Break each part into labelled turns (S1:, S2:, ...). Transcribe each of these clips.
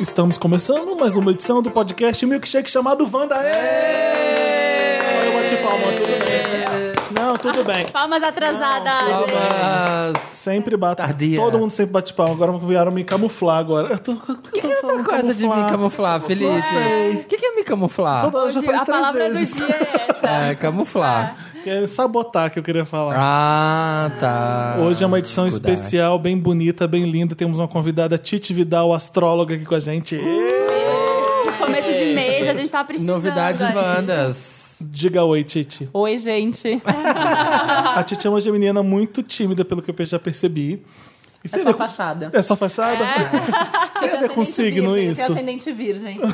S1: Estamos começando mais uma edição do podcast Milkshake chamado Wanda. Ê! Só eu bati palma, tudo bem. Não, tudo bem.
S2: Palmas atrasadas.
S3: Palmas.
S1: Sempre bate.
S3: Tardia.
S1: Todo mundo sempre bate palma. Agora vieram me camuflar agora. Eu tô, que que
S3: Outra coisa de me camuflar, Felipe. O que, que é me camuflar?
S1: Toda hora eu já
S2: Hoje,
S1: falei
S2: a
S1: três
S2: palavra
S1: vezes.
S2: do dia é essa.
S3: É, camuflar.
S1: Que É sabotar que eu queria falar.
S3: Ah, tá.
S1: Hoje é uma edição
S3: Dificuldade.
S1: especial, bem bonita, bem linda. Temos uma convidada, Titi Vidal, astróloga, aqui com a gente.
S2: No começo de mês, a gente tá precisando.
S3: Novidade
S2: aí.
S3: Wandas.
S1: Diga oi, Titi.
S4: Oi, gente.
S2: É,
S1: A Titi é uma menina muito tímida, pelo que eu já percebi. Isso
S4: É
S1: tem
S4: só
S1: a ver com-
S4: fachada.
S1: É só fachada? Tem a ver com signo
S4: virgem, Eu
S1: isso?
S4: tenho ascendente virgem.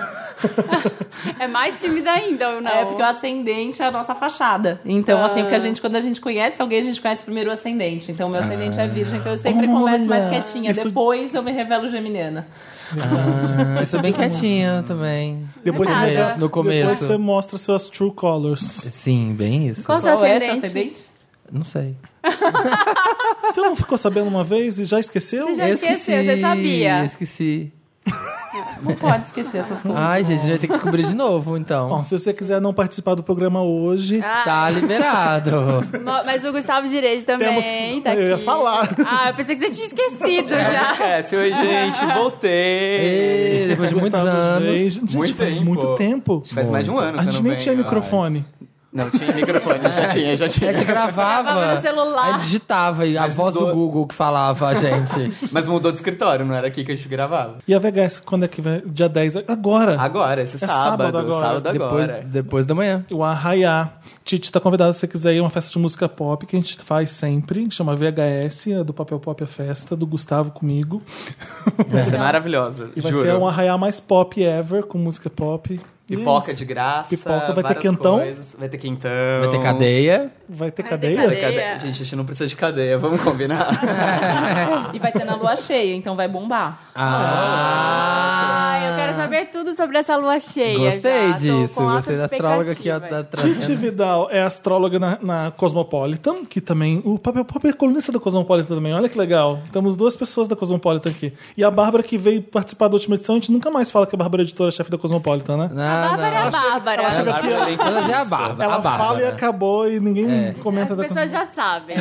S2: É mais tímida ainda ou não? Ah.
S4: É, porque o ascendente é a nossa fachada. Então, assim, porque a gente, quando a gente conhece alguém, a gente conhece primeiro o ascendente. Então, meu ascendente é virgem, então eu sempre
S1: Olha,
S4: começo mais quietinha.
S1: isso-
S4: Depois eu me revelo geminiana.
S3: Ah, eu sou bem quietinha também.
S1: Depois,
S3: no
S2: Nada.
S3: começo. No
S1: depois
S3: começo.
S1: você mostra seus true colors.
S3: Sim, bem isso.
S2: Qual o seu
S4: Qual é
S2: ascendente?
S4: seu ascendente?
S3: Não sei.
S1: Você não ficou sabendo uma vez e já esqueceu?
S2: Você Já
S3: Eu
S2: esqueceu,
S3: esqueci,
S2: você sabia?
S3: eu Esqueci.
S4: Não pode esquecer essas coisas.
S3: Ai, gente, a gente vai ter que descobrir de novo, então.
S1: Bom, se você quiser não participar do programa hoje,
S2: Ah,
S3: Tá liberado.
S2: mo- Mas o Gustavo Direito também
S1: Temos-
S2: tá aqui.
S1: Eu ia falar. É,
S2: Ah, eu pensei que você tinha esquecido já.
S5: Esquece, oi gente, voltei!
S3: E depois de muitos
S1: Gustavo
S3: anos.
S1: Reis- Gente,
S5: Muito
S1: faz
S5: tempo.
S1: muito tempo.
S5: Faz mais de um ano
S1: A
S5: que eu
S1: gente
S5: não
S1: nem
S5: venho,
S1: tinha
S5: eu
S1: microfone. É
S5: acho. Não, tinha microfone, já tinha, já
S3: A gente
S5: tinha.
S3: gravava.
S2: Gravava no celular.
S3: Aí digitava e a
S5: Mas
S3: voz do
S5: mudou.
S3: Google que falava a gente.
S5: Mas mudou de escritório, não era aqui que a gente gravava.
S1: E a VHS, quando é que vai? Dia 10? Agora.
S5: Agora, esse
S1: É sábado
S5: sábado,
S1: agora.
S5: sábado
S3: depois,
S5: agora.
S3: depois da manhã.
S1: O Arraiá. Titi tá convidada, se você quiser ir a uma festa de música pop que a gente faz sempre, chama VHS, é do Papel Pop a Festa, do Gustavo comigo.
S5: Vai ser maravilhosa,
S1: E vai
S5: juro.
S1: ser um arraiá mais pop ever, com música pop. E é
S5: Pipoca
S1: isso.
S5: de graça,
S1: Pipoca, vai ter
S5: várias
S1: quentão?
S5: coisas. Vai ter quentão.
S1: Então-
S3: Vai ter
S1: Vai
S3: cadeia.
S1: ter
S2: Vai ter
S1: cadeia?
S5: Vai ter
S2: Cadeia.
S5: cadeia. Gente, a gente não precisa de cadeia, vamos combinar.
S4: E vai ter na lua cheia, então vai bombar.
S3: Ah!
S2: Ah, eu quero saber tudo sobre essa lua cheia.
S3: Gostei
S2: já. Tô
S3: disso.
S2: com
S3: Gostei
S2: altas
S3: da astróloga que ó, tá
S2: expectativas.
S1: Titi
S3: trazendo.
S1: Vidal é astróloga na, na Cosmopolitan, que também. O Papel Pop é colunista da Cosmopolitan também. Olha que legal. Temos duas pessoas da Cosmopolitan aqui. E a Bárbara, que veio participar da última edição, a gente nunca mais fala que a Bárbara é editora-chefe da Cosmopolitan, né?
S3: Não,
S2: Bárbara é a
S3: não.
S2: Bárbara.
S1: ela chega- aqui,
S5: Bárbara,
S3: Ela já é a Bárbara.
S1: Ela
S3: a Bárbara. né?
S1: fala e acabou e ninguém comenta
S2: As
S1: da
S2: pessoas já sabem.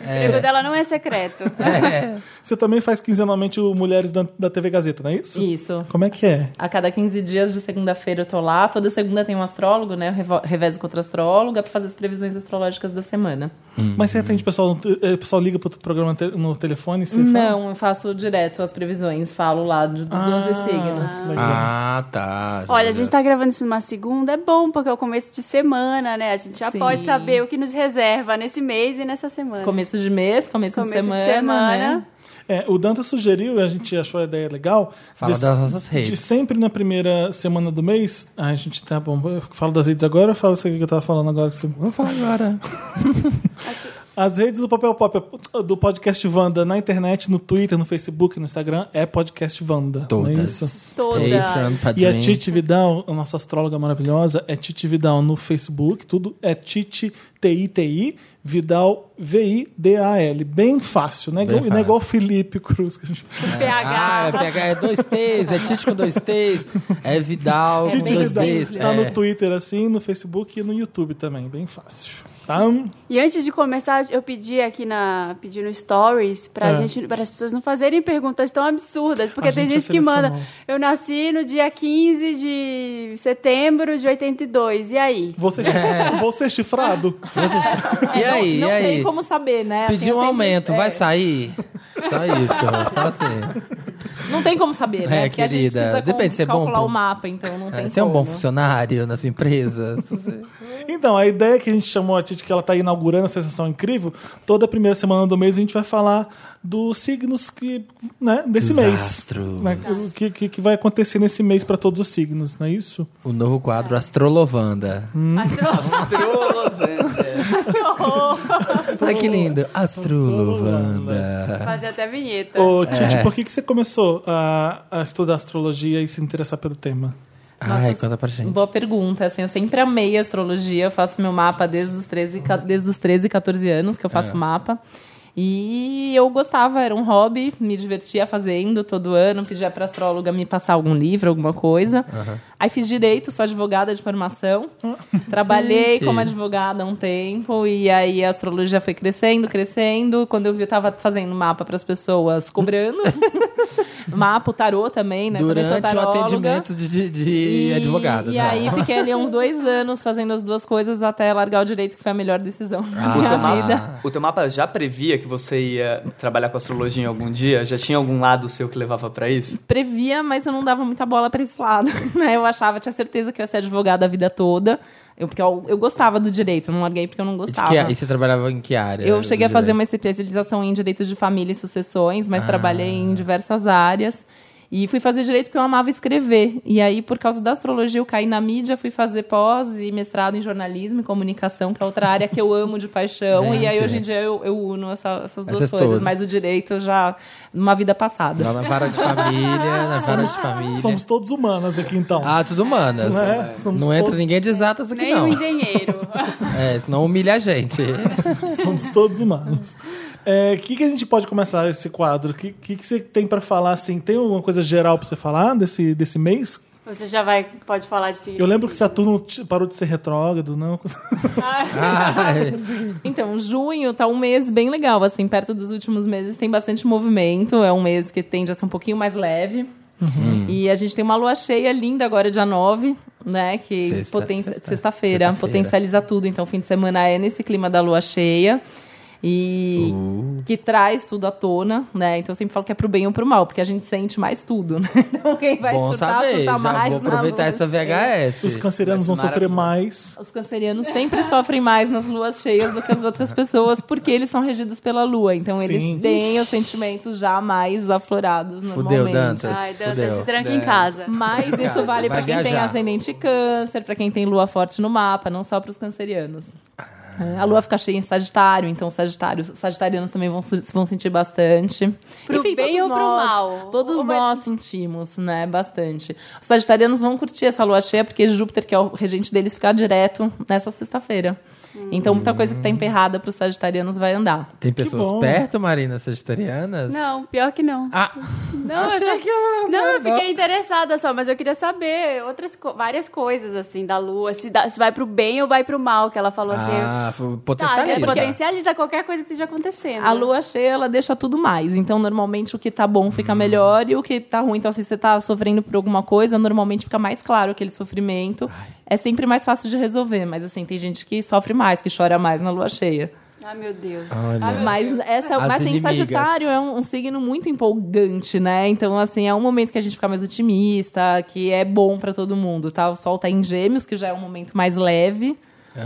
S3: É,
S2: O jogo dela não é secreto.
S3: é.
S1: Você também faz quinzenalmente o Mulheres da, da TV Gazeta, não é isso?
S4: Isso.
S1: Como é que é?
S4: A cada 15 dias de segunda-feira eu tô lá. Toda segunda tem um astrólogo, né? Eu revo- revezo com outra astróloga pra fazer as previsões astrológicas da semana.
S3: Uhum.
S1: Mas você atende o pessoal, no te- eh, o pessoal liga pro programa te- no telefone? e Você fala?
S4: Não, eu faço direto as previsões, falo lá de- dos 12 signos.
S1: Legal.
S3: Ah, tá.
S2: Olha, a gente tá gravando isso numa segunda, é bom, porque é o começo de semana, né? A gente já
S4: Sim.
S2: pode saber o que nos reserva nesse mês e nessa semana.
S4: Começo de mês, começo,
S2: Começo
S4: de semana. né?
S1: É, o Danta sugeriu, e a gente achou a ideia legal.
S3: Fala das nossas
S1: De
S3: redes.
S1: sempre na primeira semana do mês. A gente tá bom. Eu falo das redes agora ou falo isso aqui que eu tava falando agora? que você-
S3: Vamos falar agora.
S1: As redes do Papel Pop, do podcast Wanda na internet, no Twitter, no Facebook, no Instagram, é podcast Wanda.
S3: Todas.
S1: Não é isso?
S2: Todas.
S3: Patreon,
S1: E a
S3: Padrim.
S1: Titi Vidal, a nossa astróloga maravilhosa, é Titi Vidal no Facebook, tudo é Titi T-I-T-I, Vidal V-I-D-A-L. Bem fácil, né?
S3: Bem
S1: Igual- não é
S3: fácil.
S1: igual o Felipe Cruz. que a gente-
S2: O PH.
S3: Ah, é PH, é dois T's, é Tite com dois T's, é Vidal com
S1: Titi
S3: dois
S1: Vidal
S3: T's.
S1: tá
S3: é.
S1: no Twitter assim, no Facebook e no YouTube também, bem fácil. Tá?
S2: E antes de começar, eu pedi aqui na. Pedi no Stories pra
S1: É.
S2: gente, para as pessoas não fazerem perguntas tão absurdas, porque
S1: A
S2: tem
S1: gente
S2: gente que manda.
S1: selecionou.
S2: Eu nasci no dia 15 de setembro de 82. E aí?
S1: Você, você é chifrado?
S3: E aí,
S4: É, não
S3: e aí?
S4: tem como saber, né? Assim,
S3: Pedir
S4: eu
S3: um
S4: sempre-
S3: aumento,
S4: é,
S3: vai sair? Só isso, só assim.
S4: Não tem como saber, né?
S3: É,
S4: Porque a gente
S3: querida,
S4: precisa
S3: depende
S4: com-
S3: se é bom
S4: calcular
S3: pro-
S4: o mapa, então não tem
S3: É, Você é um bom
S4: como. é.
S3: funcionário na sua empresa? Se você-
S1: Então, a ideia que a gente chamou a Titi, que ela tá inaugurando essa sessão incrível, toda primeira semana do mês a gente vai falar dos signos que, né, desse
S3: Dos
S1: mês.
S3: astros.
S1: Né, o que, que, que vai acontecer nesse mês para todos os signos, não é isso?
S3: O novo quadro Astrolovanda.
S4: Hum.
S1: Hum.
S2: Astro...
S3: Olha que lindo. Astrolovanda.
S2: Fazer até vinheta.
S1: Ô, Titi,
S3: É.
S1: por que, que você começou a, a estudar astrologia e se interessar pelo tema?
S3: Ai,
S4: Nossa,
S3: conta pra gente.
S4: Boa pergunta, assim, eu sempre amei
S3: É.
S4: astrologia, eu faço meu mapa desde os 13, ca- desde os 13 14 anos que eu faço mapa. E eu gostava, era um hobby, me divertia fazendo todo ano, pedia pra astróloga me passar algum livro, alguma coisa. Aí fiz direito, sou advogada de formação. Trabalhei
S3: Ah, Gente.
S4: como advogada há um tempo e aí a astrologia foi crescendo, crescendo. Quando eu vi, eu tava fazendo mapa pras pessoas, cobrando. mapa, o tarô também, né? Também sou
S3: Durante o
S4: taróloga.
S3: atendimento de, de, de advogado.
S4: E
S3: né?
S4: aí fiquei ali uns dois anos fazendo as duas coisas até largar o direito, que foi a melhor decisão da
S3: Ah.
S4: minha
S5: O teu, mapa,
S4: vida.
S5: o teu mapa já previa que você ia trabalhar com astrologia em algum dia? Já tinha algum lado seu que levava pra isso?
S4: Previa, mas eu não dava muita bola pra esse lado. Né? Eu achava, tinha certeza que eu ia ser advogada a vida toda. Eu, porque eu, eu gostava do direito, eu não larguei porque eu não
S3: E de
S4: gostava.
S3: que- é e você trabalhava em que área?
S4: Eu cheguei a
S3: do
S4: fazer uma
S3: direito?
S4: especialização em direito de família e sucessões, mas
S3: Ah.
S4: trabalhei em diversas áreas. E fui fazer direito porque eu amava escrever. E aí, por causa da astrologia, eu caí na mídia, fui fazer pós e mestrado em jornalismo e comunicação, que é outra área que eu amo de paixão. e aí,
S3: Gente.
S4: hoje em dia, eu, eu uno essa- essas duas
S3: Essas
S4: coisas.
S3: todas.
S4: Mas o direito eu já, numa vida passada.
S3: Lá na vara de família, na vara de família.
S1: Somos todos humanas aqui, então.
S3: Ah, tudo humanas.
S1: É, somos
S3: não entra
S1: todos-
S3: ninguém de exatas aqui,
S2: Nem
S3: não.
S2: um engenheiro.
S3: É, não humilha a gente.
S1: Somos todos humanos. O que, que a gente pode começar esse quadro? O que, que, que você tem pra falar? Assim, tem alguma coisa geral pra você falar desse, desse mês?
S2: Você já vai, pode falar de signo.
S1: Eu lembro que Saturno t- parou de ser retrógrado, não?
S3: Ah, é.
S4: Então, junho tá um mês bem legal, assim, perto dos últimos meses tem bastante movimento, é um mês que tende a ser um pouquinho mais leve.
S3: Uhum.
S4: E a gente tem uma lua cheia linda agora, dia 9, né? Que
S3: Sexta,
S4: poten-
S3: sexta.
S4: sexta-feira
S3: Sexta-feira.
S4: potencializa tudo. Então, o fim de semana é nesse clima da lua cheia. E
S3: Uh.
S4: que traz tudo à tona, né? Então eu sempre falo que é pro bem ou pro mal, porque a gente sente mais tudo, né? Então quem vai
S3: Bom
S4: surtar,
S3: saber.
S4: surtar
S3: Já
S4: mais.
S3: vou
S4: na
S3: aproveitar
S4: lua
S3: essa
S4: cheia.
S3: VHS.
S1: Os cancerianos vão
S5: Mas
S1: sofrer mais.
S4: Os cancerianos sempre sofrem mais nas luas cheias do que as outras pessoas, porque eles são regidos pela lua. Então
S1: Sim.
S4: eles têm os sentimentos já mais aflorados normalmente.
S3: Fudeu, Dantas.
S2: Ai, Dantas,
S3: Fudeu. É.
S2: se tranca em
S5: Dantas.
S2: casa.
S4: Mas isso vale
S3: Vai
S4: pra quem tem
S3: viajar.
S4: ascendente câncer, pra quem tem lua forte no mapa, não só pros cancerianos.
S3: Ah.
S4: É, A lua fica cheia em Sagitário, então os sagitários, os sagitarianos também vão, su- vão sentir bastante.
S2: Pro bem
S4: todos
S2: ou pro
S4: nós-
S2: mal?
S4: Todos
S2: Ou vai-
S4: nós sentimos, né? Bastante. Os sagitarianos vão curtir essa lua cheia, porque Júpiter, que é o regente deles, fica direto nessa sexta-feira.
S2: Hum.
S4: Então muita coisa que tá emperrada pros sagitarianos vai andar.
S3: Tem pessoas
S1: bom.
S3: perto, Marina, sagitarianas?
S2: Não, pior que não.
S3: Ah,
S2: Não, eu, só... não, eu fiquei interessada só, mas eu queria saber outras co- várias coisas assim da lua, se, dá, se vai pro bem ou vai pro mal, que ela falou assim.
S3: ah, foi-
S2: Tá,
S3: potencializa.
S2: você potencializa qualquer coisa que esteja
S3: É
S2: acontecendo.
S4: A lua cheia, ela deixa tudo mais. Então, normalmente, o que tá bom
S3: Hum.
S4: fica melhor e o que tá ruim. Então, assim, você tá sofrendo por alguma coisa, normalmente fica mais claro aquele sofrimento. É sempre mais fácil de resolver. Mas, assim, tem gente que sofre mais, que chora mais na lua cheia.
S2: Ai, meu Deus.
S3: Olha.
S2: Ai, meu
S4: Mas,
S2: Deus.
S4: essa,
S3: É. As
S4: mas assim,
S3: inimigas.
S4: Sagitário é um, um signo muito empolgante, né? Então, assim, é um momento que a gente fica mais otimista, que é bom pra todo mundo, tá? O sol tá em gêmeos, que já é um momento mais leve,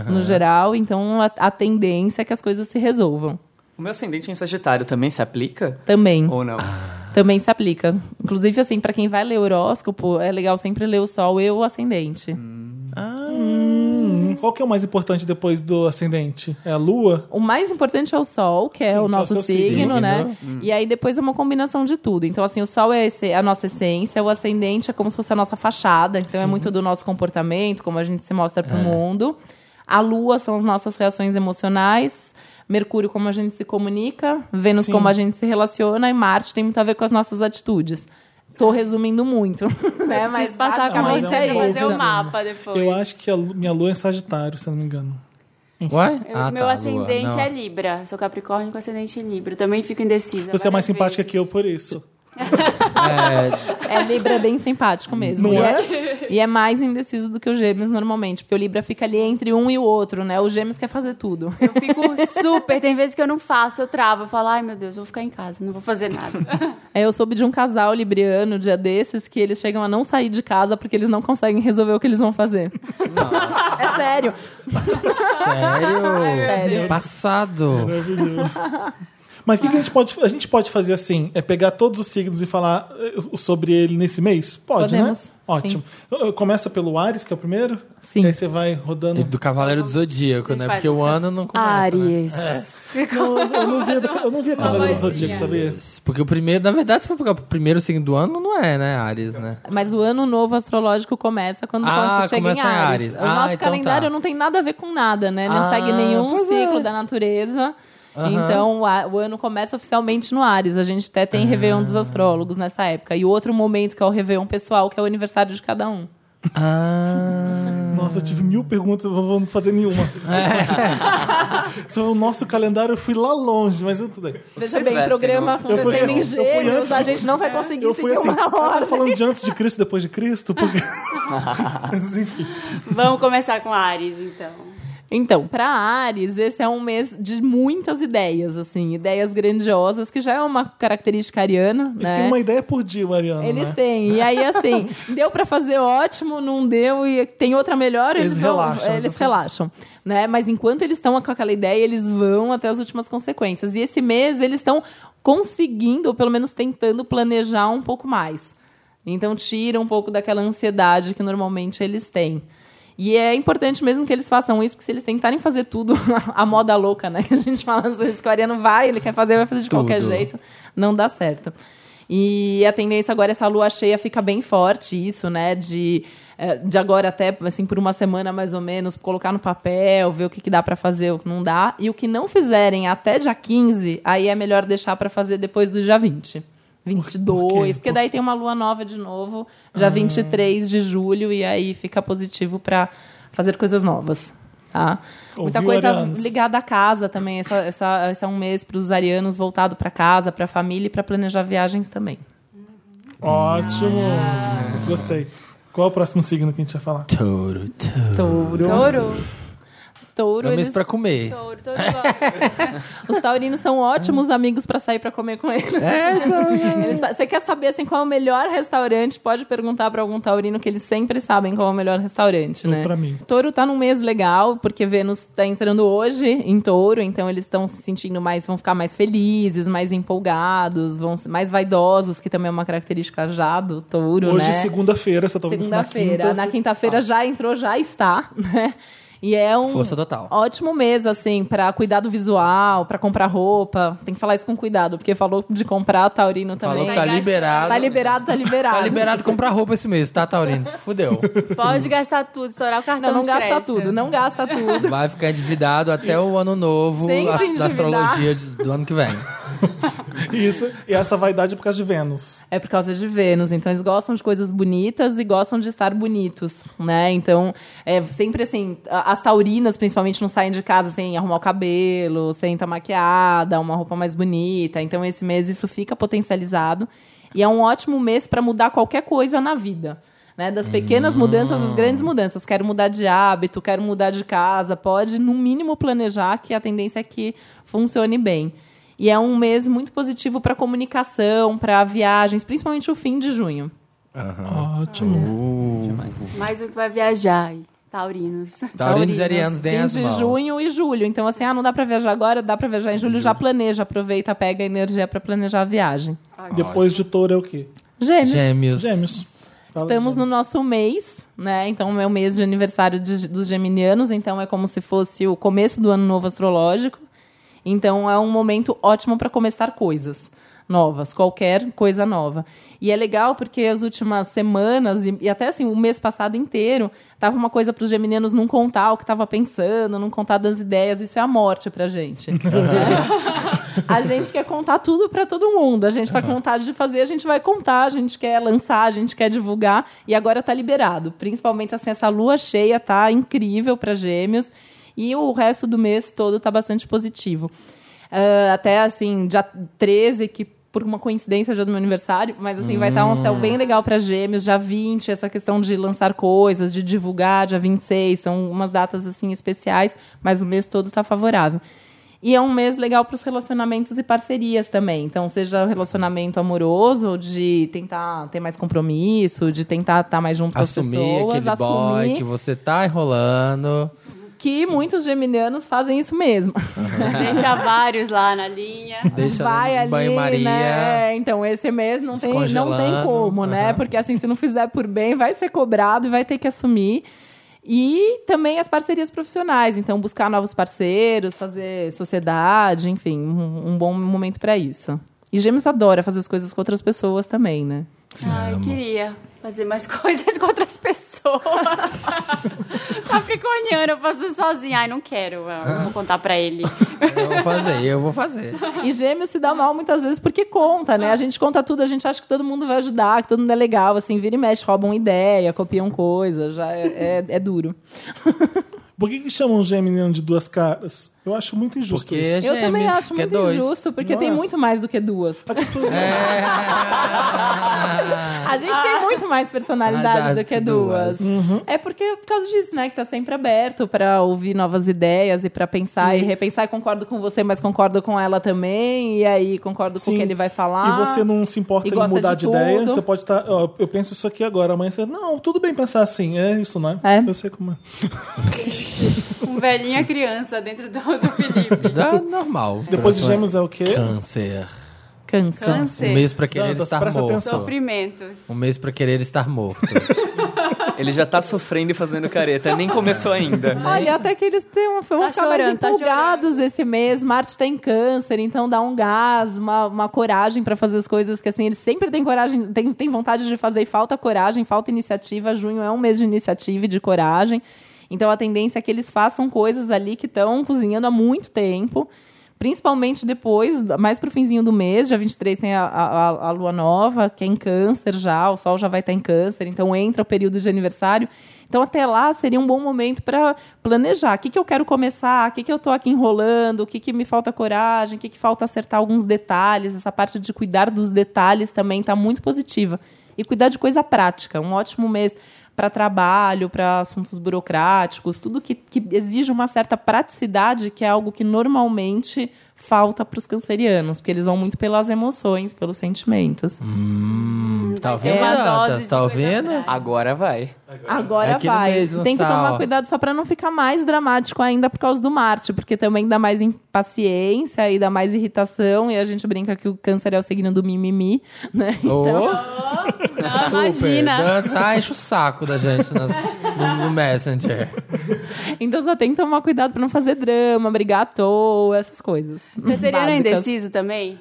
S4: no geral. Então, a, a tendência é que as coisas se resolvam.
S5: O meu ascendente em Sagitário também se aplica?
S4: Também.
S5: Ou não?
S4: também se aplica. Inclusive, assim, pra quem vai ler horóscopo, é legal sempre ler o sol e o ascendente.
S1: Hum, Qual que é o mais importante depois do ascendente? É a lua?
S4: O mais importante é o sol, que é
S1: Sim, que é
S4: o
S1: o
S4: nosso
S1: seu
S4: signo,
S1: signo. Hum.
S4: né? E aí depois é uma combinação de tudo. Então, assim, o sol é esse- a nossa essência, o ascendente é como se fosse a nossa fachada. Então, é muito do nosso comportamento, como a gente se mostra
S1: É.
S4: pro mundo. A lua são as nossas reações emocionais. Mercúrio, como a gente se comunica. Vênus,
S1: Sim.
S4: como a gente se relaciona. E Marte tem muito a ver com as nossas atitudes. Tô resumindo muito, né?
S2: Eu preciso passar com a
S1: basicamente
S2: mão
S1: é
S2: cheia pra
S1: isso.
S2: fazer o mapa depois.
S1: Eu acho que a lu- minha lua é em Sagitário, se eu não me engano.
S3: Ué?
S2: Eu-
S3: Ah,
S2: meu
S3: tá,
S2: ascendente
S3: Lua. Não.
S2: é Libra. Sou Capricórnio com ascendente em Libra. Também fico indecisa.
S1: Você é mais
S2: várias
S1: simpática
S2: vezes.
S1: que eu por isso.
S4: É, Libra é bem simpático mesmo.
S1: Não
S4: e, é? e é mais indeciso do que o Gêmeos normalmente, porque o Libra fica ali entre um e o outro, né? O Gêmeos quer fazer tudo.
S2: Eu fico super. Tem vezes que eu não faço, eu travo. Eu falo, ai meu Deus, eu vou ficar em casa, não vou fazer nada.
S4: Aí eu soube de um casal libriano, dia desses, que eles chegam a não sair de casa porque eles não conseguem resolver o que eles vão fazer. É sério.
S3: Sério?
S4: Sério.
S3: Passado.
S1: Maravilhoso. Mas o que, que a gente pode A gente pode fazer assim? É pegar todos os signos e falar eh, sobre ele nesse mês? Pode,
S4: Podemos,
S1: né? Ótimo. Eh, eh, Começa pelo Ares, que é o primeiro?
S4: Sim.
S1: E aí você vai rodando.
S3: E Do Cavaleiro do Zodíaco,
S2: Vocês
S3: né?
S2: fazem.
S3: Porque o ano não começa. né?
S1: Não, eu, eu não via, eu não via Cavaleiro do Zodíaco,
S2: vozinha.
S1: sabia?
S3: Porque o primeiro, na verdade, se for pegar o primeiro signo do ano, não é, né? Ares, né?
S4: Mas o ano novo astrológico começa quando
S3: Ah,
S4: Costa chega em
S3: começa em
S4: Ares.
S3: Ares.
S4: O
S3: Ah,
S4: nosso
S3: então
S4: calendário
S3: tá.
S4: não tem nada a ver com nada, né? Não
S3: Ah,
S4: segue nenhum
S3: pois é.
S4: ciclo da natureza.
S3: Aham.
S4: Então o a- o ano começa oficialmente no Ares. A gente até
S3: Ah.
S4: tem Réveillon dos astrólogos nessa época. E outro momento que é o Réveillon pessoal, que é o aniversário de cada um.
S3: Ah.
S1: Nossa, eu tive mil perguntas, eu vou não fazer nenhuma.
S4: É.
S1: Sobre o nosso calendário, eu fui lá longe, mas eu tudo bem.
S4: Veja
S5: Vocês
S4: bem,
S5: vestem,
S4: programa
S5: não?
S1: Eu fui
S4: acontecendo em
S1: assim, eu fui antes
S4: gêmeos, a
S1: de-
S4: gente não vai conseguir
S1: Eu fui assim,
S4: seguir é uma
S1: ela tá
S4: hora.
S1: falando de antes de Cristo, depois de Cristo, porque... Mas enfim.
S2: Vamos começar com Ares, então.
S4: Então, para Ares, esse é um mês de muitas ideias, assim, ideias grandiosas, que já é uma característica ariana,
S1: Eles
S4: né?
S1: têm uma ideia por dia, Mariana.
S4: Eles
S1: né?
S4: têm. E aí, assim, deu pra fazer ótimo, não deu, e tem outra melhor, eles,
S1: Eles
S4: vão- é,
S1: relaxam,
S4: Eles
S1: exatamente.
S4: relaxam. Né? Mas enquanto eles estão com aquela ideia, eles vão até as últimas consequências. E esse mês eles estão conseguindo, ou pelo menos tentando, planejar um pouco mais. Então tira um pouco daquela ansiedade que normalmente eles têm. E é importante mesmo que eles façam isso, porque se eles tentarem fazer tudo, a moda louca, né? Que a gente fala, às vezes, que o Ariano vai, ele quer fazer, vai fazer de qualquer
S3: Tudo.
S4: jeito, não dá certo. E a tendência agora, é essa lua cheia fica bem forte, isso, né? De, eh, de agora até, assim, por uma semana mais ou menos, colocar no papel, ver o que, que dá pra fazer, o que não dá. E o que não fizerem até dia 15, aí é melhor deixar pra fazer depois do dia 20. 22,
S1: Por quê? Ah.
S4: porque daí tem uma lua nova de novo, dia 23 de julho, e aí fica positivo pra fazer coisas novas. Tá? Muita
S1: Ouviu,
S4: coisa
S1: arianos?
S4: ligada à casa também. Essa, essa, esse é um mês para os arianos voltado para casa, para família e para planejar viagens também.
S1: Ótimo.
S4: Ah.
S1: Gostei. Qual é o próximo signo que a gente vai falar?
S3: Touro, touro.
S4: Touro.
S2: Touro.
S4: Touro,
S3: É o
S4: eles-
S3: mês pra comer.
S2: Touro, touro gosta.
S4: os taurinos são ótimos
S1: Ah.
S4: amigos para sair para comer com eles.
S1: É,
S4: Eles sa- Você quer saber assim, qual é o melhor restaurante? Pode perguntar para algum taurino que eles sempre sabem qual é o melhor restaurante,
S1: Ou
S4: né?
S1: pra mim.
S4: Touro tá num mês legal, porque Vênus tá entrando hoje em touro, então eles estão se sentindo mais, vão ficar mais felizes, mais empolgados, vão ser mais vaidosos, que também é uma característica já do touro,
S1: Hoje,
S4: né?
S1: segunda-feira, você tá ouvindo isso na
S4: Segunda-feira.
S1: quinta.
S3: assim.
S4: Na quinta-feira já entrou, já está, né? E é um
S3: Tá. Força total.
S4: ótimo mês, assim, pra cuidar do visual, pra comprar roupa. Tem que falar isso com cuidado, porque falou de comprar taurino também.
S3: Falou, tá
S2: gastando.
S3: liberado.
S4: Tá liberado, tá liberado.
S3: Tá liberado comprar roupa esse mês, tá, Taurino? Fudeu.
S2: Pode gastar tudo, estourar o cartão
S4: Não, não
S2: de
S4: gasta
S2: crédito.
S4: tudo, não gasta tudo.
S3: Vai ficar endividado até o ano novo
S4: Sem
S3: a-
S4: se
S3: da
S4: endividar.
S3: astrologia de- do ano que vem.
S1: Isso, e essa vaidade é por causa de Vênus.
S4: É por causa de Vênus, então eles gostam de coisas bonitas e gostam de estar bonitos, né? Então, é sempre assim, a- as taurinas principalmente não saem de casa sem arrumar o cabelo, sem estar maquiada, uma roupa mais bonita. Então, esse mês isso fica potencializado e é um ótimo mês para mudar qualquer coisa na vida. Né, das pequenas mudanças às grandes mudanças. Quero mudar de hábito, quero mudar de casa. Pode, no mínimo, planejar que a tendência é que funcione bem. E é um mês muito positivo para comunicação, para viagens, principalmente o fim de junho.
S1: Ótimo.
S2: Mais um que vai viajar, aí, taurinos.
S3: Taurinos e arianos deem
S4: Fim
S3: as
S4: de
S3: mãos.
S4: junho e julho. Então, assim, ah, não dá para viajar agora, dá para viajar em julho, já planeja, aproveita, pega a energia para planejar a viagem.
S1: Depois de touro é o quê?
S4: Gêmeos.
S3: Gêmeos.
S1: Gêmeos. Fala de
S4: Estamos no
S1: gêmeos.
S4: nosso mês, né? Então, é o mês de aniversário de- dos geminianos, então é como se fosse o começo do ano novo astrológico. Então, é um momento ótimo para começar coisas novas, qualquer coisa nova. E é legal porque as últimas semanas, e, e até assim, o mês passado inteiro, tava uma coisa para os geminianos não contar o que tava pensando, não contar das ideias. Isso é a morte pra gente. A gente quer contar tudo pra todo mundo. A gente tá com vontade de fazer, a gente vai contar, a gente quer lançar, a gente quer divulgar e agora tá liberado. Principalmente assim essa lua cheia tá incrível pra Gêmeos e o resto do mês todo tá bastante positivo. Ah, até assim, dia 13 que por uma coincidência é o dia do meu aniversário, mas assim, vai estar um céu bem legal pra gêmeos, dia 20, essa questão de lançar coisas, de divulgar, dia 26, são umas datas assim especiais, mas o mês todo tá favorável. E é um mês legal para os relacionamentos e parcerias também. Então, seja relacionamento amoroso, de tentar ter mais compromisso, de tentar estar mais junto com as
S3: Assumir
S4: pessoas,
S3: aquele boy que você tá enrolando.
S4: que muitos geminianos fazem isso mesmo.
S2: Deixa vários lá na linha.
S3: Deixa
S4: vai
S3: ela
S4: ali,
S3: no banho-maria.
S4: né? Então, esse mês não tem, não tem
S3: Descongelando,
S4: como, né?
S3: aham.
S4: Porque assim, se não fizer por bem, vai ser cobrado e vai ter que assumir. E também as parcerias profissionais, então buscar novos parceiros, fazer sociedade, enfim, um, um bom momento pra isso. E Gêmeos adora fazer as coisas com outras pessoas também, né?
S2: Ai, queria. fazer mais coisas com outras pessoas. Capricorniano, eu faço sozinha. Ai, não quero, eu não vou contar pra ele.
S3: Eu vou fazer, eu vou fazer.
S4: E gêmeos se dá mal muitas vezes porque conta, né? A gente conta tudo, a gente acha que todo mundo vai ajudar, que todo mundo é legal, assim, vira e mexe, roubam ideia, copiam coisa, já é, é, é duro.
S1: Por que, que chamam Geminiano de duas caras? Eu acho muito injusto
S3: Porque
S1: isso.
S3: é
S4: eu também
S3: gêmeos,
S4: acho
S3: que é
S4: muito
S3: dois.
S4: injusto, porque
S1: Não
S4: tem
S1: é?
S4: muito mais do que duas.
S1: É que as pessoas não-
S3: É,
S4: A gente tem muito mais personalidade
S3: Ah, dá
S4: do que duas.
S3: duas. Uhum.
S4: É porque por causa disso, né? Que tá sempre aberto pra ouvir novas ideias e pra pensar e repensar. E concordo com você, mas concordo com ela também. E aí concordo com o
S1: Sim.
S4: que ele vai falar.
S1: E você não se importa
S4: e
S1: em
S4: gosta
S1: mudar de,
S4: de
S1: ideia.
S4: tudo.
S1: Você pode estar. ó, eu penso isso aqui agora, amanhã você. Não, tudo bem pensar assim. É isso, né?
S4: É.
S1: Eu sei como é.
S2: Um velhinho e a criança dentro do, do Felipe.
S3: Dá normal.
S1: Depois de
S3: Coração é
S1: Gêmeos é o quê?
S3: Câncer.
S4: Cansa.
S2: Câncer.
S3: Um mês pra querer
S1: Dantas,
S3: estar
S1: presta
S3: morto.
S1: atenção.
S2: Sofrimentos.
S3: Um mês pra querer estar morto.
S5: Ele já tá sofrendo e fazendo careta, nem começou ainda.
S4: Olha, até que eles têm um, vão
S2: Tá
S4: ficar mais
S2: chorando, tá
S4: empolgados
S2: chorando.
S4: esse mês. Marte tem câncer, então dá um gás, uma, uma coragem pra fazer as coisas que assim, eles sempre têm coragem, tem, tem vontade de fazer e falta coragem, falta iniciativa. Junho é um mês de iniciativa e de coragem. Então a tendência é que eles façam coisas ali que estão cozinhando há muito tempo. Principalmente depois, mais pro finzinho do mês, dia 23 tem a, a, a lua nova, que é em câncer já, o sol já vai estar em câncer, então entra o período de aniversário. Então até lá seria um bom momento para planejar. O que, que eu quero começar? O que, que eu tô aqui enrolando? O que, que me falta coragem? O que, que falta acertar alguns detalhes? Essa parte de cuidar dos detalhes também está muito positiva. E cuidar de coisa prática, um ótimo mês para trabalho, para assuntos burocráticos, tudo que, que exige uma certa praticidade, que é algo que normalmente falta para os cancerianos, porque eles vão muito pelas emoções, pelos sentimentos.
S3: Hum, tá
S2: ter
S3: ouvindo,
S2: uma dose
S3: Dantas?
S2: de
S3: Tá
S2: coisa
S3: ouvindo?
S2: atrás.
S5: Agora vai.
S4: Agora
S3: É aquilo
S4: vai.
S3: mesmo,
S4: Tem que
S3: Sal.
S4: tomar cuidado só pra não ficar mais dramático ainda por causa do Marte, porque também dá mais impaciência e dá mais irritação. E a gente brinca que o câncer é o signo do mimimi, né?
S3: Ô,
S2: Não,
S3: super.
S2: Ah, imagina.
S3: Dantas, ah, enche o saco da gente nas- no, no Messenger.
S4: Então só tem que tomar cuidado pra não fazer drama, brigar à toa, essas coisas.
S2: Canceriano é
S4: Básicas.
S2: indeciso também?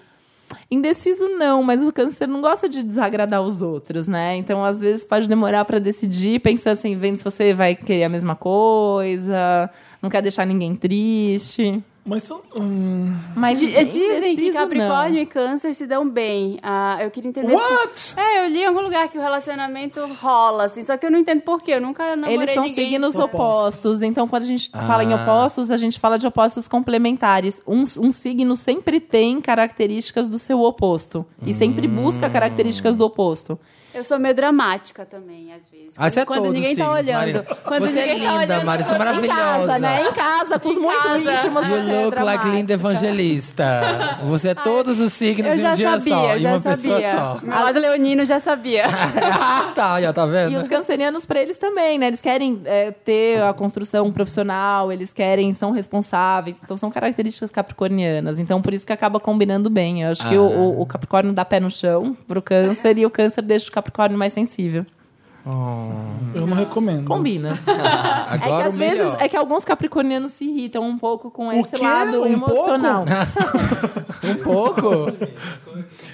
S4: Indeciso não, mas o câncer não gosta de desagradar os outros, né? Então, às vezes, pode demorar pra decidir, pensar assim, vendo se você vai querer a mesma coisa, não quer deixar ninguém triste.
S1: Mas são. hum,
S4: Mas
S2: Di- Dizem que
S4: indeciso,
S2: Capricórnio
S4: não.
S2: e Câncer se dão bem. Ah, eu queria entender...
S1: What?
S2: É, eu li em algum lugar que o relacionamento rola, assim, só que eu não entendo por quê. Eu nunca namorei
S4: Eles são
S2: ninguém.
S4: signos
S2: São-
S4: opostos. Então, quando a gente fala em
S3: Ah.
S4: opostos, a gente fala de opostos complementares. Um, um signo sempre tem características do seu oposto. E sempre
S3: Hum.
S4: busca características do oposto.
S2: Eu sou meio dramática também, às vezes.
S3: Ah, você é
S2: quando
S3: todo
S2: ninguém tá
S3: signo,
S2: olhando.
S3: Marina.
S2: Quando
S3: Você é
S2: ninguém tá
S3: linda,
S2: olhando,
S3: Marina, você
S2: eu
S3: é
S2: sou-
S4: Em casa,
S3: Maravilhosa.
S4: né? Em casa, com os
S2: Em
S4: muito
S2: casa.
S4: íntimos.
S3: You
S4: você é
S3: look like
S4: dramática.
S3: Linda Evangelista. Você é todos os signos
S2: Eu
S3: em um
S2: já
S3: dia
S2: sabia,
S3: só,
S2: eu
S3: em
S2: já
S3: uma pessoa
S2: sabia.
S3: só.
S2: Meu lado leonino já sabia.
S3: Ah, tá, já tá vendo?
S4: E os cancerianos, pra eles também, né? Eles querem é, ter a construção profissional, eles querem, são responsáveis. Então, são características capricornianas. Então, por isso que acaba combinando bem. Eu acho que o- o,
S1: Ah.
S4: o Capricórnio dá pé no chão pro câncer e o câncer deixa o Capricórnio mais sensível.
S1: Eu não, recomendo.
S4: Combina. é que
S3: Agora
S4: às
S3: o
S4: vezes
S3: melhor.
S4: é que alguns capricornianos se irritam um pouco com esse
S1: quê?
S4: lado
S1: Um
S4: emocional.
S3: Um pouco.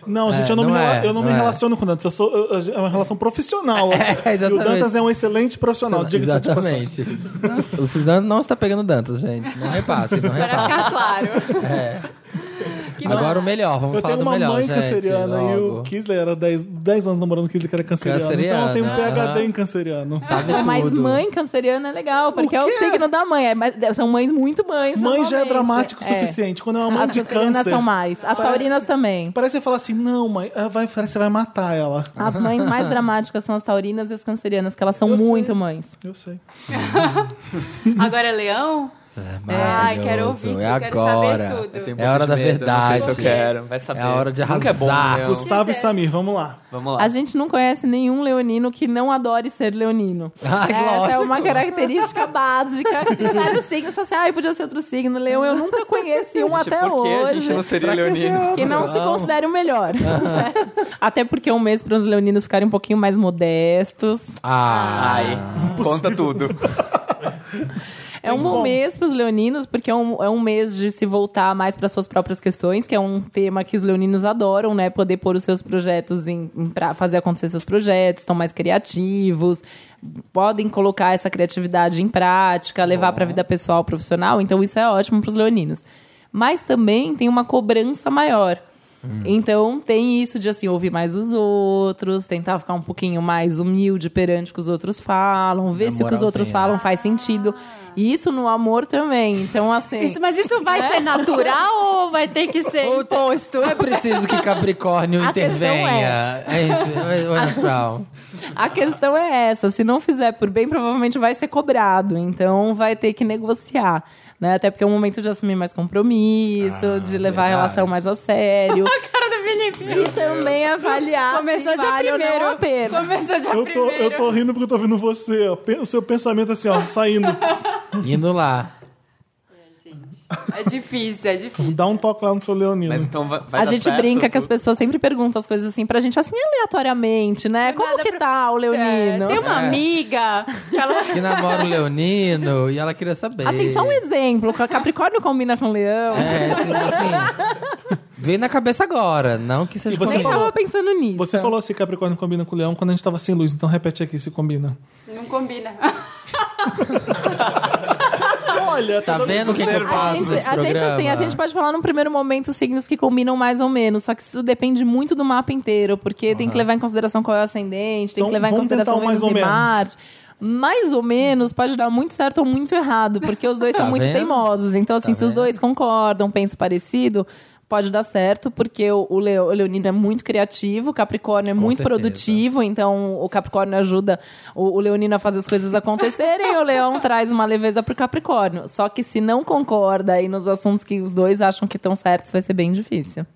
S1: Não, gente, eu não,
S3: não
S1: me, rela-
S3: é,
S1: eu não me
S3: não é.
S1: relaciono com o Dantas. Eu sou, eu- eu- é uma relação profissional. e o
S3: exatamente.
S1: Dantas é um excelente profissional. Diga-se tipo assim. de passagem.
S3: Exatamente. Nossa, O Fernando não está pegando Dantas, gente. Não repasse, não
S2: Pra
S3: repasse.
S2: ficar claro. Que
S3: Agora o
S2: maravilha.
S3: melhor, vamos
S1: Eu
S3: falar
S1: tenho
S3: do
S1: uma
S3: melhor,
S1: mãe
S3: gente.
S1: canceriana e o
S3: logo.
S1: Kisley era 10, 10 anos namorando o Kisley que era canceriano. Então eu tenho um
S3: Canceriana,
S1: PHD em
S3: aham.
S1: canceriano.
S4: É,
S3: Sabe tudo.
S4: Ah, Mas mãe canceriana é legal, porque é o
S1: quê?
S4: signo da mãe. É, mas são mães muito mães.
S1: Mãe já é
S4: normalmente.
S1: dramático o
S4: É.
S1: suficiente. Quando é uma mãe
S4: As
S1: de
S4: cancerianas
S1: câncer.
S4: são mais. As taurinas também.
S1: Parece que você fala assim, não, mãe, ela vai, parece que você vai matar ela.
S4: As mães mais dramáticas são as taurinas e as cancerianas, que elas são
S1: Eu sei.
S4: muito mães.
S1: Eu sei.
S2: Agora é leão?
S3: É
S2: Ai, quero
S3: maravilhoso.
S2: ouvir,
S3: é
S2: eu quero saber
S3: agora.
S2: tudo. Eu
S5: Tem
S3: é
S5: um pouco
S3: a hora
S5: de
S3: da
S5: medo, não sei
S3: verdade.
S5: se eu quero, vai saber.
S3: É a hora de
S5: Nunca é bom,
S3: arrasar.
S5: né?
S1: Gustavo e
S2: Sim,
S1: Samir, vamos lá.
S5: Vamos lá.
S4: A gente não conhece nenhum leonino que não adore ser leonino.
S3: Ai,
S4: Essa é
S3: lógico.
S4: uma característica básica. Vários signos, você assim, ah, podia ser outro signo. Leão, eu nunca conheci um
S5: Gente,
S4: até
S5: por que
S4: hoje.
S5: a gente é não seria
S3: Pra que
S5: leonino?
S4: que não se considere o melhor. né? Até porque é um mês para os leoninos ficarem um pouquinho mais modestos.
S3: Ai.
S5: Ai, conta tudo.
S4: É um bom
S1: como.
S4: mês para os leoninos, porque é um, é um mês de se voltar mais para suas próprias questões, que é um tema que os leoninos adoram, né? Poder pôr os seus projetos em, para fazer acontecer seus projetos, estão mais criativos, podem colocar essa criatividade em prática, levar para a vida pessoal, profissional. Então isso é ótimo para os leoninos. Mas também tem uma cobrança maior. Então tem isso de assim ouvir mais os outros, tentar ficar um pouquinho mais humilde perante o que os outros falam, ver
S3: Na
S4: se o que os outros
S3: moralzinha.
S4: falam faz sentido. E isso no amor também. Então assim,
S2: Isso, mas isso vai ser natural ou vai ter que ser
S3: Ou-
S2: imposto?
S3: Não é preciso que Capricórnio
S4: A questão
S3: intervenha. É, é, é natural.
S4: a questão é essa, se não fizer por bem, provavelmente vai ser cobrado, então vai ter que negociar. Né? Até porque é um momento de assumir mais compromisso,
S3: Ah,
S4: de
S3: verdade.
S4: levar a relação mais a sério.
S2: Cara do Felipe.
S4: e também avaliar
S2: Começou
S4: se
S2: já
S4: vale ou não
S2: primeiro.
S4: a pena.
S2: Começou já
S1: Eu tô,
S2: primeiro.
S1: eu tô rindo porque eu tô ouvindo você, ó. Pe- O seu pensamento assim, ó, saindo.
S3: Indo lá.
S2: É difícil, é difícil.
S1: Dá um toque lá no seu Leonino.
S5: Mas então vai, vai
S4: a
S5: dar
S4: gente
S5: certo,
S4: brinca que as
S5: tudo?
S4: pessoas sempre perguntam as coisas assim pra gente, assim, aleatoriamente, né?
S2: Do
S4: Como
S2: é nada
S4: que
S2: pra-
S4: tá o Leonino?
S2: É, tem uma
S3: É.
S2: amiga que ela...
S3: Que namora o Leonino e ela queria saber.
S4: Assim, só um exemplo, que Capricórnio combina com Leão.
S3: É, assim, assim, Veio na cabeça agora, não que seja
S1: E você
S4: Nem
S3: comigo.
S1: falou-
S4: tava pensando nisso.
S1: Você falou assim, Capricórnio combina com o Leão quando a gente tava sem luz, então repete aqui se combina.
S2: Não combina.
S1: Olha,
S3: Tá vendo o que, que eu
S4: A
S3: faço
S4: gente,
S3: nesse
S4: a gente,
S3: programa?
S4: assim, a gente pode falar num primeiro momento os signos que combinam mais ou menos, só que isso depende muito do mapa inteiro, porque tem que levar em consideração qual é o ascendente, tem
S1: Então,
S4: que levar em
S1: vamos tentar
S4: consideração
S1: um mais
S4: Vênus
S1: ou
S4: e
S1: menos.
S4: Marte. Mais ou menos pode dar muito certo ou muito errado, porque os dois
S3: Tá
S4: são muito
S3: vendo?
S4: teimosos. Então, assim,
S3: Tá
S4: se os
S3: vendo?
S4: dois concordam, pensam parecido, pode dar certo, porque o, o Leo- o Leonino é muito criativo, o Capricórnio é muito
S3: certeza.
S4: produtivo, então o Capricórnio ajuda o, o Leonino a fazer as coisas acontecerem, e o Leão traz uma leveza pro Capricórnio. Só que se não concorda aí nos assuntos que os dois acham que estão certos, vai ser bem difícil.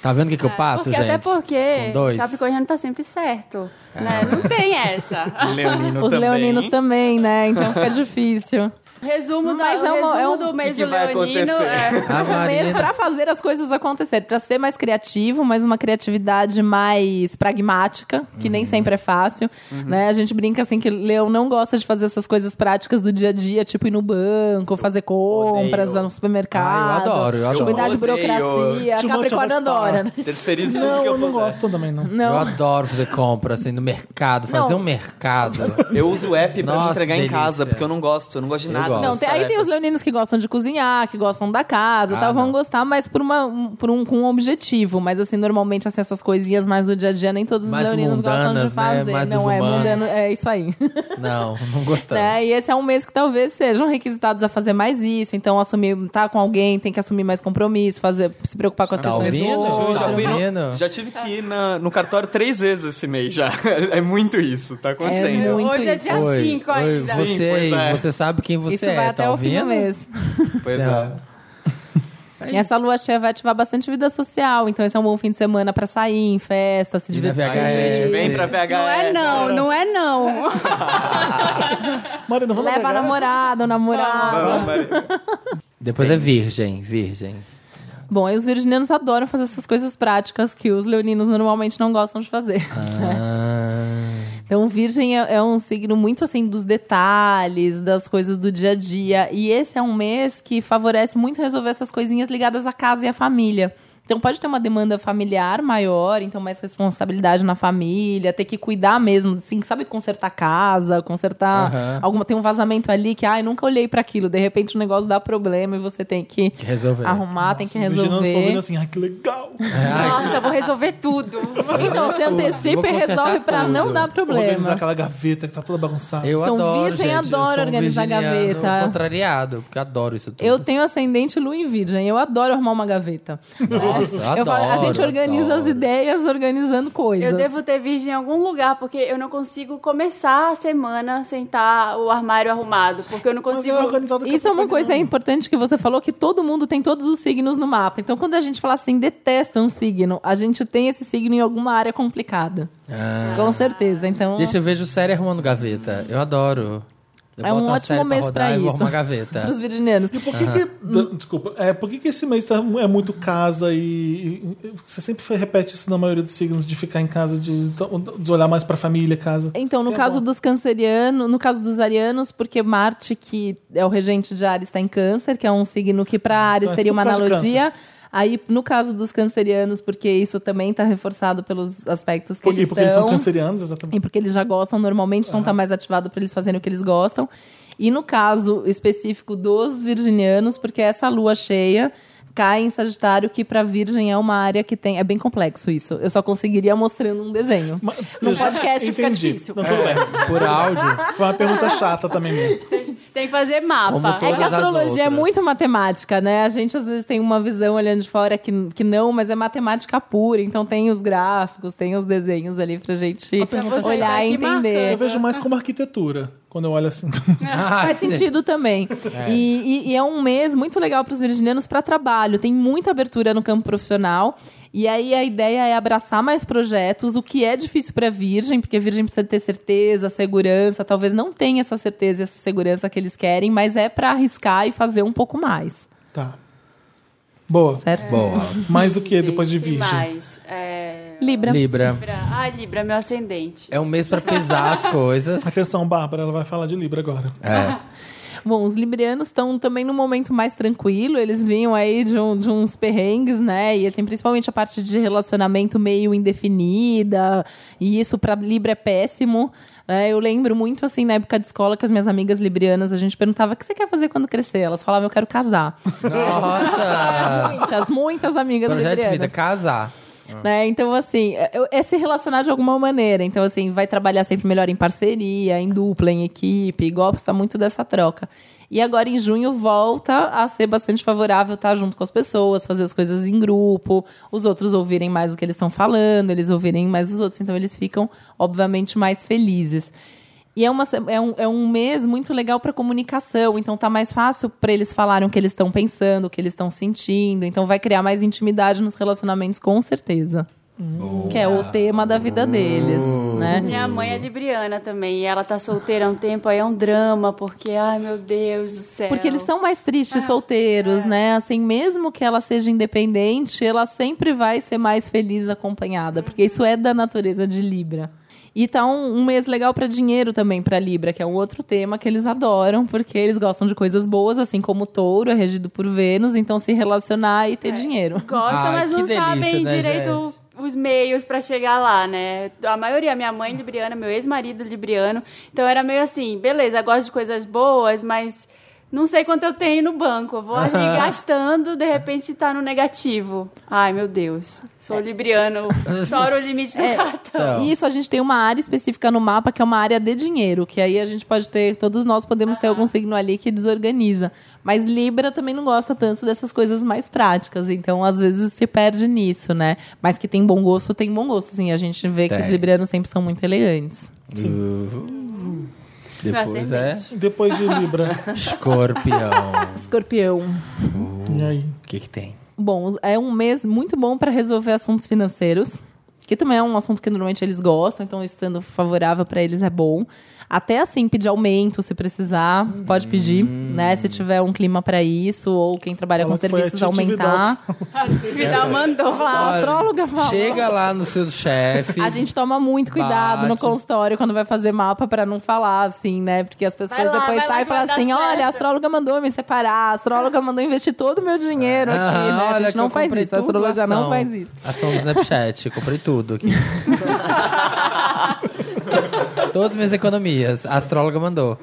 S3: Tá vendo o que,
S4: É,
S3: que eu passo,
S2: porque
S3: gente?
S2: até porque
S3: Com dois. É.
S2: Capricórnio não tá sempre certo. Né? Não tem essa.
S5: Leonino
S4: os
S5: também.
S4: leoninos também, né? Então fica difícil.
S2: Resumo, da,
S4: Mas é
S2: o
S4: uma-
S2: resumo
S4: é um-
S2: do mês
S5: que
S2: do
S5: vai
S2: Leonino.
S5: acontecer?
S2: é.
S3: A
S4: um mês
S3: Marina,
S4: pra fazer as coisas acontecerem, pra ser mais criativo, mas uma criatividade mais pragmática, que nem sempre é fácil, né? A gente brinca assim que Leão não gosta de fazer essas coisas práticas do dia a dia, tipo ir no banco, fazer compras
S5: odeio.
S4: no supermercado.
S3: Ah, eu adoro, eu adoro.
S4: Cuidar de
S5: Eu odeio.
S4: burocracia,
S1: Too much of
S4: Capricórnio
S1: a star.
S4: adora. né?
S5: Terceirizo tudo
S1: Não,
S5: que eu
S1: eu não
S5: puder.
S1: gosto também, não.
S3: eu
S4: Não.
S3: adoro fazer compra, assim, no mercado. Fazer um mercado.
S5: Eu uso o app pra me
S3: Nossa,
S5: entregar
S3: delícia.
S5: em casa, porque eu não gosto, eu não gosto de
S3: Eu
S5: nada.
S3: gosto.
S4: Não,
S5: dessas
S4: tem- aí tem os
S5: tarefas.
S4: leoninos que gostam de cozinhar, que gostam da casa, e
S3: Ah,
S4: tal, vão
S3: não.
S4: gostar, mas por, uma, um- por um, com um objetivo. Mas assim, normalmente assim, essas coisinhas mais do dia a dia, nem todos
S3: Mais
S4: os leoninos gostam
S3: mundanas,
S4: de
S3: né?
S4: fazer.
S3: Mais dos
S4: não é
S3: humanos. Então.
S4: mundano, é isso aí.
S3: não, não gostamos.
S4: Né? E esse é um mês que talvez sejam requisitados a fazer mais isso. Então, assumir, tá com alguém, tem que assumir mais compromisso, fazer, se preocupar com as
S3: Tá
S4: questões
S3: ouvindo,
S4: do
S3: Ju?
S4: outro.
S5: Já, fui no-
S3: Leonino.
S5: já tive que ir na- no cartório três vezes esse mês já. É muito isso, tá acontecendo.
S4: muito.
S2: Hoje é dia
S3: Oi,
S2: 5
S3: oi,
S2: ainda.
S3: você,
S5: Sim, pois é.
S3: você sabe quem você
S4: Isso
S3: é,
S4: vai
S3: tá
S4: até o fim
S3: ouvindo?
S4: do mês.
S5: Pois é.
S3: Não.
S4: E essa lua cheia vai ativar bastante vida social. Então, esse é um bom fim de semana pra sair em festa, se
S3: E na
S4: divertir.
S5: é. Gente, vem pra VHS.
S2: Não é não, não é não.
S1: Marina, vamos
S4: Leva a
S1: pegar-
S4: namorada, o namorado.
S5: Vamos, Maria.
S3: Depois é virgem, virgem.
S4: Bom, e os virginianos adoram fazer essas coisas práticas que os leoninos normalmente não gostam de fazer.
S3: Ah,
S4: Então, virgem é, é um signo muito assim dos detalhes, das coisas do dia a dia. E esse é um mês que favorece muito resolver essas coisinhas ligadas à casa e à família. Então pode ter uma demanda familiar maior, então mais responsabilidade na família, ter que cuidar mesmo, assim, sabe, consertar casa, consertar
S3: Aham.
S4: alguma tem um vazamento ali que, ai, nunca olhei pra aquilo, de repente o negócio dá problema e você tem que
S3: que resolver.
S4: arrumar, tem que
S1: Os virginianos estão
S4: resolver.
S1: ouvindo assim, ah, que legal.
S2: Nossa, eu vou resolver tudo.
S4: Então, você
S3: Tudo.
S4: antecipa
S3: Vou
S4: e resolve
S3: consertar
S4: pra não
S3: tudo.
S4: dar
S1: Vou organizar
S4: problema.
S1: aquela gaveta que tá toda bagunçada.
S3: Eu
S4: Então,
S3: adoro,
S4: virgem
S3: gente, eu
S4: adora
S3: sou um
S4: organizar
S3: virginiano
S4: gaveta.
S3: contrariado, porque eu adoro isso tudo.
S4: Eu tenho ascendente lua em virgem, eu adoro arrumar uma gaveta.
S3: Nossa, eu
S4: Eu
S3: adoro,
S4: falo, a gente organiza
S3: adoro.
S4: as ideias organizando coisas.
S2: Eu devo ter virgem em algum lugar, porque eu não consigo começar a semana sem estar o armário arrumado. Porque eu não
S1: Mas é
S2: consigo.
S1: organizado
S4: Isso é uma coisa importante que você falou, que todo mundo tem todos os signos no mapa. Então, quando a gente fala assim, detesta um signo, a gente tem esse signo em alguma área complicada.
S3: Ah.
S4: Com certeza. Então,
S3: Deixa eu vejo série arrumando gaveta. Eu adoro. Eu
S4: É um
S3: boto uma
S4: ótimo
S3: série
S4: mês
S3: rodar
S4: pra
S3: e vou
S4: isso.
S3: arrumar gaveta.
S4: Pros virginianos.
S1: Por que, que da- desculpa, é, por que, que esse mês tá- é muito casa e, e- e- você sempre fe- repete isso na maioria dos signos de ficar em casa, de, de olhar mais pra família, casa.
S4: Então, no
S1: É
S4: caso
S1: bom.
S4: dos cancerianos, no caso dos arianos, porque Marte, que é o regente de Ares, está em câncer, que é um signo que para Ares
S1: Então, é
S4: teria
S1: tudo
S4: uma
S1: caso de
S4: analogia. Aí, no caso dos cancerianos, porque isso também está reforçado pelos aspectos que
S1: e
S4: eles
S1: porque eles são
S4: estão.
S1: cancerianos, exatamente.
S4: E porque eles já gostam normalmente, então tá mais ativado para eles fazerem o que eles gostam. E no caso específico dos virginianos, porque essa lua cheia cai em Sagitário, que para Virgem é uma área que tem. É bem complexo isso. Eu só conseguiria mostrando um desenho.
S1: Mas-
S4: Num
S1: eu já-
S4: podcast fica
S1: entendi.
S4: difícil.
S1: Não, tudo bem.
S3: Por áudio.
S1: Foi uma pergunta chata também mesmo.
S2: Tem que fazer mapa.
S3: Como
S4: É que a
S3: Todas as
S4: astrologia é
S3: outras.
S4: muito matemática, né? A gente às vezes tem uma visão olhando de fora que, que não, mas é matemática pura. Então tem os gráficos, tem os desenhos ali pra gente
S2: pergunta
S4: olhar
S2: tá
S4: e
S2: aqui
S4: entender.
S1: Eu vejo mais como arquitetura, quando eu olho assim.
S3: Ah,
S4: Faz sentido também. E, e- e é um mês muito legal para os virginianos para trabalho. Tem muita abertura no campo profissional. E aí a ideia é abraçar mais projetos, o que é difícil para virgem, porque virgem precisa ter certeza, segurança. Talvez não tenha essa certeza e essa segurança que eles querem, mas é para arriscar e fazer um pouco mais,
S1: Tá. Boa.
S4: certo?
S3: Boa.
S1: Mais o que
S2: Gente,
S1: depois de
S2: que
S1: virgem?
S2: mais? É...
S4: Libra.
S3: Libra.
S2: Libra. Ai, Libra, meu ascendente.
S3: É um mês pra pesar as coisas.
S1: Atenção, Bárbara, ela vai falar de Libra agora.
S3: É.
S4: Bom, os librianos estão também num momento mais tranquilo, eles vinham aí de, um- de uns perrengues, né? E tem principalmente a parte de relacionamento meio indefinida, e isso pra Libra é péssimo. né? eu lembro muito, assim, na época de escola, que as minhas amigas librianas, a gente perguntava o que você quer fazer quando crescer? Elas falavam, eu quero casar.
S3: Nossa!
S4: muitas, muitas amigas
S3: Ah. Projeto de
S4: librianas.
S3: vida, casar.
S4: Né? Então, assim, é- é se relacionar de alguma maneira. Então, assim, vai trabalhar sempre melhor em parceria, em dupla, em equipe, gosta muito dessa troca. E agora, em junho, volta a ser bastante favorável estar junto com as pessoas, fazer as coisas em grupo, os outros ouvirem mais o que eles estão falando, eles ouvirem mais os outros. Então, eles ficam, obviamente, mais felizes. E é, uma, se- é, um, é um mês muito legal para comunicação, então tá mais fácil para eles falarem o que eles estão pensando, o que eles estão sentindo, então vai criar mais intimidade nos relacionamentos, com certeza. Que é o tema da vida deles, né?
S2: Minha mãe é libriana também, e ela tá solteira há um tempo, aí é um drama, porque, ai meu Deus do céu.
S4: Porque eles são mais tristes solteiros, né? Assim, mesmo que ela seja independente, ela sempre vai ser mais feliz acompanhada, porque isso é da natureza de Libra. E tá um, um mês legal para dinheiro também para Libra, que é um outro tema que eles adoram, porque eles gostam de coisas boas, assim como o touro é regido por Vênus, então se relacionar e ter dinheiro.
S2: Gostam,
S3: Ai,
S2: mas não
S3: que delícia,
S2: sabem
S3: né,
S2: direito
S3: gente?
S2: os meios pra chegar lá, né? A maioria, minha mãe libriana, meu ex-marido libriano. Então era meio assim, beleza, gosto de coisas boas, mas não sei quanto eu tenho no banco. eu Vou ali gastando, de repente tá no negativo. Ai, meu Deus. Sou libriano, estouro o limite do cartão.
S3: Então,
S4: E Isso, a gente tem uma área específica no mapa que é uma área de dinheiro, que aí a gente pode ter, todos nós podemos ter algum signo ali que desorganiza. Mas Libra também não gosta tanto dessas coisas mais práticas, então às vezes se perde nisso, né? Mas que tem bom gosto, tem bom gosto, assim. A gente vê que
S3: Tem.
S4: os librianos sempre são muito elegantes.
S3: depois é
S2: ascendente.
S1: Depois de Libra.
S3: escorpião.
S4: Escorpião.
S1: e aí?
S3: O que que tem?
S4: Bom, é um mês muito bom para resolver assuntos financeiros, que também é um assunto que normalmente eles gostam, então estando favorável para eles é bom. Até assim, pedir aumento se precisar, pode pedir,
S3: Hum.
S4: né? Se tiver um clima para isso, ou quem trabalha
S1: Fala
S4: com
S1: que foi a
S4: serviços
S1: Titi
S4: aumentar.
S2: A Vidal mandou.
S4: A astróloga fala.
S3: Chega lá no seu chefe.
S4: A gente toma muito cuidado no
S3: Bate.
S4: consultório quando vai fazer mapa para não falar assim, né? Porque as pessoas
S2: Vai lá,
S4: depois
S2: vai lá
S4: saem e
S2: que vai
S4: falam
S2: dar
S4: assim: olha,
S2: certo."
S4: a astróloga mandou me separar, a astróloga mandou investir todo o meu dinheiro aqui,
S3: Ah,
S4: né? A
S3: olha
S4: gente
S3: que
S4: não
S3: eu
S4: faz
S3: comprei
S4: isso, a
S3: tudo,
S4: astrologia não
S3: ação.
S4: faz isso.
S3: Ação do Snapchat, comprei tudo aqui. Todas minhas economias. A astróloga mandou.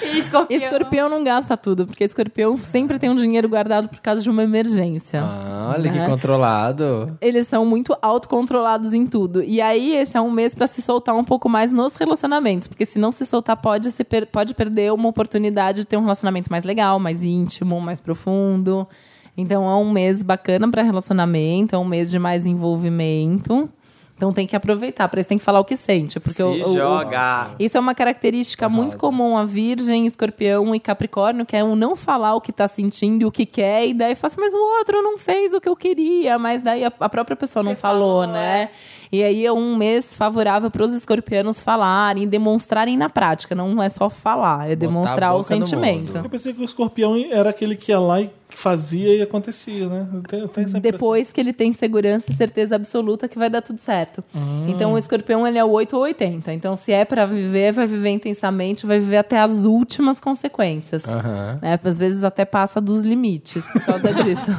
S3: É.
S2: E escorpião.
S4: Escorpião não gasta tudo, porque escorpião sempre tem um dinheiro guardado por causa de uma emergência.
S3: Ah, olha que
S4: Né?
S3: controlado.
S4: Eles são muito autocontrolados em tudo. E aí, esse é um mês pra se soltar um pouco mais nos relacionamentos. Porque se não se soltar, pode, se per- pode perder uma oportunidade de ter um relacionamento mais legal, mais íntimo, mais profundo. Então, é um mês bacana pra relacionamento, é um mês de mais envolvimento. Então tem que aproveitar, para isso tem que falar o que sente. Porque
S5: Se
S4: o- o- o-
S5: joga.
S4: isso é uma característica
S3: Famosa.
S4: muito comum a virgem, escorpião e capricórnio, que é o não falar o que tá sentindo e o que quer, e daí fala assim, mas o outro não fez o que eu queria, mas daí a, a própria pessoa não
S2: Você
S4: falou,
S2: falou,
S4: né? E aí é um mês favorável para os escorpianos falarem, demonstrarem na prática, não é só falar, é
S3: Botar a
S4: demonstrar o
S3: boca no
S4: sentimento.
S3: mundo.
S1: Eu pensei que o escorpião era aquele que ia lá e fazia e acontecia, né? Eu tenho- eu tenho essa impressão.
S3: assim.
S4: Depois que ele tem segurança e certeza absoluta que vai dar tudo certo.
S3: Hum.
S4: Então o escorpião ele é o 8 ou 80. Então se é pra viver, vai viver intensamente, vai viver até as últimas consequências.
S3: Aham.
S4: né? Às vezes até passa dos limites por causa disso.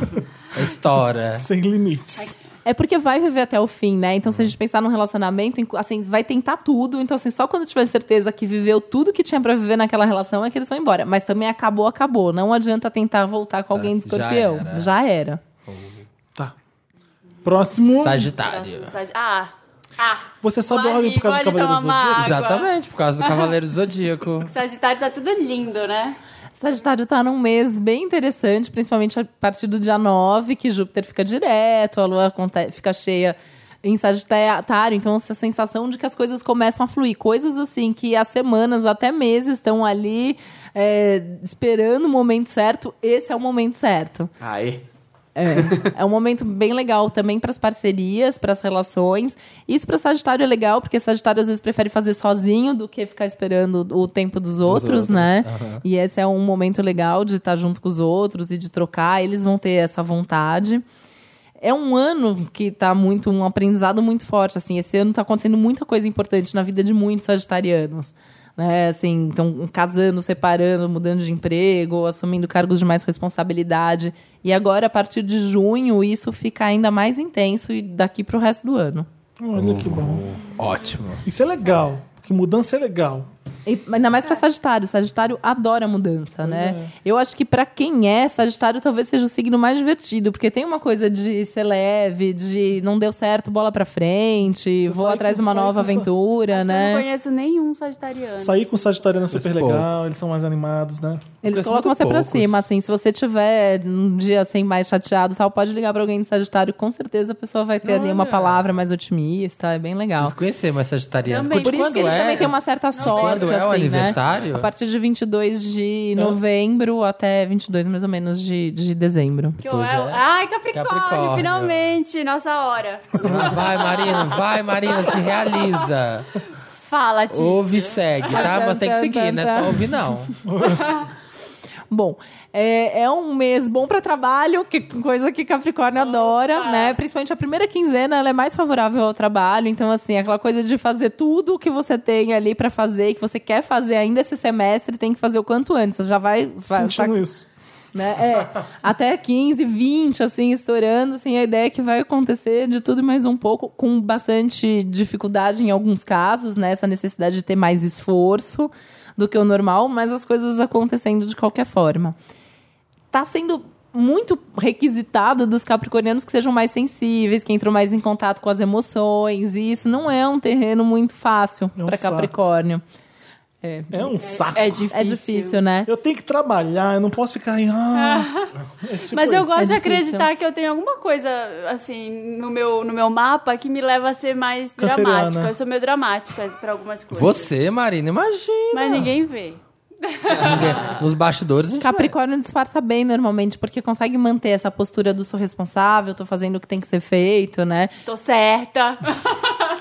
S3: Estoura.
S1: Sem limites.
S4: É porque vai viver até o fim, né? Então,
S3: Uhum.
S4: se a gente pensar num relacionamento, em- assim, vai tentar tudo. Então, assim, só quando tiver certeza que viveu tudo que tinha pra viver naquela relação é que eles vão embora. Mas também acabou, acabou. Não adianta tentar voltar com alguém de
S3: É, já
S4: escorpião.
S3: era.
S4: Já era.
S1: Tá. Próximo.
S3: Sagitário.
S2: Nossa, ah, ah.
S1: Você sabe
S2: Olha,
S1: a ordem por causa do
S2: olha,
S1: Cavaleiro do
S2: toma
S1: Zodíaco?
S2: água.
S3: Exatamente, por causa do Cavaleiro do Zodíaco.
S2: O Sagitário tá tudo lindo, né?
S4: Sagitário tá num mês bem interessante, principalmente a partir do dia 9, que Júpiter fica direto, a Lua aconte- fica cheia em Sagitário, então essa sensação de que as coisas começam a fluir, coisas assim que há semanas, até meses, estão ali é, esperando o momento certo, esse é o momento certo.
S5: Aí.
S4: É, é um momento bem legal também para as parcerias, para as relações. Isso para Sagitário é legal, porque Sagitário às vezes prefere fazer sozinho do que ficar esperando o tempo dos, outros,
S3: outros,
S4: né?
S3: aham.
S4: E esse é um momento legal de estar junto com os outros e de trocar. Eles vão ter essa vontade. É um ano que tá muito um aprendizado muito forte assim. Esse ano tá acontecendo muita coisa importante na vida de muitos sagitarianos. Né, assim, então casando, separando, mudando de emprego, assumindo cargos de mais responsabilidade. E agora, a partir de junho, isso fica ainda mais intenso e daqui pro resto do ano.
S1: Olha que bom.
S3: Uhum. Ótimo.
S1: Isso é legal. Porque mudança é legal.
S4: E, ainda mais
S2: É.
S4: pra Sagitário. Sagitário adora mudança, né? Eu acho que pra quem é, Sagitário talvez seja o signo mais divertido, porque tem uma coisa de ser leve, de não deu certo, bola pra frente,
S1: Você
S4: vou
S1: sai
S4: atrás de
S1: com-
S4: uma
S1: sai
S4: nova
S1: com essa-
S4: aventura,
S3: É,
S2: Acho que eu não
S4: né?
S2: conheço nenhum sagitariano.
S1: Sair com o Sagitariano é super
S3: pouco.
S1: legal, eles são mais animados, né?
S4: Eles
S3: conheço
S4: colocam
S3: muito
S4: você pra
S3: poucos.
S4: cima, assim. Se você tiver um dia assim mais chateado, e tal, pode ligar pra alguém de Sagitário, com certeza a pessoa vai ter ali uma
S3: Olha.
S4: palavra mais otimista, é bem legal.
S3: Preciso conhecer mais Sagitariano.
S2: Também.
S4: Por
S3: Porque
S4: isso que eles
S3: quando
S4: também
S3: é?
S4: têm uma certa sorte,
S3: Quando é o
S4: assim, né?
S3: aniversário?
S4: A partir de 22 de novembro até 22, mais ou menos, de, de dezembro.
S2: Que
S3: Pois
S2: é o-
S3: é.
S2: Ai, Capricórnio,
S3: Capricórnio.
S2: finalmente, nossa hora.
S3: Vai, Marina, vai, Marina, se realiza.
S2: Fala, Titi.
S3: Ouve e segue, tá? Mas tem que seguir, não é só ouvir, não.
S4: Bom, é, é um mês bom para trabalho, que coisa que Capricórnio adora, né? Principalmente a primeira quinzena, ela é mais favorável ao trabalho. Então, assim, aquela coisa de fazer tudo o que você tem ali para fazer, que você quer fazer ainda esse semestre, tem que fazer o quanto antes. Você já vai... vai tá-
S1: Sentindo isso.
S4: né? É, até 15, 20, assim, estourando, assim, a ideia é que vai acontecer de tudo e mais um pouco, com bastante dificuldade em alguns casos, né? Essa necessidade de ter mais esforço do que o normal, mas as coisas acontecendo de qualquer forma tá sendo muito requisitado dos capricornianos que sejam mais sensíveis, que entram mais em contato com as emoções, e isso não é um terreno muito fácil
S1: É
S4: pra
S1: um
S4: para
S1: saco.
S4: Capricórnio. É.
S1: É um saco.
S2: É difícil.
S4: É difícil, né?
S1: Eu tenho que trabalhar, eu não posso ficar em. Ah. É tipo
S2: Mas eu
S1: isso.
S2: gosto de
S4: É difícil.
S2: acreditar que eu tenho alguma coisa, assim, no meu, no meu mapa que me leva a ser mais
S1: Canceriana.
S2: dramática. Eu sou meio dramática pra algumas coisas.
S3: Você, Marina, imagina.
S2: Mas ninguém vê.
S3: Nos bastidores a gente
S4: Capricórnio disfarça bem normalmente, porque consegue manter essa postura do sou responsável, tô fazendo o que tem que ser feito, né?
S2: Tô certa.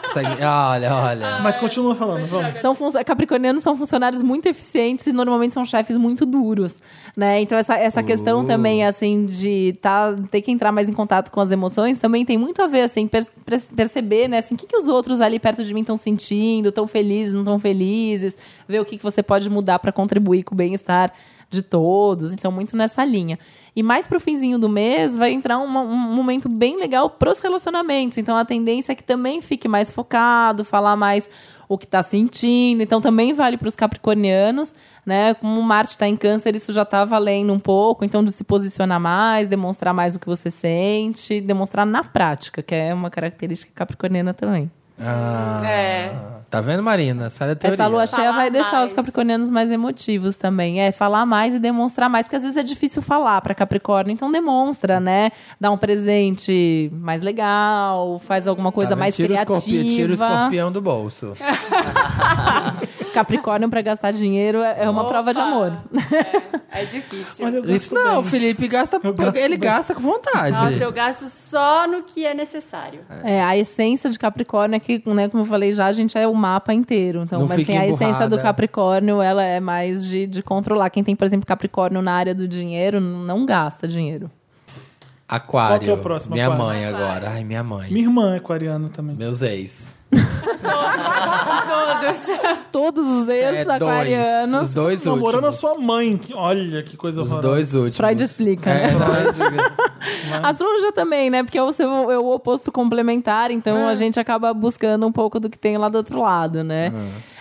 S3: consegue. Olha, olha.
S1: Mas continua falando, vamos.
S4: São fun- Capricornianos são funcionários muito eficientes e normalmente são chefes muito duros, né? Então essa, essa questão também, assim, de tá, ter que entrar mais em contato com as emoções também tem muito a ver, assim, per- per- perceber, né? Assim, o que, que os outros ali perto de mim estão sentindo, tão felizes, não tão felizes, ver o que, que você pode mudar para contribuir com o bem-estar de todos, então muito nessa linha. E mais pro finzinho do mês vai entrar um, um momento bem legal pros relacionamentos, então a tendência é que também fique mais focado, falar mais o que tá sentindo, então também vale pros capricornianos, né? Como Marte tá em câncer, isso já tá valendo um pouco, então de se posicionar mais, demonstrar mais o que você sente, demonstrar na prática, que é uma característica capricorniana também.
S3: Ah,
S2: É.
S3: Tá vendo, Marina? Sai da teoria.
S4: Essa lua cheia
S2: Falar
S4: vai deixar
S2: mais.
S4: os capricornianos mais emotivos também. É, falar mais e demonstrar mais, porque às vezes é difícil falar pra Capricórnio, então demonstra, né? Dá um presente mais legal, faz alguma coisa
S3: Tá vendo?
S4: mais
S3: tira
S4: criativa.
S3: O escorpião, tira o escorpião do bolso.
S4: Capricórnio pra gastar dinheiro é é uma
S2: Opa!
S4: prova de amor.
S2: É difícil.
S1: Olha, eu gosto
S3: Isso não, o
S1: bem.
S3: Felipe gasta.
S1: Eu gasto
S3: ele
S1: bem.
S3: gasta com vontade.
S2: Nossa, eu gasto só no que é necessário.
S4: É, a essência de Capricórnio é que, né, como eu falei já, a gente é o mapa inteiro. Então,
S3: Não
S4: mas
S3: fica
S4: assim, a essência
S3: emburrada.
S4: do Capricórnio, ela é mais de, de controlar. Quem tem, por exemplo, Capricórnio na área do dinheiro, não gasta dinheiro.
S3: Aquário.
S1: Qual que é o próximo
S3: Minha
S1: aquário?
S3: mãe agora. Ai, minha mãe.
S1: Minha irmã é aquariana também.
S3: Meus ex.
S2: Todos.
S4: Todos os
S3: É, dois.
S4: ex-aquarianos.
S3: Os dois
S1: Namorando a
S3: últimos.
S1: sua mãe. que- Olha que coisa
S3: Os
S1: horrorosa.
S3: dois últimos.
S4: Freud explica.
S3: É, não, eu digo-
S4: Astrologia também, né? Porque é o, seu, é o oposto complementar, então a gente acaba buscando um pouco do que tem lá do outro lado, né?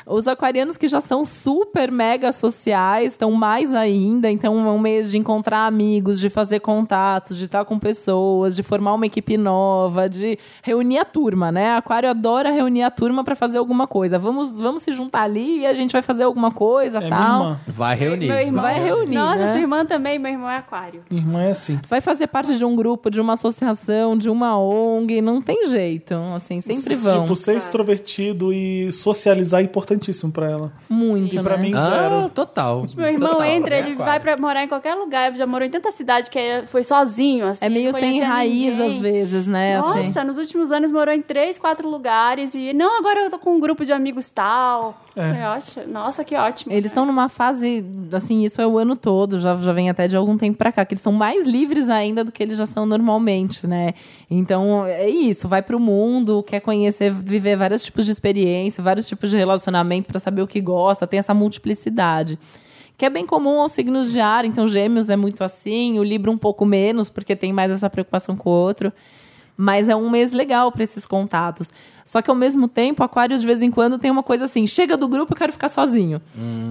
S4: Os aquarianos que já são super mega sociais, estão mais ainda, então é um mês de encontrar amigos, de fazer contatos, de estar com pessoas, de formar uma equipe nova, de reunir a turma, né? Aquário adora reunir a turma pra fazer alguma coisa. Vamos, vamos se juntar ali e a gente vai fazer alguma coisa,
S1: É minha
S4: tal.
S1: irmã.
S3: Vai reunir.
S2: Meu irmão.
S4: Vai reunir,
S2: Nossa,
S4: né?
S2: sua irmã também, meu irmão é aquário.
S1: Minha irmã é assim.
S4: Vai fazer parte de um grupo, de uma associação, de uma ONG, não tem jeito. Assim, sempre vão.
S1: Tipo, ser extrovertido e socializar é importantíssimo pra ela.
S4: muito.
S1: E pra
S4: né?
S1: mim, zero.
S3: Ah, total.
S2: Meu irmão
S3: Total,
S2: entra,
S3: né,
S2: ele
S3: Aquário?
S2: vai pra morar em qualquer lugar. Já morou em tanta cidade que ele foi sozinho, assim.
S4: É meio
S2: não
S4: sem
S2: conhecia
S4: raiz,
S2: ninguém.
S4: às vezes, né?
S2: Nossa,
S4: assim.
S2: nos últimos anos morou em três, quatro lugares e não, agora eu tô com um grupo de amigos tal.
S1: É.
S2: Eu acho, nossa, que ótimo. né?
S4: Eles estão numa fase, assim, isso é o ano todo, já, já vem até de algum tempo pra cá, que eles são mais livres ainda do que eles já são normalmente, né? Então, é isso, vai pro mundo, quer conhecer, viver vários tipos de experiência, vários tipos de relacionamento pra saber o que gosta, tem essa multiplicidade. Que é bem comum aos signos de ar, então gêmeos é muito assim, o Libra um pouco menos, porque tem mais essa preocupação com o outro. Mas é um mês legal para esses contatos. Só que ao mesmo tempo, Aquários de vez em quando tem uma coisa assim: chega do grupo, eu quero ficar sozinho.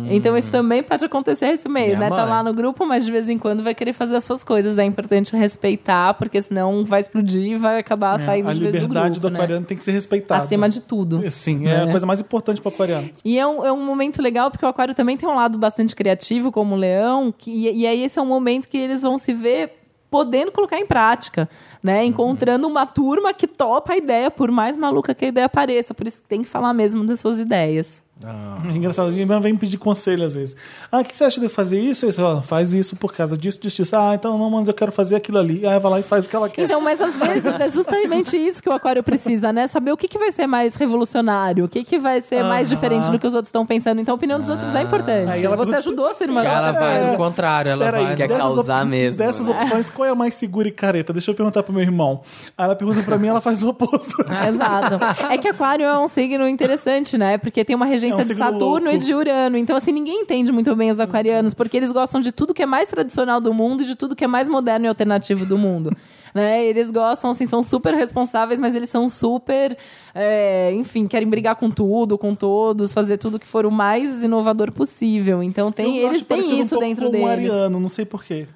S4: Então
S1: Hum.
S4: isso também pode acontecer esse mês,
S3: Minha
S4: né? Tá
S3: mãe.
S4: lá no grupo, mas de vez em quando vai querer fazer as suas coisas. É importante respeitar, porque senão vai explodir e vai acabar saindo
S1: É, a
S4: de vez do
S1: liberdade
S4: grupo,
S1: do
S4: né?
S1: aquariano tem que ser respeitada.
S4: Acima de tudo.
S1: Sim, é a
S4: né?
S1: coisa mais importante pro aquariano.
S4: E é um, é um momento legal, porque o aquário também tem um lado bastante criativo, como o leão, que, e, e aí esse é um momento que eles vão se ver podendo colocar em prática,
S1: Uhum.
S4: né? Encontrando uma turma que topa a ideia, por mais maluca que a ideia pareça. Por isso que tem que falar mesmo das suas ideias.
S1: É engraçado, minha irmã vem pedir conselho às vezes. Ah, o que você acha de eu fazer isso? Isso, ó, faz isso por causa disso, disso, disso. Ah, então não, mas eu quero fazer aquilo ali. Aí vai lá e faz o que ela quer.
S4: Então, mas às vezes é justamente isso que o aquário precisa, né? Saber o que, que vai ser mais revolucionário, o que, que vai ser mais
S1: Aham.
S4: diferente do que os outros estão pensando. Então, a opinião dos outros é importante.
S1: Aí ela
S4: Você
S1: pergunta-
S4: ajudou a sua irmã.
S3: Ela vai
S1: É.
S3: no contrário, ela
S1: Peraí,
S3: vai.
S5: Quer
S1: dessas
S5: causar
S1: op-
S5: mesmo,
S1: Dessas
S5: né?
S1: opções, qual é a mais segura e careta? Deixa eu perguntar pro meu irmão. Aí ela pergunta pra mim, ela faz o oposto.
S4: Exato. É que Aquário é um signo interessante, né? Porque tem uma regência
S1: É um
S4: de
S1: signo
S4: Saturno
S1: louco.
S4: e de Urano. Então, assim, ninguém entende muito bem os aquarianos, porque eles gostam de tudo que é mais tradicional do mundo e de tudo que é mais moderno e alternativo do mundo. né? Eles gostam, assim, são super responsáveis, mas eles são super. é, enfim, querem brigar com tudo, com todos, fazer tudo que for o mais inovador possível. Então, tem,
S1: Eu acho
S4: eles
S1: parecido
S4: têm isso
S1: um pouco
S4: dentro
S1: com
S4: deles.
S1: Um ariano, não sei porquê.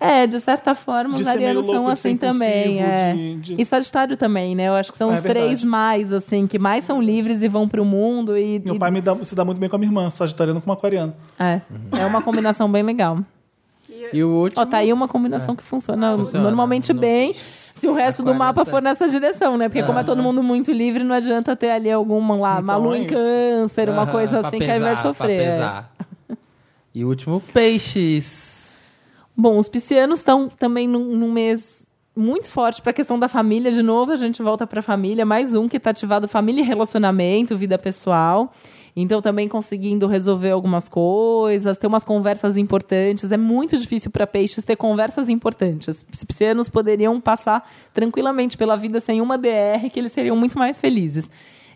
S4: É, de certa forma,
S1: De
S4: os
S1: ser meio
S4: arianos são
S1: louco, de ser
S4: assim também.
S1: impulsivo,
S4: é.
S1: de- de-
S4: E Sagitário também, né? Eu acho que são
S1: Ah, é
S4: os três
S1: verdade.
S4: mais, assim, que mais são livres e vão pro mundo. E,
S1: Meu
S4: e-
S1: pai me dá- se dá muito bem com a minha irmã, sagitariano com uma aquariana.
S4: É, é uma combinação bem legal.
S1: é
S3: E o último.
S4: Ó, tá aí uma combinação que funciona,
S3: É. Funciona,
S4: normalmente
S3: não-
S4: bem, se o resto do
S3: Aquário,
S4: mapa
S3: tá.
S4: for nessa direção, né? Porque como é todo mundo muito livre, não adianta ter ali alguma lá,
S1: Então,
S4: Malu
S1: é
S4: em
S1: isso.
S4: câncer, uma
S3: Aham,
S4: coisa
S3: pra
S4: assim, que aí vai
S3: pesar, pra
S4: sofrer. é.
S3: pesar. E o último, peixes.
S4: Bom, os piscianos estão também num, num mês muito forte para a questão da família. De novo, a gente volta para a família. Mais um que está ativado família e relacionamento, vida pessoal. Então, também conseguindo resolver algumas coisas, ter umas conversas importantes. É muito difícil para peixes ter conversas importantes. Os piscianos poderiam passar tranquilamente pela vida sem uma DR, que eles seriam muito mais felizes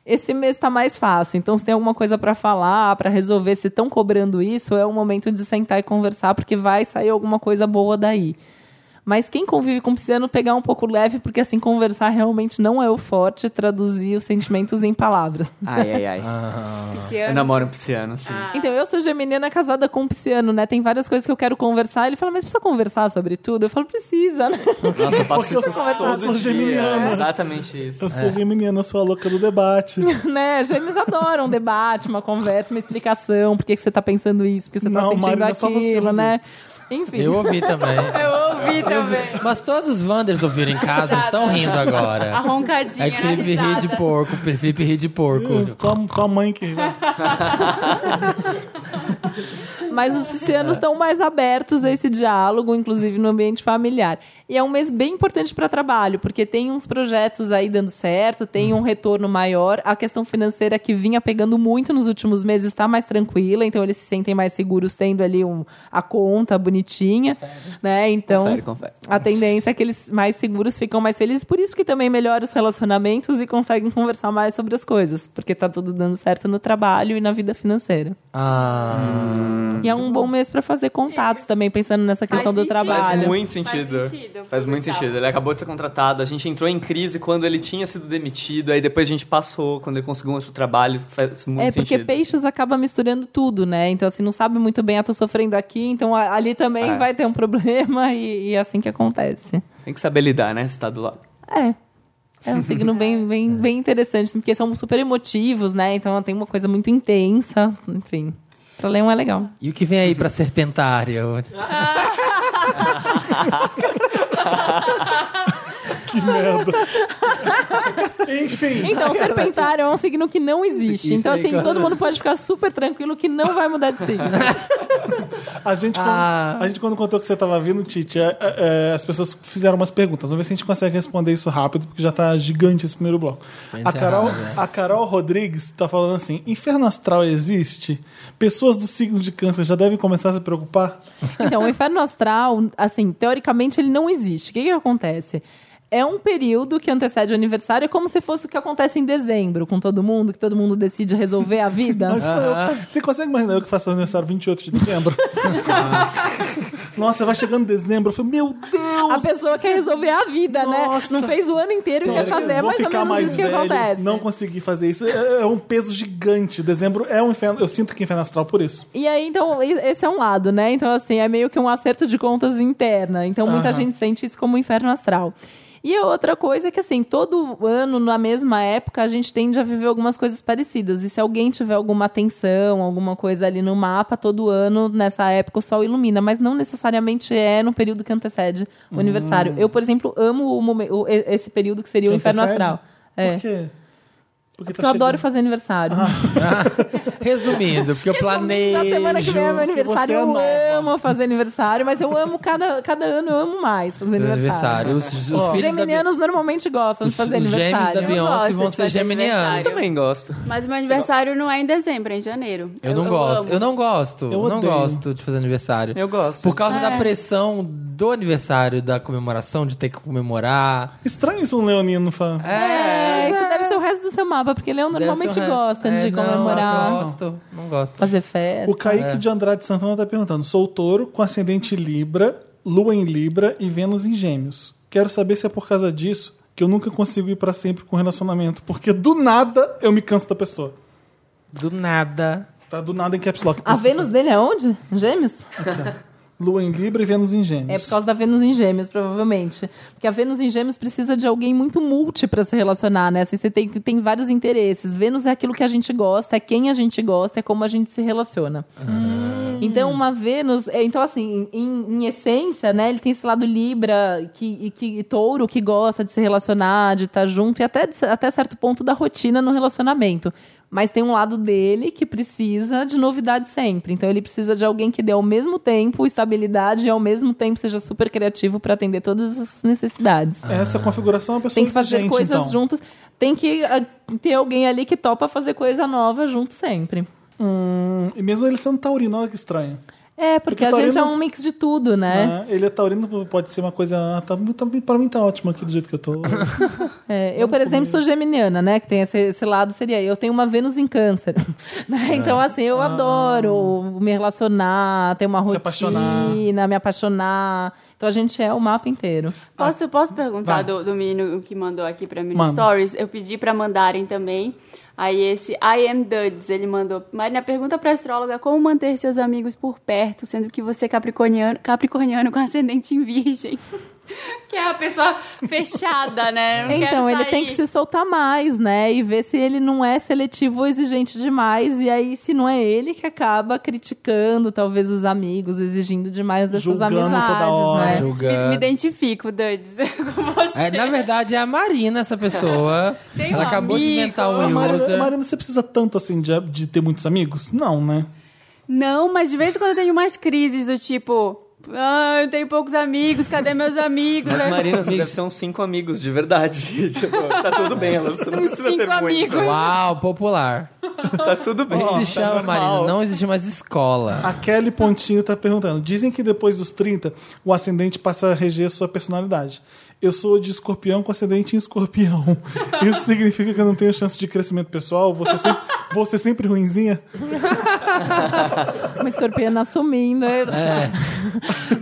S4: esse mês tá mais fácil. Então, se tem alguma coisa para falar, para resolver, se estão cobrando isso, é o momento de sentar e conversar, porque vai sair alguma coisa boa daí. Mas quem convive com pisciano, pegar um pouco leve, porque assim, conversar realmente não é o forte, traduzir os sentimentos em palavras.
S5: Ai, ai,
S4: Ah.
S5: ai. Eu
S2: Piscianos.
S5: namoro um pisciano, sim.
S4: Então, eu sou geminiana casada com um pisciano, né? Tem várias coisas que eu quero conversar. Ele fala, mas precisa conversar sobre tudo? Eu falo, precisa, né?
S5: Nossa, eu passo
S1: eu
S5: isso
S1: sou- eu
S5: todo
S1: sou
S5: dia.
S1: geminiana.
S5: É Exatamente isso.
S1: Eu sou geminiana, sou a louca do debate.
S4: né? Gêmeos adoram um debate, uma conversa, uma explicação. Por que, que você tá pensando isso? Por que você tá
S1: Não,
S4: sentindo
S1: Marina, é só você
S4: aquilo,
S1: ouviu.
S4: né? Enfim.
S3: Eu ouvi também.
S2: Eu ouvi também.
S3: Mas todos os Wanders ouviram em casa estão rindo
S2: A
S3: agora.
S2: roncadinha
S3: É que
S2: na
S3: Felipe ri
S2: risada.
S3: de porco, Felipe ri de porco.
S1: Tua, tua mãe que.
S4: Mas os piscianos estão mais abertos a esse diálogo, inclusive no ambiente familiar. E é um mês bem importante para trabalho, porque tem uns projetos aí dando certo, tem um retorno maior. A questão financeira que vinha pegando muito nos últimos meses está mais tranquila, então eles se sentem mais seguros tendo ali um, a conta bonitinha, né? Então
S5: Confere, confere.
S4: a tendência é que eles mais seguros ficam mais felizes, por isso que também melhora os relacionamentos e conseguem conversar mais sobre as coisas, porque tá tudo dando certo no trabalho e na vida financeira.
S3: Ah,
S5: Uhum.
S4: E é um bom mês para fazer contatos também, pensando nessa
S2: É. Faz
S4: questão do
S2: sentido.
S5: Faz
S4: trabalho.
S2: Faz
S5: muito sentido.
S2: sentido,
S5: Faz muito
S2: Gustavo.
S5: sentido. Ele acabou de ser contratado, a gente entrou em crise quando ele tinha sido demitido, aí depois a gente passou, quando ele conseguiu um outro trabalho, faz muito
S4: É, porque
S5: sentido.
S4: peixes acaba misturando tudo, né? Então, assim, não sabe muito bem, ah, tô sofrendo aqui, então a- ali também
S5: É.
S4: vai ter um problema e, e é assim que acontece.
S5: Tem que saber lidar, né? Se tá do lado.
S4: É. É um signo bem, bem, bem interessante, porque são super emotivos, né? Então tem uma coisa muito intensa, enfim. Pra leão é legal.
S3: e o que vem aí pra serpentária?
S1: Que merda. Enfim.
S4: Então, serpentário é um signo que não existe.
S3: Isso
S4: Então,
S3: aí,
S4: assim,
S3: cara.
S4: todo mundo pode ficar super tranquilo que não vai mudar de signo.
S1: A gente, quando,
S3: Ah.
S1: a gente quando contou que você tava vindo, Titi, é- é- é, as pessoas fizeram umas perguntas. Vamos ver se a gente consegue responder isso rápido, porque já tá gigante esse primeiro bloco.
S3: Gente
S1: A Carol,
S3: arrasa.
S1: a Carol Rodrigues tá falando assim: inferno astral existe? Pessoas do signo de câncer já devem começar a se preocupar?
S4: Então, o inferno astral, assim, teoricamente ele não existe. O que, que acontece? É um período que antecede o aniversário, é como se fosse o que acontece em dezembro com todo mundo, que todo mundo decide resolver a vida.
S1: Imagina eu- Você consegue imaginar eu que faço aniversário 28 de dezembro? Nossa, vai chegando dezembro. Eu falei, meu
S4: A
S1: Deus!
S4: pessoa quer resolver a vida,
S1: Nossa.
S4: né? Não fez o ano inteiro e quer fazer, é
S1: vou
S4: mais ou
S1: ficar
S4: menos
S1: mais
S4: isso que
S1: velho,
S4: acontece.
S1: não consegui fazer isso. É é um peso gigante. Dezembro é um inferno. Eu sinto que é inferno astral por isso.
S4: E aí, então, e- esse é um lado, né? Então, assim, é meio que um acerto de contas interna. Então, muita
S1: Aham.
S4: gente sente isso como um inferno astral. E a outra coisa é que, assim, todo ano, na mesma época, a gente tende a viver algumas coisas parecidas. E se alguém tiver alguma atenção, alguma coisa ali no mapa, todo ano, nessa época, o sol ilumina. Mas não necessariamente é no período que antecede o aniversário. Eu, por exemplo, amo o momen- o- e- esse período que seria
S1: Hum. Que
S4: o inferno
S1: antecede?
S4: astral. É.
S1: Por
S4: Porque,
S1: quê? Porque, tá
S4: eu adoro
S1: chegando.
S4: fazer aniversário.
S3: Resumindo, porque eu
S4: Na
S3: planejo.
S4: semana que vem é meu
S1: que você
S4: aniversário.
S1: é
S4: eu
S1: nova.
S4: amo fazer aniversário, mas eu amo cada, cada ano, eu amo mais fazer
S3: Seu
S4: aniversário.
S3: aniversário. Os, os
S1: Ó,
S3: filhos da Bi-
S4: Geminianos normalmente gostam
S3: os,
S4: de fazer
S3: os gêmeos da
S4: aniversário.
S3: Beyoncé
S2: gosto
S3: vão
S2: de
S3: ser
S2: fazer
S3: geminianos.
S2: aniversário.
S5: Também gosto.
S2: Mas meu aniversário não é em dezembro, é em janeiro.
S3: Eu não gosto.
S2: amo.
S3: Eu não gosto.
S1: Eu
S3: Eu não
S1: odeio.
S3: gosto de fazer aniversário.
S5: Eu gosto.
S3: Por causa da pressão do aniversário, da comemoração, de ter que comemorar.
S1: Estranho isso um leonino falando.
S4: É, isso deve ser o resto do seu mapa, porque Leão
S3: Deve
S4: normalmente
S3: ser o resto.
S4: gosta
S3: É,
S4: de comemorar,
S3: Não, eu gosto, não gosto.
S4: fazer festa.
S1: O Kaique de Andrade Santana tá perguntando: sou touro com ascendente em Libra, Lua em Libra e Vênus em Gêmeos. Quero saber se é por causa disso que eu nunca consigo ir pra sempre com relacionamento, porque do nada eu me canso da pessoa.
S3: Do nada.
S1: Tá do nada em caps lock. por
S4: A
S1: isso que eu
S4: Vênus dele é onde? Gêmeos?
S1: falo. Lua em Libra e Vênus em
S4: É
S1: Gêmeos.
S4: por causa da Vênus em Gêmeos, provavelmente. Porque a Vênus em Gêmeos precisa de alguém muito multi para se relacionar, né? Assim, você tem, tem vários interesses. Vênus é aquilo que a gente gosta, é quem a gente gosta, é como a gente se relaciona.
S1: Hum.
S4: Então, uma Vênus. é, Então, assim, em, em essência, né? Ele tem esse lado Libra que, e que e touro que gosta de se relacionar, de estar junto, e até, de- até certo ponto da rotina no relacionamento. Mas tem um lado dele que precisa de novidade sempre. Então ele precisa de alguém que dê ao mesmo tempo estabilidade e ao mesmo tempo seja super criativo para atender todas essas necessidades.
S1: Essa configuração é uma pessoa
S4: Tem que fazer
S1: exigente,
S4: coisas
S1: Ah, então.
S4: juntos. Tem que ah, ter alguém ali que topa fazer coisa nova junto sempre.
S1: Hum, e mesmo ele sendo taurino, olha que estranho.
S4: É,
S1: Porque
S4: porque, a gente é
S1: taurino-
S4: um mix de tudo, né?
S1: né? Ele é taurino, pode ser uma coisa. Ah, tá, tá, pra mim tá ótimo aqui do jeito que eu tô.
S4: É, eu, por exemplo, sou geminiana, né? Que tem esse, esse lado, seria eu tenho uma Vênus em câncer.
S1: É.
S4: né? Então, assim, eu adoro me relacionar, ter uma
S1: Ah. Se
S4: rotina,
S1: apaixonar.
S4: me apaixonar. Então a gente é o mapa inteiro.
S2: Posso, posso perguntar
S1: Ah, vai.
S2: do, do menino que mandou aqui pra mim
S1: Manda.
S2: no Stories? Eu pedi pra mandarem também. Aí esse I am Duds, ele mandou. Marina, pergunta pra astróloga como manter seus amigos por perto, sendo que você é capricorniano, capricorniano com ascendente em virgem. que é a pessoa fechada, né? Não
S4: Então,
S2: quero
S4: ele
S2: sair.
S4: tem que se soltar mais, né? E ver se ele não é seletivo ou exigente demais. E aí, se não é ele que acaba criticando, talvez, os amigos, exigindo demais dessas
S1: Julgando toda
S4: amizades,
S1: hora.
S2: Me,
S4: né?
S2: me
S3: Julgando.
S2: identifico, Duds, com você.
S3: É, na verdade, é a Marina, essa pessoa.
S2: Tem um
S3: Ela acabou de
S2: amigo.
S3: inventar
S1: Mas,
S3: um
S4: é.
S1: Marina,
S3: user.
S1: Marina, você precisa tanto assim de, de ter muitos amigos? Não, né?
S2: Não, mas de vez em quando eu tenho mais crises do tipo. Ah, eu tenho poucos amigos, cadê meus amigos?
S5: Mas
S2: Aí-
S5: Marina, você
S3: Amigos.
S5: deve ter uns cinco amigos de verdade. tipo, tá tudo bem, ela você não
S2: São
S5: precisa
S2: cinco
S5: ter muito.
S2: amigos.
S3: Uau, popular.
S5: Tá tudo bem.
S3: Isso
S5: tá
S3: se chama,
S5: normal.
S3: Marina, não existe mais escola.
S1: A Kelly Pontinho tá perguntando. Dizem que depois dos 30, o ascendente passa a reger a sua personalidade. Eu sou de escorpião com ascendente em escorpião. Isso significa que eu não tenho chance de crescimento pessoal? Você sempre, você sempre ruinzinha?
S4: Uma escorpiana assumindo.
S3: É.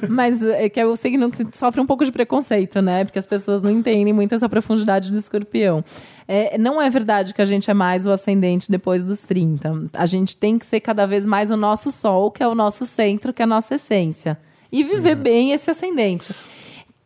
S4: Mas é que é o signo que sofre um pouco de preconceito, né? Porque as pessoas não entendem muito essa profundidade do escorpião. É, não é verdade que a gente é mais o ascendente depois dos 30. A gente tem que ser cada vez mais o nosso sol, que é o nosso centro, que é a nossa essência. E viver
S1: Uhum.
S4: bem esse ascendente.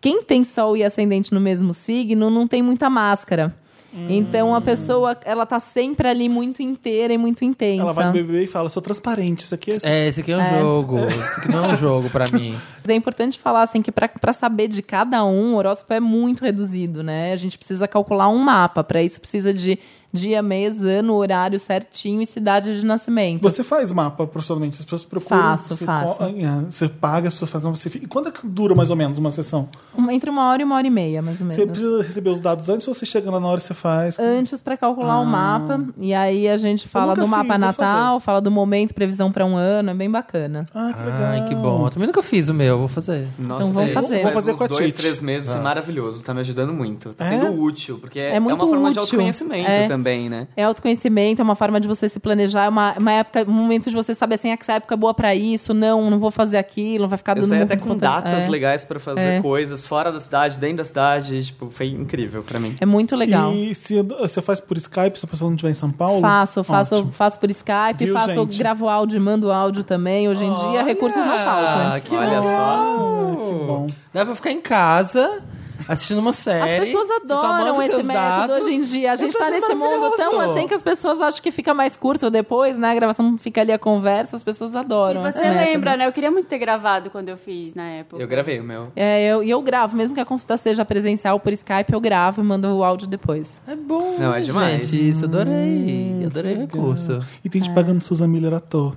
S4: Quem tem sol e ascendente no mesmo signo não tem muita máscara.
S1: Hum.
S4: Então a pessoa, ela tá sempre ali muito inteira e muito intensa.
S1: Ela vai no BBB e fala, sou transparente, isso aqui é...
S4: então.
S3: É, esse aqui é um jogo. Isso aqui não é um jogo pra mim.
S4: Mas É importante falar assim que para saber de cada um, o horóscopo é muito reduzido, né? A gente precisa calcular um mapa, para isso precisa de dia, mês, ano, horário certinho e cidade de nascimento.
S1: Você faz mapa profissionalmente, as pessoas procuram.
S4: Faço,
S1: você
S4: faço.
S1: co- ah, Você paga, as pessoas fazem uma. Você... fica- E quanto é que dura mais ou menos uma sessão?
S4: Uma- entre uma hora e uma hora e meia, mais ou menos. Ah,
S1: Você precisa receber os dados antes ou você chega lá na hora e você faz?
S4: Antes para calcular o mapa, e aí a gente fala
S1: nunca
S4: do mapa
S1: fiz, vou
S4: natal, fala do momento, previsão para um ano, é bem bacana.
S1: Ah, que legal.
S3: Ai, que bom. Eu também nunca fiz o meu, vou fazer.
S5: Nossa,
S4: Então vamos
S5: faz-
S4: fazer.
S1: Vamos
S5: faz
S1: fazer
S5: uns
S1: com a
S5: dois,
S1: Tite.
S5: três meses, é maravilhoso. Tá me ajudando muito. Tá
S1: É?
S5: sendo útil, porque é,
S4: É muito
S5: uma forma de
S4: útil.
S5: autoconhecimento
S4: É.
S5: também, né?
S4: É autoconhecimento, é uma forma de você se planejar, é uma, uma época, um momento de você saber assim, "Ah, essa época é boa para isso, não, não vou fazer aquilo, vai ficar
S5: Eu
S4: Tá dando
S5: saí
S4: muito
S5: até com
S4: conteúdo."
S5: datas
S4: É.
S5: legais pra fazer
S4: É.
S5: coisas fora da cidade, dentro da cidade. Tipo, foi incrível pra mim.
S4: É muito legal.
S1: E se você faz por Skype, se a pessoa não estiver em São Paulo?
S4: Faço, faço,
S1: Ótimo.
S4: faço por Skype,
S1: Viu,
S4: faço,
S1: gente?
S4: gravo áudio, e mando áudio também. Hoje em dia, recursos não faltam.
S3: Ah, que
S5: Olha só.
S1: Ah, que
S3: Oh.
S1: bom.
S3: Dá pra ficar em casa assistindo uma
S4: As
S3: série.
S4: pessoas
S3: você só manda
S4: adoram
S3: os
S4: esse
S3: seus
S4: método
S3: dados.
S4: hoje em dia. A
S3: Eu
S4: gente
S3: tô
S4: tá nesse
S3: achando
S4: mundo tão
S3: maravilhoso.
S4: assim que as pessoas acham que fica mais curto depois, né? A gravação fica ali a conversa, as pessoas
S2: E
S4: adoram.
S2: você
S4: esse método.
S2: lembra, né? Eu queria muito ter gravado quando eu fiz na época.
S5: Eu gravei o meu.
S4: É, eu, e eu gravo, mesmo que a consulta seja presencial por Skype, eu gravo e mando o áudio depois.
S3: É bom.
S5: Não, é demais.
S3: Gente, isso, adorei. Adorei o recurso.
S1: E tem gente pagando Susan Miller à toa.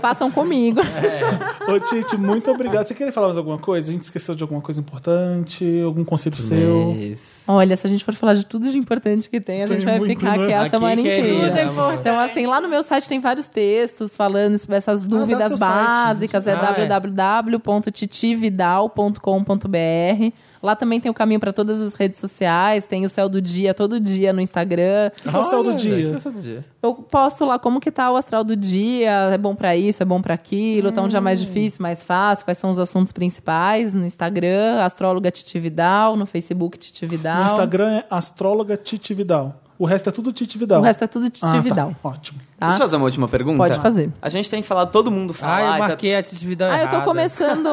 S4: Façam comigo.
S3: É.
S1: Ô, Tite, muito obrigado. Você queria falar mais alguma coisa? A gente esqueceu de alguma coisa importante? Algum conselho seu?
S3: Mas-
S4: Olha, se a gente for falar de tudo de importante que tem, a
S1: Tem
S4: gente vai
S1: muito,
S4: ficar
S1: né?
S4: aqui a
S3: Aqui
S4: semana
S3: que é
S4: inteira.
S3: tudo, amor.
S4: Então, assim, lá no meu site tem vários textos falando sobre essas
S1: dá
S4: dúvidas
S1: seu Ah, site,
S4: básicas.
S3: Ah, é.
S4: é www.titividal.com.br. Lá também tem o caminho para todas as redes sociais. Tem o céu do dia todo dia no Instagram.
S1: Qual o céu do
S3: Olha, que é
S1: dia?
S3: o céu do dia?
S4: Eu posto lá como que tá o astral do dia. É bom para isso, é bom para aquilo. Tá um dia
S1: Hum.
S4: mais difícil, mais fácil. Quais são os assuntos principais no Instagram? Astróloga Titividal. No Facebook Titividal.
S1: No Instagram é astróloga Tite Vidal. O resto é tudo Tite Vidal.
S4: O resto é tudo
S1: Ah, tá.
S4: Titividal.
S1: Ótimo.
S4: tá?
S5: Deixa eu fazer uma última pergunta?
S4: Pode fazer.
S5: A gente tem falado, todo mundo fala.
S3: Ah, eu
S5: ai, tá
S3: marquei a atividade
S4: Ah, eu
S3: errada.
S4: tô começando.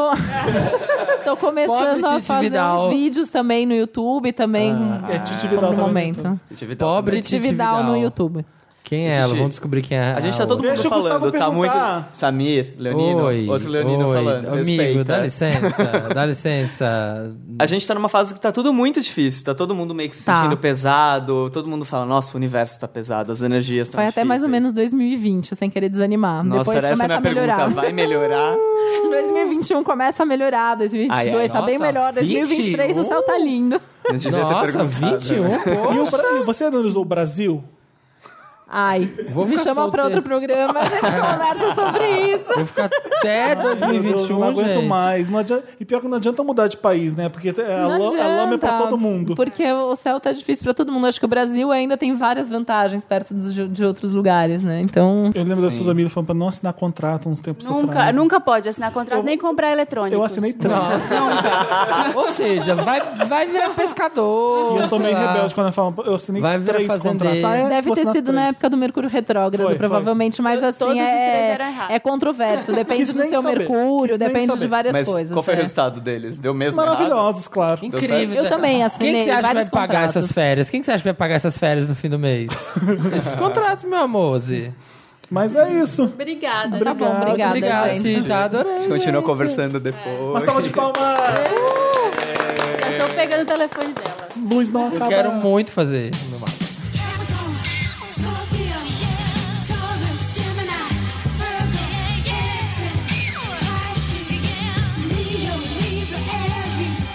S4: tô começando
S3: Pobre
S4: a
S3: Titi
S4: fazer
S3: Vidal.
S4: uns vídeos também no YouTube, também.
S1: É Tite
S4: como
S1: Vidal
S4: no
S1: também.
S4: momento.
S5: Atividade.
S3: Pobre.
S4: Titi Vidal no
S3: Vidal.
S4: YouTube.
S3: Quem é ela?
S5: Gente,
S3: Vamos descobrir quem é.
S5: A gente tá todo
S1: Deixa
S5: mundo
S1: o Gustavo
S5: falando, tá muito.
S1: perguntar.
S5: Samir, Leonino,
S3: Oi,
S5: outro Leonino
S3: oi.
S5: falando.
S3: Amigo,
S5: respeita.
S3: dá licença, dá licença.
S5: A gente tá numa fase que tá tudo muito difícil, tá todo mundo meio que se
S4: Tá.
S5: sentindo pesado, todo mundo fala, nossa, o universo tá pesado, as energias estão
S4: Foi até mais ou menos
S5: difíceis."
S4: 2020, sem querer desanimar.
S5: Nossa,
S4: Depois
S5: era essa
S4: começa
S5: a minha
S4: a melhorar.
S5: pergunta, vai melhorar?
S4: 2021 começa a melhorar, 2022
S5: Ai, ai,
S4: tá bem
S3: nossa,
S4: melhor, 2023 o céu tá lindo.
S5: Eu devia ter
S3: Nossa,
S5: perguntado, né?
S3: 21, pô.
S1: E o Bra- e você analisou o Brasil?
S4: Ai,
S3: Vou
S4: me
S3: ficar
S4: chama pra
S3: solteiro.
S4: outro programa, a gente conversa sobre isso.
S3: Vou ficar até
S4: Tá,
S1: Meu Deus,
S4: um,
S1: eu
S3: 2021,
S1: não aguento
S3: gente.
S1: mais. Não adianta- e pior que não adianta mudar de país, né? Porque a,
S4: Não
S1: lo- a lama é pra
S4: adianta,
S1: todo mundo.
S4: Porque o céu tá difícil pra todo mundo. Acho que o Brasil ainda tem várias vantagens perto dos- de outros lugares, né? Então.
S1: Eu lembro da Suza Miller falando pra não assinar contrato uns tempos
S2: Nunca,
S1: atrás.
S2: nunca pode assinar contrato
S1: Eu-
S2: nem comprar eletrônicos.
S1: Eu assinei três.
S3: Ou seja, vai, vai virar um pescador.
S1: E eu sou
S3: sei
S1: meio
S3: lá.
S1: rebelde quando eu falo, eu assinei
S3: Vai virar
S1: três
S3: fazendeiro.
S1: contratos. Ah, é?
S4: Deve
S1: Vou
S4: ter
S1: assinar
S4: sido na
S1: três.
S4: época do Mercúrio retrógrado,
S1: Foi, foi.
S4: provavelmente, mas
S2: Eu-
S4: assim
S2: todos os três
S4: é,
S2: eram errados.
S4: é controverso, depende
S1: Quis
S4: do
S1: nem
S4: seu
S1: saber,
S4: Mercúrio,
S1: quis nem
S4: depende de
S1: saber.
S4: várias
S5: Mas
S4: coisas.
S5: qual foi o
S4: né?
S5: resultado deles? Deu mesmo errado?
S1: Maravilhosos, claro.
S3: Incrível.
S4: Eu também assinei
S3: Quem que você acha que vai
S4: vários
S3: pagar
S4: contratos.
S3: essas férias? Então Quem que você acha que vai pagar essas férias no fim do mês? Esses contratos, meu amor. Zé.
S1: Mas é isso.
S2: Obrigada.
S4: Tá bom,
S1: Obrigado.
S4: obrigada,
S3: Obrigado,
S4: gente.
S3: Cida. Adorei.
S5: A gente continua
S3: gente.
S5: conversando depois.
S1: Uma salva de palmas.
S2: Já estou Tá pegando o telefone dela.
S1: Luz não acaba.
S3: Eu quero muito fazer.
S6: Capricorn, Scorpio, Taurus, Gemini, Virgo, Cancer, Pisces, Leo, Libra, Aries,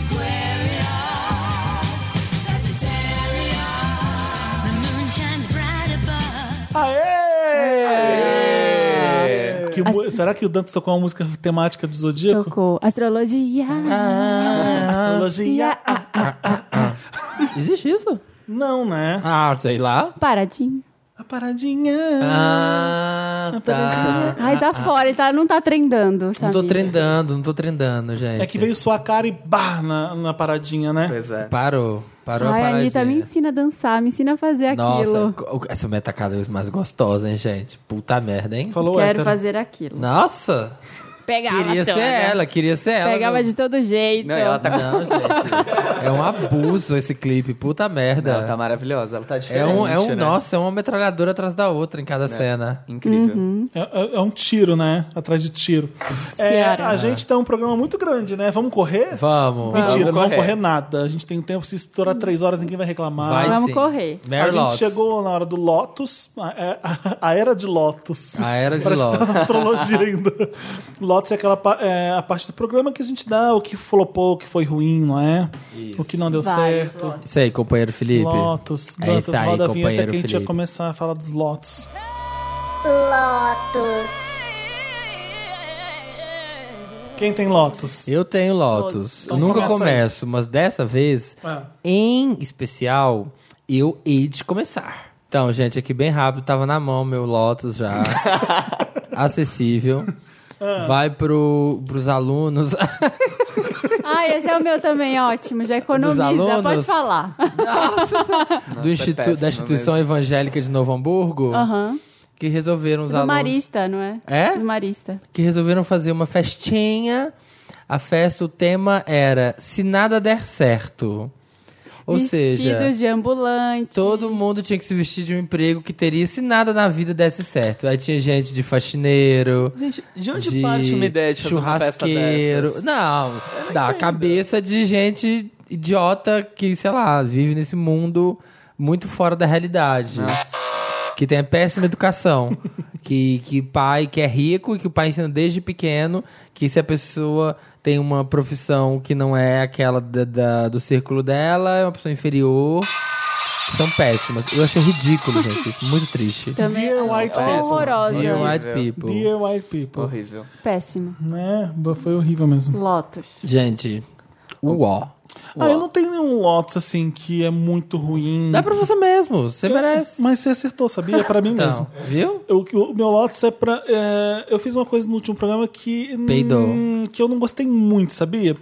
S6: Aquarius, Sagittarius. The moon shines bright above.
S1: Aê! Que mu- Será que o Dantas tocou uma música temática do Zodíaco?
S2: Tocou. Astrologia.
S1: Astrologia. Ah,
S3: Existe isso?
S1: não, né?
S3: Ah, sei lá.
S2: Paradinho.
S1: A paradinha.
S3: Ah, tá.
S2: Ai, tá fora, tá, não tá trendando,
S3: Não
S2: sabe?
S3: tô trendando, não tô trendando, gente.
S1: É que veio sua cara e bah na, na paradinha, né?
S5: Pois é.
S3: Parou. Parou a
S2: Ai, a
S3: paradinha.
S2: Anitta me ensina a dançar, me ensina a fazer aquilo.
S3: é. Nossa, o- essa mulher tá cada vez mais gostosa, hein, gente? Puta merda, hein?
S1: Falou
S2: Quero
S1: hétero.
S2: fazer aquilo.
S3: Nossa!
S2: Pegava
S3: Queria ser
S2: toda.
S3: ela, queria ser ela.
S2: né? Pegava
S3: meu-
S2: de todo jeito.
S4: Então.
S5: Não, ela tá,
S3: Não, gente. É um abuso esse clipe, puta merda.
S5: ela tá maravilhosa. Ela tá
S3: é
S5: diferente.
S3: um, é um
S5: né?
S3: nossa, é uma metralhadora atrás da outra em cada
S1: Né.
S3: cena.
S5: Incrível.
S4: Uhum.
S1: É, é- é um tiro, né? Atrás de tiro. É,
S2: Ciara.
S1: a gente tem um programa muito grande, né? Vamos correr?
S3: Vamos.
S1: Mentira, não vamos
S5: correr.
S1: correr nada. A gente tem um tempo, se estourar três horas, ninguém vai reclamar.
S3: Vai
S2: Vamos
S3: sim.
S2: correr.
S1: a
S3: Mary
S1: gente
S3: Lotus.
S1: chegou na hora do Lotus, a, é, a- a era de Lotus.
S3: A era de
S1: Parece que tá
S3: Lotus.
S1: na astrologia ainda. Lotus é aquela pa- é a parte do programa que a gente dá o que flopou, o que foi ruim, não é? O que não deu
S2: Vários
S1: certo.
S2: lotes.
S3: Isso aí, companheiro Felipe.
S1: Lotus.
S3: É
S1: Dantas,
S3: isso aí,
S1: roda a vinheta
S3: companheiro
S1: que a gente ia
S3: Felipe.
S1: começar a falar dos Lotus. Quem tem Lotus?
S3: Eu tenho Lotus. Eu
S1: Então
S3: nunca
S1: começa aí.
S3: começo, mas dessa vez,
S1: Ah.
S3: em especial, eu hei de começar. Então, gente, aqui bem rápido, tava na mão meu Lotus já. acessível.
S1: Ah.
S3: Vai pro, pros alunos.
S2: Ai, esse é o meu também, ótimo. Já economiza,
S3: alunos?
S2: pode falar.
S3: do
S1: é
S3: institu-
S5: péssimo
S3: da instituição evangélica de Novo Hamburgo
S2: Aham.
S3: que resolveram os
S2: Do
S3: alunos
S2: Marista, não é?
S3: É?
S2: Do Marista.
S3: que resolveram fazer uma festinha. A festa, o tema era se nada der certo. Ou
S2: Vestidos
S3: seja,
S2: de ambulante.
S3: todo mundo tinha que se vestir de um emprego que teria se nada na vida desse certo. Aí tinha gente de faxineiro,
S5: Gente, de onde
S3: de
S5: parte uma ideia de fazer uma festa
S3: churrasqueiro.
S5: dessas?
S3: não, da cabeça de gente idiota que, sei lá, vive nesse mundo muito fora da realidade. Que tem a péssima educação. que, que pai que é rico e que o pai ensina desde pequeno que se a pessoa tem uma profissão que não é aquela da- da- do círculo dela, é uma pessoa inferior. São péssimas. Eu achei ridículo, gente. Isso muito triste.
S2: Também
S1: Dear
S3: um
S2: acho
S1: White
S2: assim, horrorosa.
S3: Dear white
S5: Horrível.
S3: people.
S1: Dear White People.
S5: Horrível.
S2: Péssimo.
S1: Né? Foi horrível mesmo.
S2: Lotus.
S3: Gente, uó.
S1: Ah, eu não tenho nenhum Lotus assim que é muito ruim.
S3: Dá pra você mesmo, você merece.
S1: Mas você acertou, sabia? É pra mim
S3: Então,
S1: mesmo.
S3: viu?
S1: Eu- o meu Lotus é pra. é, eu fiz uma coisa no último programa que.
S3: Peidou. Hum.
S1: hum, que eu não gostei muito, sabia?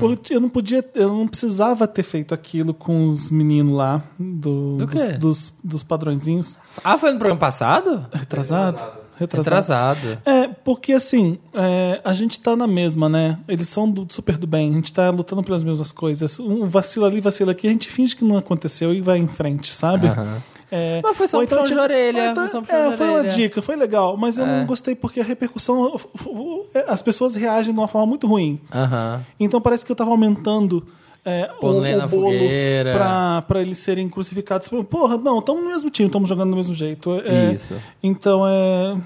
S1: Eu, eu não podia. Eu não precisava ter feito aquilo com os meninos lá. Do,
S3: Do
S1: dos,
S3: quê?
S1: dos, dos padrõezinhos.
S3: Ah, foi no programa passado?
S1: Retrasado? Retrasado.
S3: Atrasado.
S1: É, porque assim, é, a gente tá na mesma, né? Eles são do- super do bem, a gente tá lutando pelas mesmas coisas. Um vacila ali, vacila aqui, a gente finge que não aconteceu e vai em frente, sabe?
S3: Aham.
S1: É,
S3: Mas foi só
S1: ou
S3: um puxão de
S1: tipo,
S3: orelha,
S1: ou então-
S3: foi só um puxão
S1: é,
S3: de
S1: foi uma
S3: orelha. É.
S1: dica, foi legal, mas eu não gostei porque a repercussão. f- f- f- As pessoas reagem de uma forma muito ruim.
S3: Aham.
S1: Então parece que eu tava aumentando. é,
S3: Pondo lenha
S1: o,
S3: na
S1: o bolo
S3: fogueira.
S1: pra, pra eles serem crucificados. Tipo, Porra, não, estamos no mesmo time, estamos jogando do mesmo jeito. É,
S3: Isso.
S1: Então é.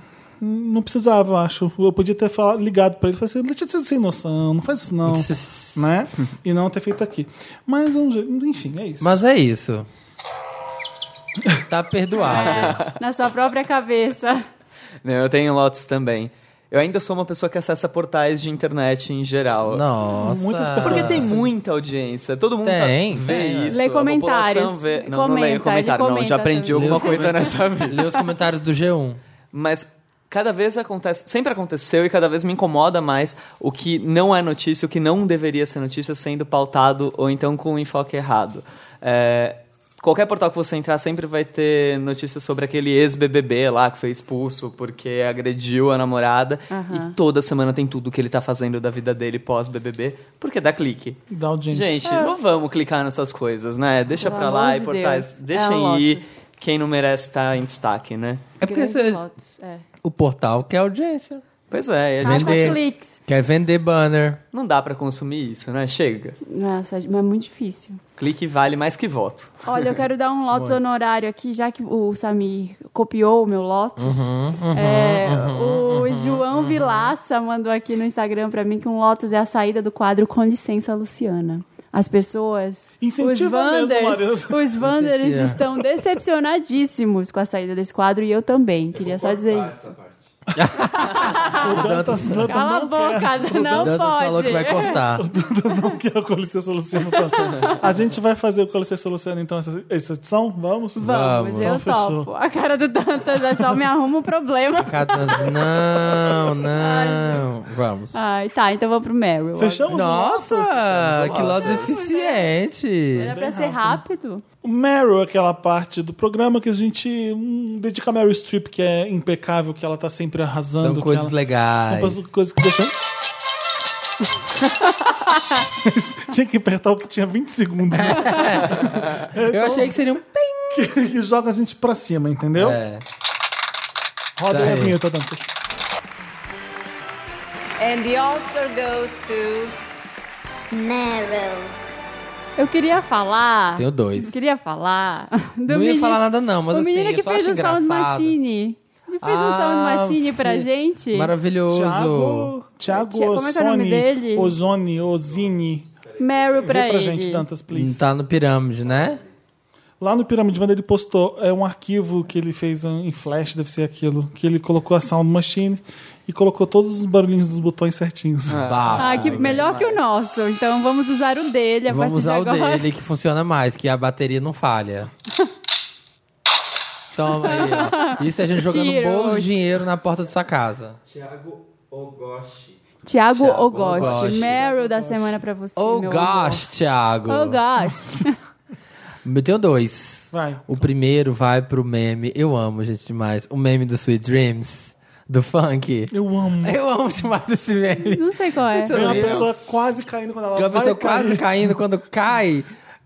S1: Não precisava, eu acho. Eu podia ter falado, ligado pra ele e falei assim: deixa de ser sem noção, não faz isso não. né? E não ter feito aqui. Mas, é um jeito- enfim, é isso.
S3: Mas é isso. é Tá perdoado.
S2: na sua própria cabeça.
S5: Não, eu tenho lotes também. Eu ainda sou uma pessoa que acessa portais de internet em geral.
S3: Nossa.
S1: Muitas pessoas-
S5: Porque tem muita audiência. Todo mundo
S3: Tem,
S5: tá, vê
S3: tem.
S5: isso.
S2: Lê
S5: a população
S2: comentários.
S5: Vê... Não, não leio
S2: Comenta,
S5: comentário,
S2: ele
S5: não. Já
S2: comenta
S5: aprendi
S2: também.
S5: alguma
S3: Lê os
S5: coisa
S3: comentários.
S5: nessa vida.
S3: Lê os comentários do G1.
S5: Mas cada vez acontece, sempre aconteceu e cada vez me incomoda mais o que não é notícia, o que não deveria ser notícia sendo pautado ou então com um enfoque errado. É, qualquer portal que você entrar sempre vai ter notícias sobre aquele ex-BBB lá que foi expulso porque agrediu a namorada e toda semana tem tudo que ele tá fazendo da vida dele pós-BBB porque dá clique.
S1: Da audiência.
S5: Gente, não vamos clicar nessas coisas, né? Deixa
S2: É. Pelo
S5: pra
S2: amor
S5: lá e
S2: de
S5: portais,
S2: Deus. É
S5: deixem
S2: um
S5: ir
S2: Lotus.
S5: quem não merece estar em destaque, né?
S3: É porque
S2: Grandes
S3: você-
S2: fotos, é.
S3: o portal quer audiência.
S5: Pois é, e a gente
S2: Passa
S3: Vender.
S2: cliques.
S3: Quer vender banner.
S5: Não dá pra consumir isso, né? Chega.
S2: Nossa, mas é muito difícil.
S5: Clique vale mais que voto.
S2: Olha, eu quero dar um Lotus honorário aqui, já que o Samir copiou o meu Lotus.
S3: Uhum,
S2: É, o João Vilaça mandou aqui no Instagram pra mim que um Lotus é a saída do quadro Com Licença, Luciana. As pessoas, os
S1: Incentiva mesmo,
S2: Wanders,
S1: Marisa.
S2: os Wanders
S3: Incentiva.
S2: estão decepcionadíssimos com a saída desse quadro e eu também. Queria só dizer isso.
S1: O Dantas, Dantas
S2: Cala a
S1: não
S2: boca, não
S3: Dantas
S2: pode. É,
S3: falou que vai cortar.
S1: quer o Com Licença Luciano tanto. A gente vai fazer o Com Licença Luciano, então, essa, essa edição? Vamos?
S2: Vamos,
S3: Vamos.
S2: eu
S1: Então, fechou.
S2: topo. A cara do Dantas é só me arruma um problema.
S3: Cadans, não, não. Vamos.
S2: Ai, tá, então vamos pro Meryl.
S1: Fechamos?
S3: Nossa, que lotes eficiente.
S2: Era pra ser rápido?
S1: O Meryl, é aquela parte do programa que a gente hum, dedica a Meryl Streep, que é impecável, que ela tá sempre arrasando.
S3: São
S1: que
S3: coisas
S1: ela-
S3: legais.
S1: Umas coisas que deixam. tinha que apertar o que tinha 20 segundos.
S3: É.
S1: Né?
S3: Eu achei que seria um ping.
S1: que, que joga a gente pra cima, entendeu?
S3: É.
S1: Roda
S3: Isso
S1: aí a
S3: aí.
S1: vinheta, Dantas.
S7: And the Oscar goes to.
S6: Meryl.
S2: Eu queria falar.
S3: Tenho dois.
S2: Eu queria falar. do
S3: um Não ia
S2: menino-
S3: falar nada, não, mas
S2: o
S3: assim,
S2: menino
S3: eu
S2: que
S3: só
S2: fez
S3: acho
S2: o Sound
S3: engraçado.
S2: Machine. Ele fez o
S3: Ah,
S2: Sound Machine pra
S3: fi-
S2: gente.
S3: Maravilhoso.
S1: Thiago, Thiago
S2: Tia- como é que é o nome
S1: Ozzoni,
S2: dele?
S1: Ozone, Ozini.
S2: Meryl
S1: Vê
S2: pra
S1: pra
S2: ele.
S1: gente, Dantas, please.
S3: Tá no pirâmide, né?
S1: Lá no Pirâmide Vanda ele postou é, um arquivo que ele fez em flash, deve ser aquilo, que ele colocou a Sound Machine e colocou todos os barulhinhos dos botões certinhos.
S3: Bafo.
S2: Ah, que melhor que o nosso. Então vamos usar o dele a partir
S3: Vamos
S2: de
S3: usar o
S2: agora.
S3: dele que funciona mais, que a bateria não falha. Toma aí. ó. Isso é a gente jogando um
S2: Tiros.
S3: bolo de dinheiro na porta da sua casa.
S2: Tiago
S5: Thiago
S2: Ogoste.
S3: Ogoste.
S2: Meryl da semana pra você.
S3: Oh
S2: meu
S3: gosh, Thiago.
S2: amor. Oh gosh.
S3: Eu tenho dois.
S1: Vai.
S3: O primeiro vai pro meme. Eu amo, gente, demais. O meme do Sweet Dreams, do funk.
S1: Eu amo.
S3: Eu amo demais esse meme.
S2: Não sei qual é.
S1: É uma
S3: Eu-
S1: pessoa quase caindo quando ela
S3: Que é uma
S1: vai
S3: pessoa
S1: cair.
S3: quase caindo quando cai.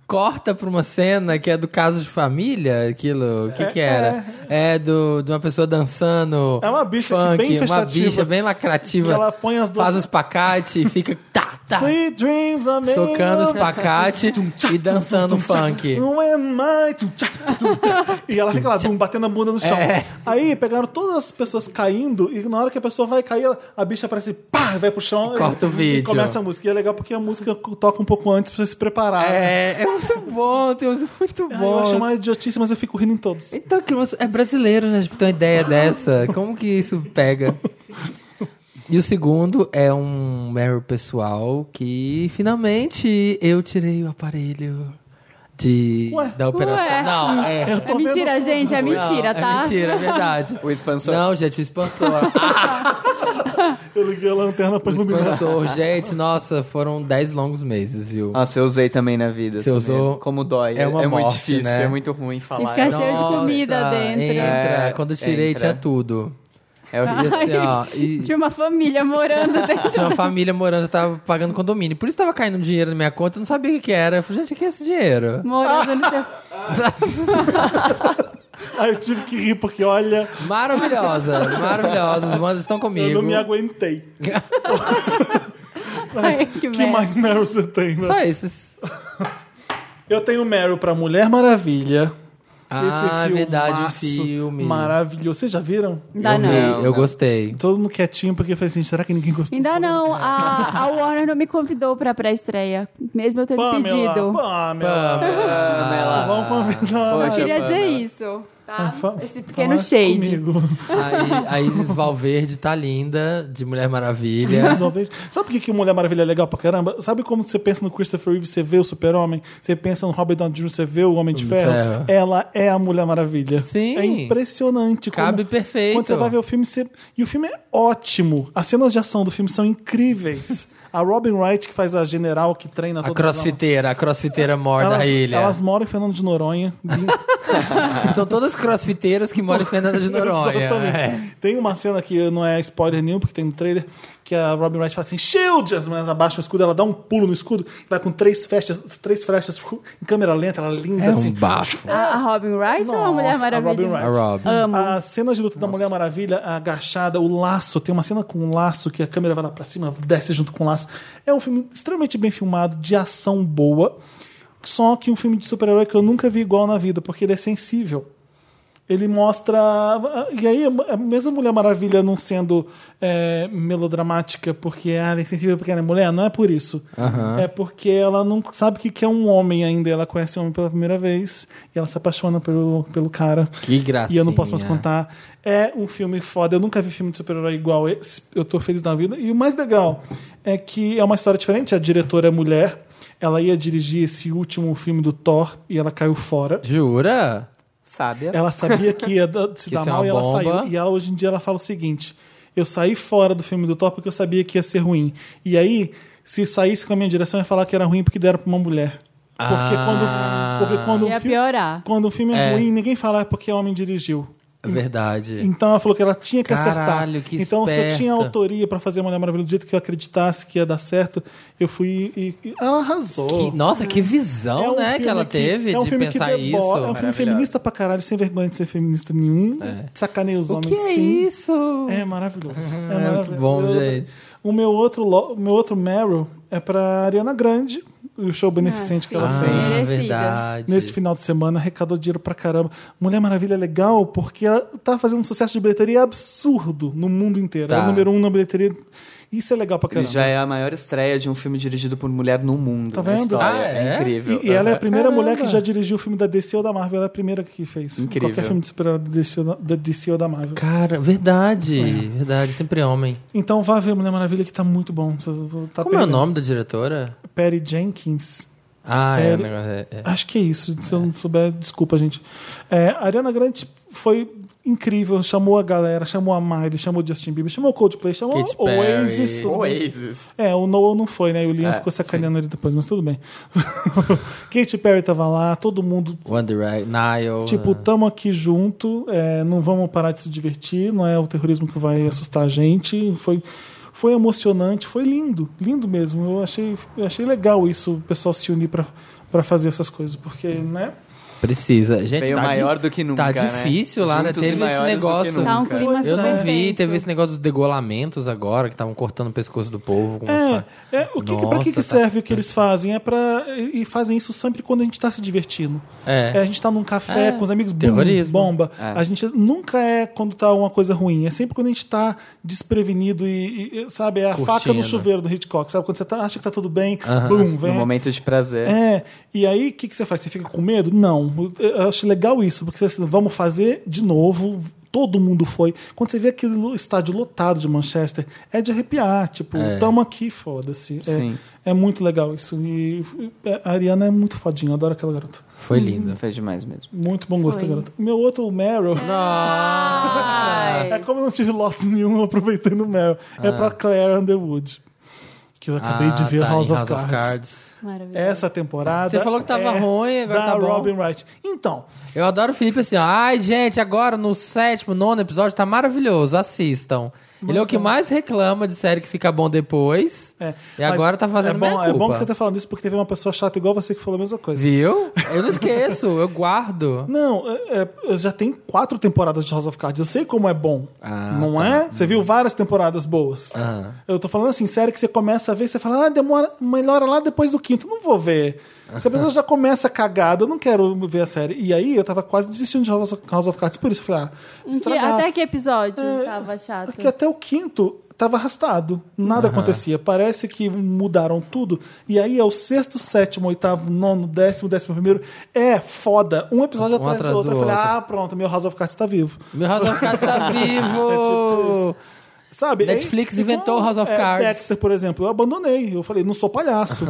S3: Corta pra uma cena que é do caso de família, aquilo, o que que era? É, do, de uma pessoa dançando
S1: É uma bicha que
S3: funk,
S1: bem
S3: uma
S1: fechativa.
S3: bicha bem lacrativa,
S1: Que ela põe as duas-
S3: faz os pacates e fica tá, tá,
S1: Sweet dreams are made
S3: socando os
S1: of-
S3: pacates e dançando funk.
S1: Não é mais. Tum, tchá, tum, tchá, tum. E ela fica lá, tum, batendo a bunda no chão.
S3: É.
S1: Aí pegaram todas as pessoas caindo, e na hora que a pessoa vai cair, ela- a bicha aparece, pá, vai pro chão.
S3: Corta o
S1: e, E
S3: vídeo.
S1: começa a música. E é legal porque a música toca um pouco antes pra você se preparar.
S3: É, é muito bom, tem uns muito
S1: Ai, Ah, eu acho
S3: bom.
S1: uma idiotice, mas eu fico rindo em todos.
S3: Então, que você- é brasileiro, né? Tipo, ter uma ideia dessa. Como que isso pega? E o segundo é um Meryl pessoal que finalmente eu tirei o aparelho de,
S1: Ué?
S3: da operação.
S2: Ué.
S3: Não, é.
S1: Eu
S2: É
S1: tô vendo
S2: mentira, gente. É
S3: Não,
S2: mentira, tá?
S3: É mentira, é verdade.
S5: O expansor.
S3: Não, gente, o expansor.
S1: Eu liguei a lanterna pra
S3: O
S1: iluminar.
S3: expansor, gente, nossa, foram 10 longos meses, viu?
S5: Nossa, eu usei também na vida.
S3: Você
S5: sabia?
S3: usou-
S5: Como dói.
S3: É uma
S5: muito
S3: morte,
S5: difícil,
S3: né?
S5: é muito ruim
S2: E
S5: falar.
S2: fica cheio de comida
S3: Nossa,
S2: dentro.
S3: Entra.
S5: É,
S3: Quando eu tirei,
S5: entra.
S3: tinha tudo.
S5: É horrível.
S3: E assim, ó, e-
S2: Tinha uma família morando dentro.
S3: Tinha uma família morando, eu tava pagando condomínio. Por isso tava caindo dinheiro na minha conta, eu não sabia o que, que era. Eu falei, gente, o que é esse dinheiro?
S2: Morando no seu.
S1: Aí eu tive que rir, porque olha,
S3: Maravilhosa, maravilhosa. Os mandos estão comigo.
S1: eu não me aguentei.
S2: Ai, que
S1: Que
S2: merda.
S1: mais Meryl você tem, né?
S3: Só esses.
S1: Eu tenho Meryl pra Mulher Maravilha,
S3: Ah, é verdade,
S1: filmaço
S3: filme.
S1: Maravilhoso. Vocês já viram?
S2: Ainda
S4: É,
S3: eu vi,
S2: não.
S5: Não,
S3: eu
S5: não.
S3: gostei.
S1: Todo mundo quietinho, porque eu falei assim, será que ninguém gostou?
S2: Ainda
S1: Só
S2: não. A, a Warner não me convidou pra pré-estreia. Mesmo eu tendo
S1: Pamela,
S2: pedido.
S1: Pamela.
S5: Pamela.
S1: Vamos convidar.
S5: né, Poxa,
S2: Eu queria
S5: Pamela.
S2: dizer isso. Tá?
S1: Ah, Fa-
S2: Esse pequeno
S1: falasse
S2: shade.
S1: comigo.
S3: Aí- A Iris Valverde tá linda, de Mulher Maravilha.
S1: Vocês vão ver. Sabe por que, que Mulher Maravilha é legal pra caramba? Sabe como você pensa no Christopher Reeve, você vê o Super-Homem? Você pensa no Robert Downey Jr., você vê o Homem de
S3: Hum,
S1: Ferro?
S3: ferro.
S1: Ela é a Mulher Maravilha.
S3: Sim.
S1: É impressionante. como-
S3: Cabe perfeito.
S1: Quando você vai ver o filme, você... e o filme é ótimo. As cenas de ação do filme são incríveis. A Robin Wright, que faz a general que treina
S3: A
S1: todo
S3: crossfiteira, a crossfiteira mora
S1: elas,
S3: na ilha.
S1: elas moram em Fernando de Noronha.
S3: São todas crossfiteiras que moram em Fernando de Noronha.
S1: Exatamente.
S3: É.
S1: Tem uma cena que não é spoiler nenhum, porque tem no trailer, que a Robin Wright fala assim, shield! As meninas abaixam o escudo, ela dá um pulo no escudo, vai com três flechas, três flechas em câmera lenta, ela linda
S3: É
S1: assim.
S3: um bafo.
S2: A, a Robin Wright ou a
S1: Nossa,
S2: É Mulher
S1: A
S2: Maravilha?
S1: Robin Wright.
S3: A Robin.
S2: Amo.
S1: A cena de luta da Mulher Maravilha, a agachada, o laço, tem uma cena com um laço que a câmera vai lá pra cima, desce junto com o laço. É um filme extremamente bem filmado, de ação boa. Só que um filme de super-herói que eu nunca vi igual na vida, porque ele é sensível. Ele mostra. E aí, a mesma Mulher Maravilha não sendo é, melodramática porque ah, ela é sensível porque ela é mulher, não é por isso. É porque ela não sabe o que que é um homem ainda. Ela conhece um homem pela primeira vez e ela se apaixona pelo, pelo cara.
S3: Que
S1: E
S3: gracinha.
S1: eu não posso mais contar. É um filme foda. Eu nunca vi filme de super-herói igual esse. Eu tô feliz da vida. E o mais legal é que é uma história diferente. A diretora é mulher. Ela ia dirigir esse último filme do Thor e ela caiu fora.
S3: Jura?
S5: Sábia.
S1: Ela sabia que ia da- se
S3: Que
S1: dar
S3: isso é
S1: mal
S3: uma
S1: e ela
S3: bomba.
S1: saiu. E ela, hoje em dia ela fala o seguinte: eu saí fora do filme do Thor porque eu sabia que ia ser ruim. E aí, se saísse com a minha direção, eu ia falar que era ruim porque deram pra uma mulher. Porque
S3: Ah.
S1: quando, porque quando, um
S2: Ia
S1: filme,
S2: piorar.
S1: quando um filme é,
S3: É.
S1: ruim, ninguém fala "Ah, é porque homem dirigiu.
S3: É Verdade.
S1: Então ela falou que ela tinha que
S3: Caralho,
S1: acertar.
S3: que
S1: então, se eu
S3: esperta.
S1: tinha autoria pra fazer Mulher Maravilha do jeito que eu acreditasse que ia dar certo, eu fui e. e- ela arrasou.
S3: Que- nossa, que
S1: É
S3: visão,
S1: um
S3: né,
S1: filme
S3: que ela teve
S1: é um
S3: de
S1: filme que
S3: pensar
S1: debo- É um
S3: isso. É.
S1: filme feminista pra caralho, sem vergonha de ser feminista nenhum. Sacaneia os
S3: O
S1: homens,
S3: que é
S1: sim.
S3: isso?
S1: É maravilhoso. É,
S3: muito
S1: maravilhoso.
S3: bom,
S1: Eu-
S3: gente.
S1: O meu outro, lo- o meu outro Meryl é pra Ariana Grande, o
S3: Ah,
S1: show beneficente que
S2: sim.
S1: ela fez.
S2: merecida.
S3: verdade.
S1: Nesse final de semana, arrecadou dinheiro pra caramba. Mulher Maravilha é legal porque ela tá fazendo um sucesso de bilheteria absurdo no mundo inteiro. É
S3: Tá.
S1: o número um na bilheteria. Isso é legal pra
S5: Ele
S1: caramba.
S5: já é a maior estreia de um filme dirigido por mulher no mundo.
S1: Tá
S5: na
S1: vendo?
S5: história.
S3: Ah, é?
S5: é? incrível.
S1: E, e ela é a primeira
S3: Caramba.
S1: mulher que já dirigiu o filme da DC ou da Marvel. Ela é a primeira que fez.
S5: Incrível.
S1: Qualquer filme de super-herói da DC ou da- da DC ou da Marvel.
S3: Cara, verdade, verdade, sempre é homem.
S1: Então vá ver Mulher Maravilha que tá muito bom. Você Tá
S3: Como é o
S1: perdendo.
S3: nome da diretora?
S1: Perry Jenkins.
S3: Ah, é,
S1: É,
S3: o negócio é- é.
S1: Acho que é isso. Se eu não souber, desculpa, gente. É, a Ariana Grande foi incrível. Chamou a galera, chamou a Miley, chamou o Justin Bieber, chamou o Coldplay, chamou
S3: Katy
S1: o Oasis.
S3: Perry.
S1: tudo bem.
S5: Oasis.
S1: É, o Noel não foi, né? E o Liam
S5: É,
S1: ficou sacaneando ele depois, mas tudo bem. Katy Perry tava lá, todo mundo
S3: One Direc- Nile.
S1: Tipo,
S3: né?
S1: tamo aqui junto, é, não vamos parar de se divertir, não é o terrorismo que vai assustar a gente. Foi, foi emocionante, foi lindo, lindo mesmo. Eu achei, eu achei legal isso, o pessoal se unir pra, pra fazer essas coisas, porque, né?
S3: Precisa. Gente,
S5: Veio
S3: tá di-
S5: maior do que nunca,
S3: Tá
S5: né?
S3: difícil lá, né?
S5: Juntos e
S3: Teve esse
S5: maiores do que
S3: negócio.
S5: nunca.
S2: Tá um clima
S1: Pois
S3: Eu
S2: super
S3: não vi,
S2: tenso.
S3: teve esse negócio dos degolamentos agora, que estavam cortando o pescoço do povo. com
S1: É,
S3: essa-
S1: é, o que, que- pra
S3: Nossa,
S1: que, que
S3: tá-
S1: serve o que eles fazem? É pra. E e fazem isso sempre quando a gente tá se divertindo.
S3: É.
S1: a gente tá num café
S3: É.
S1: com os amigos, bum,
S3: Terrorismo.
S1: bomba. A gente nunca é quando tá uma coisa ruim. É sempre quando a gente tá desprevenido e, e- e, sabe, é a
S3: Curtindo.
S1: faca no chuveiro do Hitchcock. Sabe, quando você tá- acha que tá tudo bem,
S3: Aham.
S1: bum, vem.
S5: No momento de prazer.
S1: É, e aí o que, que você faz? Você fica com medo? Não. Eu acho legal isso, porque você assim, vamos fazer de novo. Todo mundo foi. Quando você vê aquele estádio lotado de Manchester, é de arrepiar. Tipo,
S3: É.
S1: tamo aqui, foda-se.
S5: Sim.
S1: É, é muito legal isso. E é, a Ariana é muito fodinha, eu adoro aquela garota.
S3: Foi lindo.
S5: Foi demais mesmo.
S1: Muito bom gosto
S2: Foi.
S1: da garota. O meu outro, o Meryl.
S3: Hum.
S2: Ai.
S1: É como eu não tive lotes nenhum, eu aproveitei no Meryl. É pra Claire Underwood. Que eu acabei de
S3: Ah,
S1: ver
S3: tá, em
S1: House, of,
S3: House
S1: Cards.
S3: of Cards.
S2: Maravilhoso.
S1: Essa temporada.
S3: Você falou que tava
S1: é
S3: ruim, agora
S1: da
S3: tá bom.
S1: Robin Wright. Então,
S3: Eu adoro o Felipe assim, ó. ai gente, agora no sétimo, nono episódio tá maravilhoso, assistam. Ele é o que mais reclama de série que fica bom depois.
S1: É.
S3: E
S1: Mas
S3: agora tá fazendo
S1: é
S3: meia
S1: bom,
S3: culpa.
S1: é bom que você tá falando isso porque teve uma pessoa chata igual você que falou a mesma coisa.
S3: Viu? Eu não esqueço, eu guardo.
S1: Não, é- é, eu já tem quatro temporadas de House of Cards. Eu sei como é bom.
S3: Ah,
S1: não é? Você viu várias temporadas boas. assim, "Ah,
S3: Aham.
S1: Se a pessoa já começa cagada, eu não quero ver a série. E aí eu tava quase desistindo de House of, House of Cards, por isso eu falei, ah,
S2: Em que-
S1: estragar.
S2: até que episódio
S1: É,
S2: tava chato?
S1: Porque até o quinto tava arrastado, nada acontecia. Parece que mudaram tudo. E aí é o sexto, sétimo, oitavo, nono, décimo, décimo primeiro. É foda. Um episódio atrás,
S3: atrás
S1: do outro.
S3: do
S1: eu falei,
S3: outro.
S1: ah, pronto, meu House of Cards tá vivo.
S3: Meu House of Cards
S1: É
S3: tá
S1: tipo
S3: vivo!
S1: Sabe?
S3: Netflix
S1: É,
S3: inventou
S1: igual,
S3: House of
S1: é,
S3: Cards.
S1: Dexter, por exemplo, eu abandonei. Eu falei, não sou palhaço.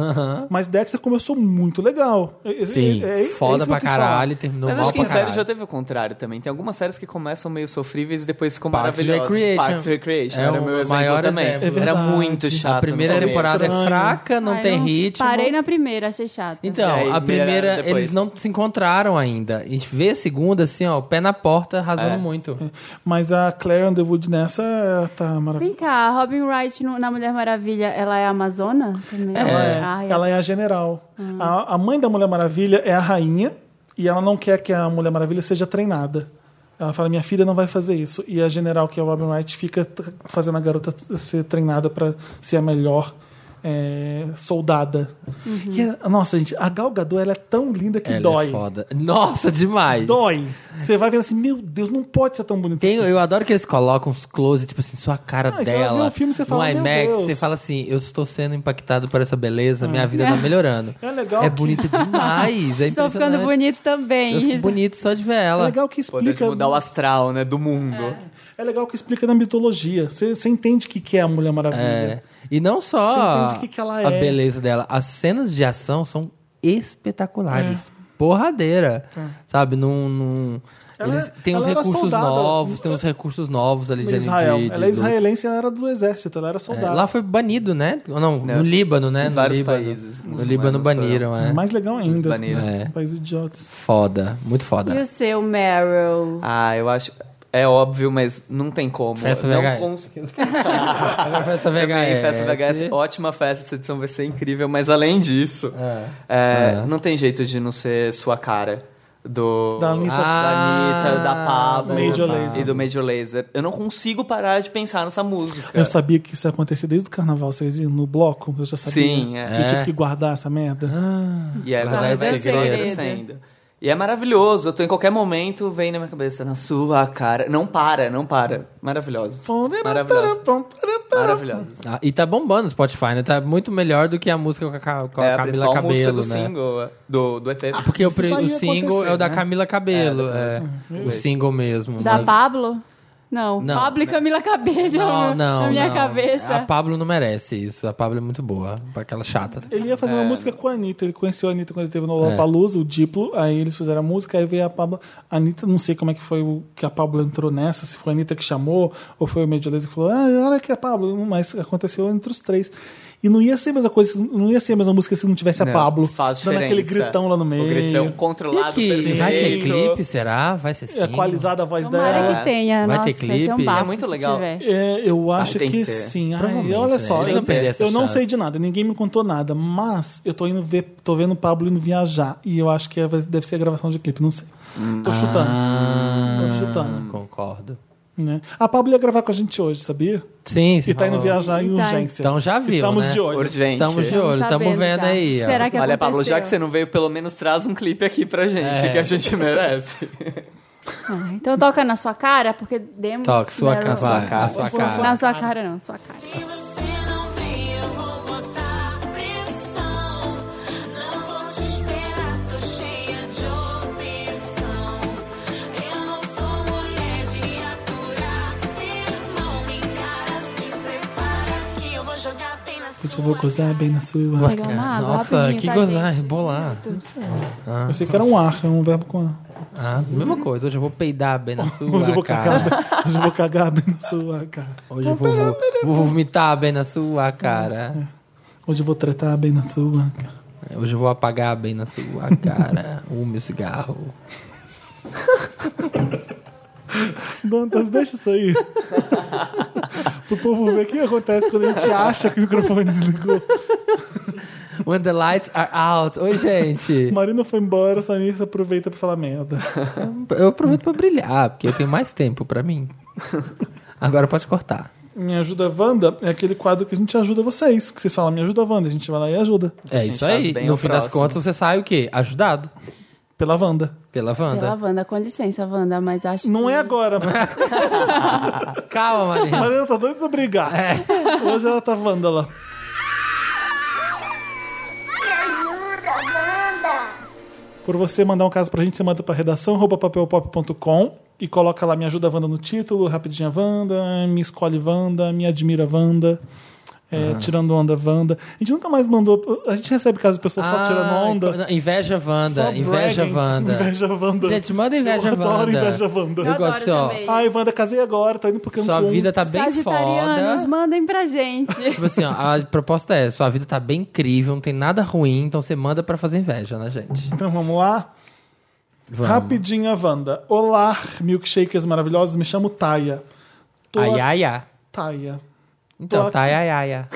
S1: Mas Dexter começou muito legal. É- é-
S3: Sim,
S1: é- é isso
S3: foda
S1: que eu
S3: pra
S1: quis falar.
S3: caralho, terminou
S5: Mas
S3: mal
S5: acho que em
S3: pra
S5: série
S3: caralho.
S5: já teve o contrário também. Tem algumas séries que começam meio sofríveis e depois ficam
S3: Parks and
S5: maravilhosas.
S3: Recreation.
S5: Parks and Recreation
S3: É
S5: era
S3: o
S5: meu exemplo
S3: maior
S5: também.
S3: exemplo.
S1: É
S5: Era
S1: verdade.
S5: muito
S1: A
S5: chato.
S3: a primeira
S5: no começo.
S3: temporada é
S1: Estranho.
S3: fraca, não
S2: Ai,
S3: tem
S2: não-
S3: ritmo.
S2: Parei na primeira, achei chato.
S3: Então,
S5: E aí,
S3: a primeira,
S5: melhoraram depois.
S3: eles não se encontraram ainda. A gente vê a segunda, assim, ó, pé na porta, arrasando
S5: É.
S3: muito.
S1: Mas a Claire Underwood nessa é, tá
S2: Vem
S1: maravilhosa.
S2: cá, a Robin Wright no- na Mulher Maravilha, ela é amazona? Também?
S1: Ela é,
S2: Ai,
S1: ela é a general. A, a mãe da Mulher Maravilha é a rainha e ela não quer que a Mulher Maravilha seja treinada. Ela fala, minha filha não vai fazer isso. E a general, que é o Robin Wright, fica t- fazendo a garota t- ser treinada para ser a melhor é, soldada. E a- nossa, gente, a Gal Gadot, ela é tão linda que
S3: Ela
S1: dói.
S3: é foda. Nossa, demais.
S1: dói. Você vai vendo assim, meu Deus, não pode ser tão bonita
S3: Tem,
S1: assim.
S3: eu adoro que eles colocam uns close, tipo assim, sua cara
S1: Ah, e você vai ver
S3: dela.
S1: um filme, você
S3: no
S1: fala, "Meu
S3: IMAX,
S1: Deus."
S3: você fala assim, eu estou sendo impactado por essa beleza, minha vida tá melhorando.
S1: É legal que-
S3: É
S1: tá
S3: bonita demais. É
S2: Estou ficando
S3: impressionante.
S2: bonito
S3: Eu
S2: também.
S3: fico bonito só de ver
S1: É
S3: ela.
S1: legal que
S5: Poder de
S1: explica
S5: mudar o astral, né? Do mundo.
S1: É legal que explica na mitologia. Você você entende o que, que é a Mulher Maravilha.
S3: É. E não
S1: Você
S3: só
S1: entende o que que ela
S3: a
S1: é.
S3: beleza dela, as cenas de ação são
S1: É.
S3: espetaculares. Porradeira. Sabe? Num. num-
S1: Ela- é-
S3: eles têm uns
S1: ela era
S3: recursos
S1: soldada.
S3: novos, tem uns recursos novos ali de,
S1: Israel.
S3: de, de
S1: ela é
S3: luta.
S1: israelense, ela era do exército, ela era
S3: É,
S1: soldado.
S3: lá foi banido, né? Ou Não,
S5: Não.
S3: no Líbano, né?
S5: Em
S3: No
S5: vários
S3: Líbano.
S5: países
S3: No
S5: muçulmanos
S3: Líbano baniram, é.
S1: Mais legal ainda.
S5: baniram.
S1: É.
S3: É.
S1: País idiotas.
S3: Foda, muito
S2: E
S3: foda.
S2: o seu, Meryl?
S5: Ah, eu acho. É óbvio, mas não tem como.
S3: Festa
S5: não
S3: VHS.
S5: consigo.
S3: Agora festa
S5: Também,
S1: é
S3: VHS.
S5: festa é VHS, ótima festa, essa edição vai ser incrível, mas além disso, é,
S3: É.
S5: não tem jeito de não ser sua cara. Do, Ah,
S1: Da Anitta.
S5: da, Anitta, da Pablo
S1: Major
S5: da-
S1: Lazer.
S5: e do Major Laser. Eu não consigo parar de pensar nessa música.
S1: Eu sabia que isso ia acontecer desde o carnaval, vocês viram no bloco, eu já sabia.
S5: Sim, é.
S1: Eu tive
S3: É.
S1: que guardar essa merda.
S5: E é
S3: Guardar
S5: vai
S2: esse
S5: só
S2: segredo.
S5: crescendo. E é maravilhoso. Eu tô em qualquer momento, vem na minha cabeça, na sua cara. Não para, não para. Maravilhosos. Maravilhosos. Maravilhosos.
S3: Ah, e tá bombando o Spotify, né? Tá muito melhor do que a música com a, Ca- com a
S5: É a
S3: Camila
S5: principal música
S3: Cabelo,
S5: do
S3: né?
S5: single, é, do, do EP.
S3: Porque o,
S1: Ah, Isso
S3: pri-
S1: já
S3: o
S1: ia
S3: single é o
S1: acontecer,
S3: da
S1: né?
S3: Camila Cabelo, é, o single mesmo.
S2: Da
S3: mas-
S2: Pablo? Não,
S3: Não. né?
S2: Pablo e Camila Cabello
S3: Não, não,
S2: na minha
S3: não. É A
S2: cabeça.
S3: Pablo não merece isso. A Pablo é muito boa, aquela chata.
S1: Ele ia
S5: É.
S1: fazer uma música com a Anitta, ele conheceu a Anitta quando ele teve no Lollapalooza, o Diplo, aí eles fizeram a música, aí veio a Pablo. A Anitta, não sei como é que foi o, que a Pablo entrou nessa, se foi a Anitta que chamou, ou foi o Mediolese que falou, ah, olha que é a Pablo, mas aconteceu entre os três. E não ia ser a mesma coisa, não ia ser a mesma música se não tivesse a Pablo.
S5: Faz
S1: dando aquele
S5: diferença.
S1: gritão lá no meio.
S5: O gritão
S3: E
S5: controlado.
S3: aqui, vai ter
S5: perfeito.
S3: clipe, será? Vai ser sim.
S1: Equalizada a voz dela.
S2: Tomara que tenha,
S3: Vai ter
S2: nossa, esse é um
S3: clipe?
S2: bafo,
S5: É muito
S2: se
S5: legal.
S2: tiver.
S1: É, eu
S3: Ah,
S1: acho
S5: tem
S1: que,
S5: que ter.
S1: sim. Ai,
S3: Provavelmente,
S1: olha
S3: né?
S1: só,
S3: Eles
S1: eu,
S3: não perdem essa
S1: eu não
S3: chance.
S1: sei de nada, ninguém me contou nada, mas eu tô indo ver, tô vendo o Pablo indo viajar e eu acho que é- deve ser a gravação de clipe, não sei.
S3: Ah.
S1: Tô chutando. Tô chutando.
S3: Concordo.
S1: né? A Pablo ia gravar com a gente hoje, sabia?
S3: Sim, sim.
S1: E tá indo viajar em
S2: E tá.
S1: urgência.
S3: Então já viu,
S1: Estamos
S3: né?
S1: de olho.
S5: Urgente.
S3: Estamos de olho,
S2: Estamos
S3: estamos
S2: sabendo
S3: vendo
S2: já.
S3: aí. ó.
S2: Será que
S5: Olha, Pablo, já
S2: aconteceu?
S5: que você não veio, pelo menos traz um clipe aqui pra gente,
S3: É.
S5: que a gente merece.
S2: Ah, Então toca na sua cara, porque demos...
S3: Toque, sua
S2: Meryl.
S3: cara, vai, a sua
S1: Sua
S3: cara.
S2: Na sua cara não, sua cara.
S8: Se você não vem, eu vou botar pressão. Não vou te esperar, tô cheia de opção. Eu não sou mulher de aturar sermão. Me encara, se prepara que eu vou jogar bem na
S1: Eu vou
S8: sua
S1: gozar bem na sua.
S2: Pegar uma água
S3: Nossa,
S2: rapidinho
S3: que
S2: pra
S3: gozar,
S2: tá, gente.
S3: rebolar.
S1: Eu sei que era um ar, é um verbo com ar.
S3: Ah, mesma coisa, hoje eu vou peidar bem na sua
S1: Hoje eu vou
S3: cara.
S1: cagar, bem- hoje eu vou cagar bem na sua cara.
S3: Hoje eu vou, vou, vou vomitar bem na sua cara.
S1: Hoje eu vou tratar bem na sua cara.
S3: Hoje eu vou apagar bem na sua cara o meu cigarro.
S1: Dantas, deixa isso aí. Pro povo ver o que acontece quando a gente acha que o microfone desligou.
S3: When the lights are out. Oi, gente.
S1: Marina foi embora, Samir se aproveita pra falar merda.
S3: Eu aproveito pra brilhar, porque eu tenho mais tempo pra mim. Agora pode cortar.
S1: Me Ajuda Wanda é aquele quadro que a gente ajuda vocês, que vocês falam, me ajuda Wanda, a gente vai lá e ajuda.
S3: É
S5: gente
S3: isso
S5: faz
S3: aí.
S5: bem
S3: No
S5: ao
S3: fim das
S5: próximo.
S3: contas, você sai o quê? Ajudado.
S1: Pela Wanda.
S3: Pela Wanda.
S2: Pela Wanda, com licença, Wanda, mas acho
S1: Não
S2: que...
S1: é agora, mas
S3: Calma,
S1: a
S3: Marina.
S1: Mariana tá doida pra brigar.
S3: É.
S1: Hoje ela tá Wanda lá.
S6: Me ajuda, Wanda!
S1: Por você mandar um caso pra gente, você manda pra redação arroba papelpop.com e coloca lá Me Ajuda Wanda no título, Rapidinha Wanda, Me Escolhe Wanda, Me Admira Wanda. é,
S3: Ah.
S1: Tirando onda, Wanda. A gente nunca mais mandou. A gente recebe casos de pessoas só tirando
S3: Ah,
S1: onda.
S3: não, Inveja
S1: Só
S3: Wanda. Inveja
S1: bragging.
S3: Wanda.
S1: Inveja Wanda.
S3: Gente, manda Inveja
S1: Eu adoro
S3: Wanda.
S1: Inveja Wanda.
S2: Eu
S3: Eu gosto,
S2: adoro
S3: ó.
S2: também.
S1: Ai, Wanda, casei agora, tô indo pro Cancún.
S3: Sua vida tá bem foda.
S2: Sagitarianos, mandem pra gente.
S3: Tipo assim, ó, a proposta é: sua vida tá bem incrível, não tem nada ruim, então você manda pra fazer inveja, né, gente?
S1: Então vamos lá?
S3: Vamos.
S1: Rapidinha, Wanda. Olá, milkshakers maravilhosos, me chamo Taia. Tô
S3: Ai, ai, ai.
S1: Taia.
S3: Então,
S1: Tô
S3: tá, ai, ai, ai, ai.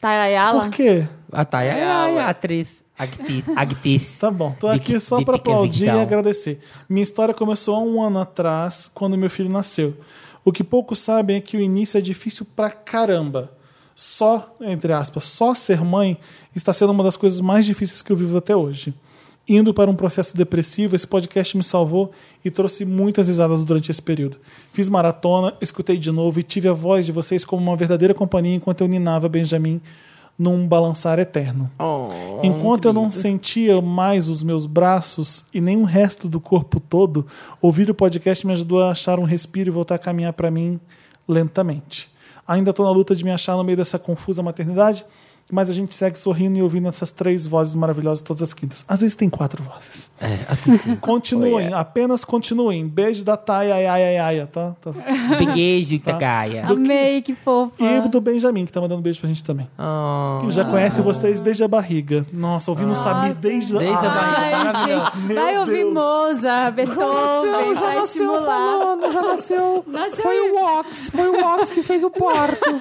S2: Tarayala?
S1: Por quê?
S3: A Thay Ah, ai, ai, ai, atriz. Actis. Actis.
S1: Tá bom, tô
S3: De-
S1: aqui só
S3: de é
S1: pra
S3: pequena
S1: aplaudir e
S3: visão.
S1: agradecer. Minha história começou há um ano atrás, quando meu filho nasceu. O que poucos sabem é que o início é difícil pra caramba. Só, entre aspas, só ser mãe está sendo uma das coisas mais difíceis que eu vivo até hoje. Indo para um processo depressivo, esse podcast me salvou e trouxe muitas risadas durante esse período. Fiz maratona, escutei de novo e tive a voz de vocês como uma verdadeira companhia enquanto eu ninava Benjamin num balançar eterno. Enquanto eu não sentia mais os meus braços e nem o resto do corpo todo, ouvir o podcast me ajudou a achar um respiro e voltar a caminhar para mim lentamente. Ainda estou na luta de me achar no meio dessa confusa maternidade, mas a gente segue sorrindo e ouvindo essas três vozes maravilhosas todas as quintas. Às vezes tem quatro vozes.
S3: É,
S1: continuem, apenas continuem. Beijo da Thay, ai, ai, ai, ai, tá? Tá.
S3: Beijo, Itagaia.
S2: Amei, que fofa.
S1: E do Benjamin, que tá mandando beijo pra gente também.
S3: Oh.
S1: Que já conhece vocês desde a barriga. Nossa, ouvindo o Samir desde,
S3: Ah. Desde a
S1: Ah,
S3: barriga.
S2: Ai,
S3: Maravilhoso.
S2: gente,
S1: Meu
S2: vai ouvir
S1: Deus.
S2: Mozart, Beethoven, vai estimular.
S3: já nasceu.
S2: Nasceu Foi um aí. o
S3: Ox, foi o Ox que fez o parto.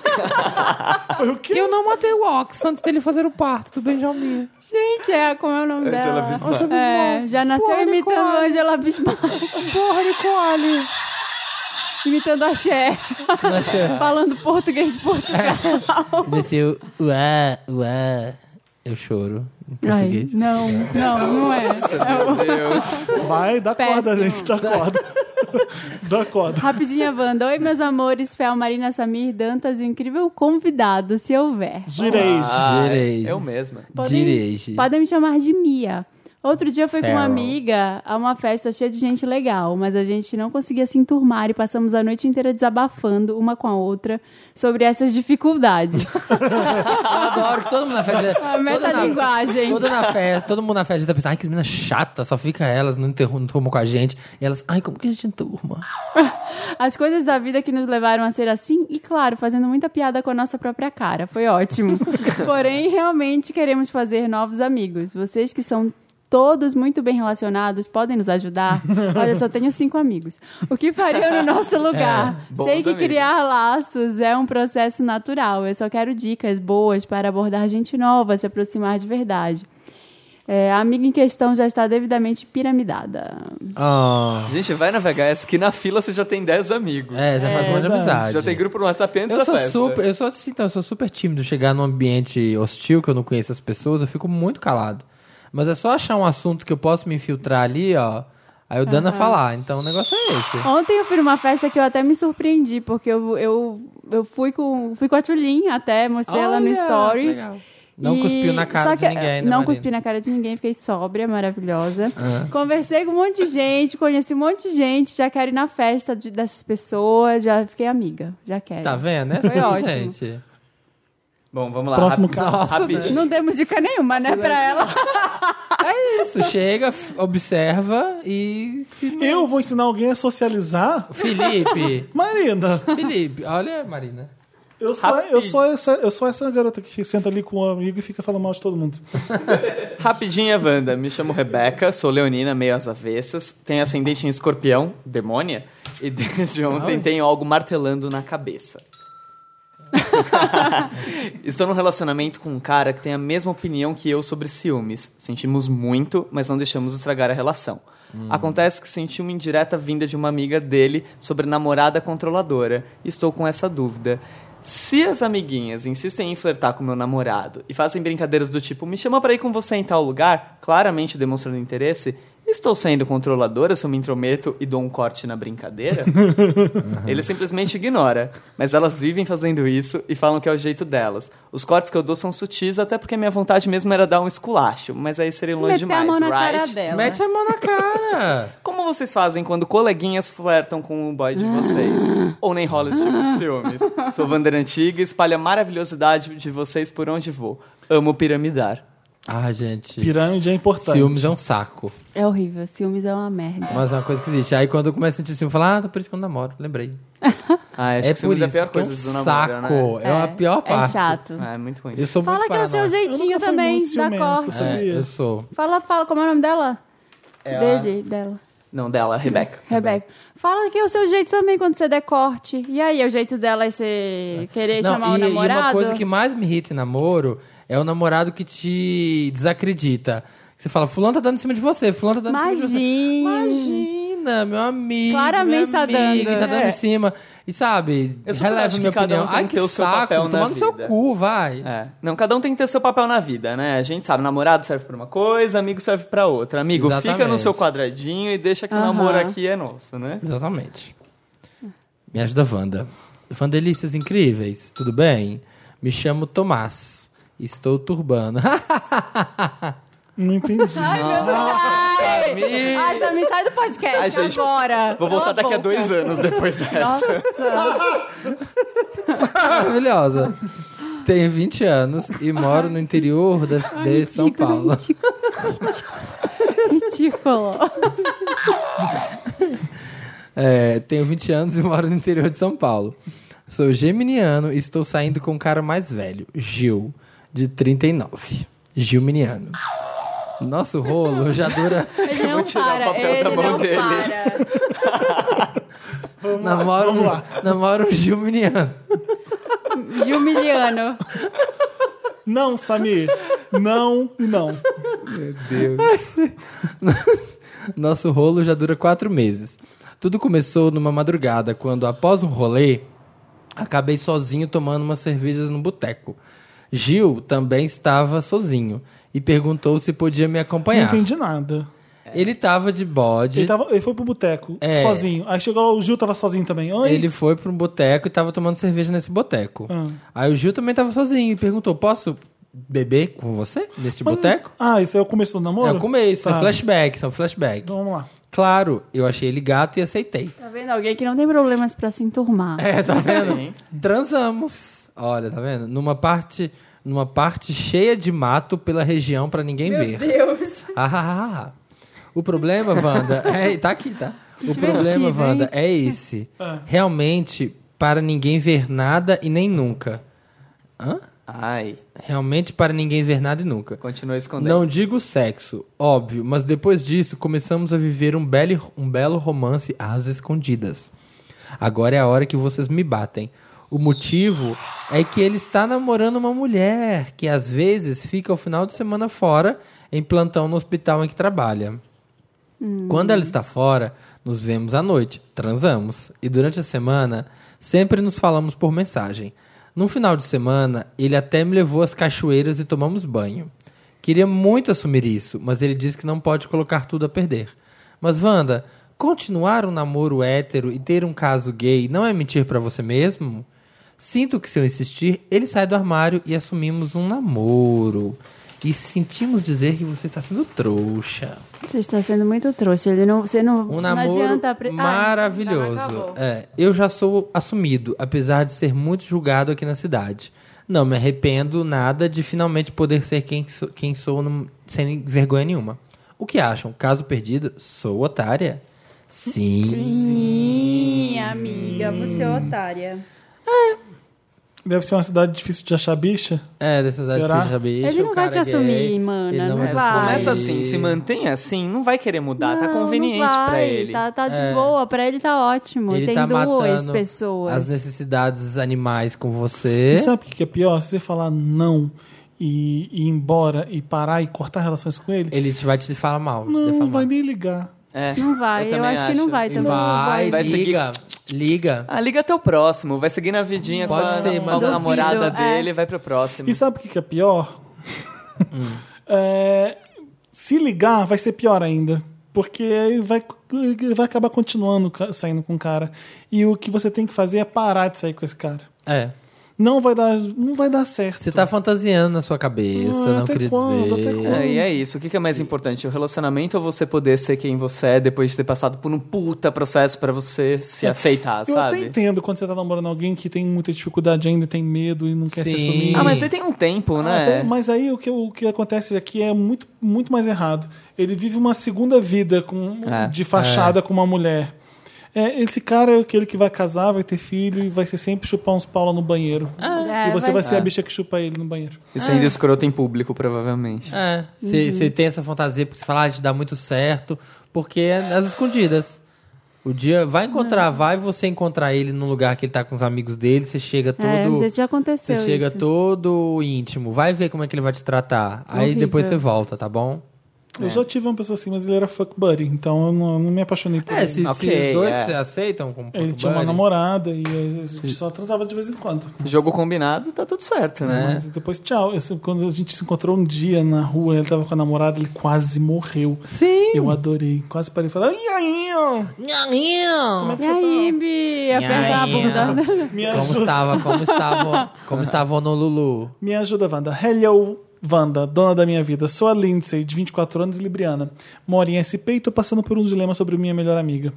S1: Foi o quê?
S3: Eu não matei o Ox antes dele fazer o parto do Benjamin.
S2: Gente, é, como é o nome
S5: Angela
S2: dela?
S5: Bismarck.
S2: É, já nasceu
S3: Porra,
S2: imitando
S3: Nicole.
S2: Angela Bismarck. Porra, Nicole. Imitando axé. Falando português de Portugal.
S3: Desceu, ué, ué. Eu choro em
S2: Ai,
S3: português.
S2: não, não, não é.
S5: Meu Deus.
S1: Vai, dá corda,
S2: Péssimo.
S1: gente, dá corda. dá corda.
S2: Rapidinha, Wanda. Oi, meus amores. Fel, Marina, Samir, Dantas e o incrível convidado, se houver.
S1: Girei.
S3: Girei.
S5: Ah, eu mesma.
S2: Podem-
S3: Dirige.
S2: Podem me chamar de Mia. Outro dia eu fui com uma
S3: Feral.
S2: amiga a uma festa cheia de gente legal, mas a gente não conseguia se enturmar e passamos a noite inteira desabafando uma com a outra sobre essas dificuldades.
S3: Eu adoro que todo mundo na festa.
S2: A metalinguagem.
S3: Toda na festa, todo mundo na festa já tá pensando, ai, que menina chata, só fica elas, não interrum- não turma com a gente. E elas, ai, como que a gente é enturma?
S2: As coisas da vida que nos levaram a ser assim e, claro, fazendo muita piada com a nossa própria cara. Foi ótimo. Porém, realmente queremos fazer novos amigos. Vocês que são todos muito bem relacionados podem nos ajudar. Olha, só tenho cinco amigos. O que faria no nosso lugar?
S5: bons
S2: Sei que
S5: amigos.
S2: criar laços é um processo natural. Eu só quero dicas boas para abordar gente nova, se aproximar de verdade. É, a amiga em questão já está devidamente piramidada.
S3: Ah.
S5: Gente, vai na VHS que na fila você já tem 10 amigos.
S3: É, já faz um monte de
S1: verdade.
S3: amizade.
S5: Já tem grupo no WhatsApp antes
S3: Eu
S5: da
S3: sou
S5: festa.
S3: super, eu sou assim, então, eu sou super tímido. Chegar num ambiente hostil que eu não conheço as pessoas, eu fico muito calado. Mas é só achar um assunto que eu posso me infiltrar ali, ó. Aí o Dana falar. Então o negócio é esse.
S2: Ontem eu fui numa festa que eu até me surpreendi, porque eu, eu, eu fui, com, fui com a Tulin até, mostrei ela no
S3: Olha,
S2: Stories.
S3: legal. Não
S2: E-
S3: cuspiu na cara
S2: só
S3: de
S2: que-
S3: ninguém, né,
S2: Não
S3: Marina? Ah.
S2: cuspi na cara de ninguém, fiquei sóbria, maravilhosa. Conversei com um monte de gente, conheci um monte de gente, já quero ir na festa de- dessas pessoas, já fiquei amiga, já quero.
S3: Tá vendo? É
S2: Foi
S3: assim,
S2: ótimo.
S3: gente.
S5: Bom, vamos lá.
S1: Próximo
S5: Rap-
S1: caso. Nossa,
S5: Rapidinho.
S2: Não demos dica nenhuma, né, pra ela.
S3: Isso, chega, f- observa e. se-
S1: Eu vou ensinar alguém a socializar?
S3: Felipe!
S1: Marina,
S3: Felipe, olha, Marina.
S1: eu sou,
S5: Rapidinho.
S1: eu, sou essa, eu sou essa garota que senta ali com um amigo e fica falando mal de todo mundo.
S5: Rapidinha, Wanda. Me chamo Rebeca, sou leonina, meio às avessas. Tenho ascendente em escorpião, demônia. E desde ontem tenho algo martelando na cabeça. Estou num relacionamento com um cara que tem a mesma opinião que eu sobre ciúmes. Sentimos muito, mas não deixamos estragar a relação. Acontece que senti uma indireta vinda de uma amiga dele sobre namorada controladora. Estou com essa dúvida. Se as amiguinhas insistem em flertar com meu namorado e fazem brincadeiras do tipo me chama pra ir com você em tal lugar, claramente demonstrando interesse, estou sendo controladora se eu me intrometo e dou um corte na brincadeira? Ele simplesmente ignora. Mas elas vivem fazendo isso e falam que é o jeito delas. Os cortes que eu dou são sutis, até porque minha vontade mesmo era dar um esculacho. Mas aí seria longe
S2: Meter a
S5: demais,
S2: mão na
S5: right?
S2: cara dela.
S3: Mete a mão na cara.
S5: Como vocês fazem quando coleguinhas flertam com o boy de vocês? Ou nem rola esse tipo de ciúmes? Sou Wander Antiga e espalho a maravilhosidade de vocês por onde vou. Amo piramidar.
S3: ah, gente.
S1: Pirâmide é importante.
S3: Ciúmes é um saco.
S2: É horrível, ciúmes é uma merda.
S3: Mas é uma coisa que existe. Aí quando eu começo a sentir ciúme, eu falo, ah, por isso que eu não namoro. Lembrei.
S5: Ah, acho
S3: é
S5: que
S3: por
S5: ciúmes
S3: isso.
S5: é a pior
S3: que é um
S5: coisa do namoro, né?
S3: saco. É, uma pior parte.
S2: É chato.
S5: Ah, é muito ruim.
S3: Eu sou
S2: Fala
S3: muito
S2: que é o seu
S3: paranoico.
S1: Eu
S2: jeitinho
S1: nunca fui
S2: também,
S1: muito
S2: da
S1: ciumento,
S2: corte.
S1: sabia?
S3: É, eu sou.
S2: Fala, fala, como é o nome dela?
S5: É
S2: Dele, dela.
S5: Não, dela, Rebeca.
S2: Rebeca. Fala que é o seu jeito também quando você der corte. E aí, é o jeito dela é você querer
S3: Não,
S2: chamar
S3: e,
S2: o
S3: e
S2: namorado?
S3: uma coisa que mais me irrita em namoro é o namorado que te desacredita. Você fala, fulano tá dando em cima de você, fulano tá dando em cima de você.
S2: Imagina.
S3: Imagina, meu amigo.
S2: Claramente
S3: minha
S2: tá
S3: amiga,
S2: dando.
S3: Tá dando
S5: É.
S3: em cima. E sabe,
S5: Eu super
S3: releva
S5: acho que
S3: minha
S5: cada
S3: opinião.
S5: um tem
S3: Ai,
S5: que
S3: que
S5: ter o seu
S3: saco,
S5: papel na
S3: toma no seu
S5: vida.
S3: cu, vai.
S5: É. Não, cada um tem que ter seu papel na vida, né? A gente sabe, namorado serve pra uma coisa, amigo serve pra outra. Amigo, fica no
S3: Exatamente.
S5: seu quadradinho e deixa que o
S2: Aham.
S5: namoro aqui é nosso, né?
S3: Exatamente. Me ajuda, Wanda. Vandelícias incríveis, tudo bem? Me chamo Tomás. Estou turbando.
S1: Não entendi.
S2: Ai, meu Deus. Ai,
S5: Samir.
S2: Ai, Samir, sai do podcast
S5: Ai, gente,
S2: agora.
S5: Vou voltar daqui a dois anos depois dessa.
S2: Nossa.
S3: Maravilhosa. Tenho 20 anos e moro no interior da, de São Paulo.
S2: Ridículo. Ridículo.
S3: É, tenho 20 anos e moro no interior de São Paulo. Sou geminiano e estou saindo com um cara mais velho, Gil, de 39. Gil Miniano. Nosso rolo já dura.
S2: Ele não
S5: te dar o
S2: para,
S5: papel na
S2: ele
S5: mão
S2: não
S5: dele.
S2: para.
S3: namoro, namoro um Gil Miniano.
S2: Gilmiliano.
S1: Não, Samir. Não e não.
S3: Nosso rolo já dura quatro meses. Tudo começou numa madrugada, quando, após um rolê, acabei sozinho tomando umas cervejas no boteco. Gil também estava sozinho e perguntou se podia me
S1: Não
S3: acompanhar.
S1: entendi nada.
S3: Ele estava de bode,
S1: Ele,
S3: ele,
S1: tava, ele foi pro boteco,
S3: É.
S1: sozinho. Aí chegou lá, o Gil tava sozinho também. Oi?
S3: foi para um boteco e estava tomando cerveja nesse boteco. Aí o Gil também estava sozinho e perguntou: Posso beber com você neste
S1: Mas-
S3: boteco?
S1: Ah, isso é o começo do namoro?
S3: É o começo,
S1: Tá.
S3: são flashbacks, são flashbacks.
S1: Então vamos lá.
S3: Claro, eu achei ele gato e aceitei.
S2: Tá vendo alguém que não tem problemas pra se enturmar?
S3: É, tá vendo?
S5: Sim.
S3: Transamos. Olha, tá vendo? Numa parte, numa parte cheia de mato pela região pra ninguém ver. Meu Deus. Ah, ah, ah, ah. O problema, Wanda, é, tá aqui, tá? O
S2: divertido,
S3: problema,
S2: hein?
S3: Wanda, é esse. Realmente para ninguém ver nada e nem nunca. Hã?
S5: Ai,
S3: Realmente para ninguém ver nada e nunca.
S5: continua escondendo.
S3: Não digo sexo, óbvio, mas depois disso começamos a viver um belo, um belo romance às escondidas. Agora é a hora que vocês me batem. O motivo é que ele está namorando uma mulher que às vezes fica o final de semana fora em plantão no hospital em que trabalha. Quando ela está fora, nos vemos à noite, transamos e durante a semana sempre nos falamos por mensagem. No final de semana, ele até me levou às cachoeiras e tomamos banho. Queria muito assumir isso, mas ele disse que não pode colocar tudo a perder. Mas Wanda, continuar um namoro hétero e ter um caso gay não é mentir pra você mesmo? Sinto que se eu insistir, ele sai do armário e assumimos um namoro. E sentimos dizer que você está sendo trouxa.
S2: Você está sendo muito trouxa. Ele não, você não,
S3: Um
S2: não
S3: namoro
S2: adianta... apre- Ai, tá,
S3: maravilhoso.
S2: acabou.
S3: É, eu já sou assumido, apesar de ser muito julgado aqui na cidade. Não me arrependo nada de finalmente poder ser quem sou, quem sou num- sem vergonha nenhuma. O que acham? Caso perdido, sou otária? Sim.
S2: Sim, amiga, você é otária.
S1: Deve ser uma cidade difícil de achar bicha.
S3: É, dessa idade
S1: Será?
S3: fixa, bicho,
S2: Ele não
S3: o
S2: vai
S3: cara
S2: te assumir,
S3: gay,
S2: mana,
S3: ele
S2: não
S3: vai te
S2: vai.
S3: assumir.
S5: Começa assim, se mantém assim, não vai querer mudar, tá
S2: Não,
S5: conveniente
S2: não vai,
S5: pra ele.
S2: Tá, tá de boa, pra ele tá ótimo.
S3: Ele
S2: Tem
S3: tá
S2: duas
S3: matando
S2: pessoas.
S3: As necessidades animais com você.
S1: E sabe o que que é pior? Se você falar não e e ir embora e parar e cortar relações com ele,
S3: Ele te vai te falar mal. te
S1: não,
S3: defamar.
S1: vai nem ligar.
S5: É,
S2: Não vai, eu,
S5: também
S2: acho, que não tá vai
S3: E
S2: também.
S3: Vai,
S5: Vai seguir-
S3: liga. Liga.
S5: Ah, liga até o próximo, vai seguir na vidinha
S3: Pode
S5: com a,
S3: ser,
S5: com
S3: mas
S5: a
S3: eu
S5: namorada
S2: duvido, é.
S5: dele, vai pro próximo.
S1: E sabe o que que é pior? É, se ligar vai ser pior ainda. Porque aí vai, vai acabar continuando ca- saindo com o cara. E o que você tem que fazer é parar de sair com esse cara.
S3: É.
S1: Não vai dar, não vai dar certo.
S3: Você tá fantasiando na sua cabeça,
S1: Ah,
S3: não
S1: até
S3: queria
S1: quando?
S3: dizer.
S1: Até quando?
S5: É, e é isso. O que que é mais importante? O relacionamento ou você poder ser quem você é depois de ter passado por um puta processo pra você se aceitar,
S1: Eu até
S5: sabe?
S1: entendo quando você tá namorando alguém que tem muita dificuldade ainda, tem medo e não quer se
S3: Sim.
S1: assumir.
S5: Ah, mas aí tem um tempo, né?
S1: Até- então, mas aí o que, o que acontece aqui é muito, muito mais errado. Ele vive uma segunda vida com,
S5: É.
S1: de fachada com uma mulher. É, esse cara é aquele que vai casar, vai ter filho e vai ser sempre chupar uns pau lá no banheiro.
S2: É,
S1: e você vai,
S2: vai
S1: ser a bicha que chupa ele no banheiro.
S5: E sendo escroto em público, provavelmente.
S3: É.
S2: Uhum.
S3: Você você tem essa fantasia porque você fala, ah, te dá muito certo, porque é nas escondidas. O dia vai
S2: É.
S3: encontrar, vai você encontrar ele num lugar que ele tá com os amigos dele, você chega todo.
S2: É, não sei se já aconteceu
S3: Você chega
S2: isso.
S3: todo íntimo, vai ver como é que ele vai te tratar. Aí
S2: Horrível.
S3: depois você volta, tá bom?
S1: Eu já tive uma pessoa assim, mas ele era fuck buddy, então eu não, eu não me apaixonei por
S3: É,
S1: ele.
S3: se, se
S5: Ok,
S3: os dois
S5: é.
S3: se aceitam como
S1: Ele
S3: porco
S1: tinha uma
S3: buddy,
S1: namorada e a gente só transava de vez em quando.
S5: Jogo combinado, tá tudo certo, né?
S1: Mas depois, tchau. Eu sei- quando a gente se encontrou um dia na rua, ele tava com a namorada, ele quase morreu. Sim. Eu adorei. Quase parei e falei, e aí? ó?
S2: E aí, Bi? Apertar a bunda.
S1: Me
S3: Como
S1: ajuda,
S3: estava, como estava, como estava no Lulu.
S1: me ajuda, Wanda. Hello, Wanda, dona da minha vida. Sou a Lindsay, de 24 anos, libriana. Moro em SP e tô passando por um dilema sobre minha melhor amiga.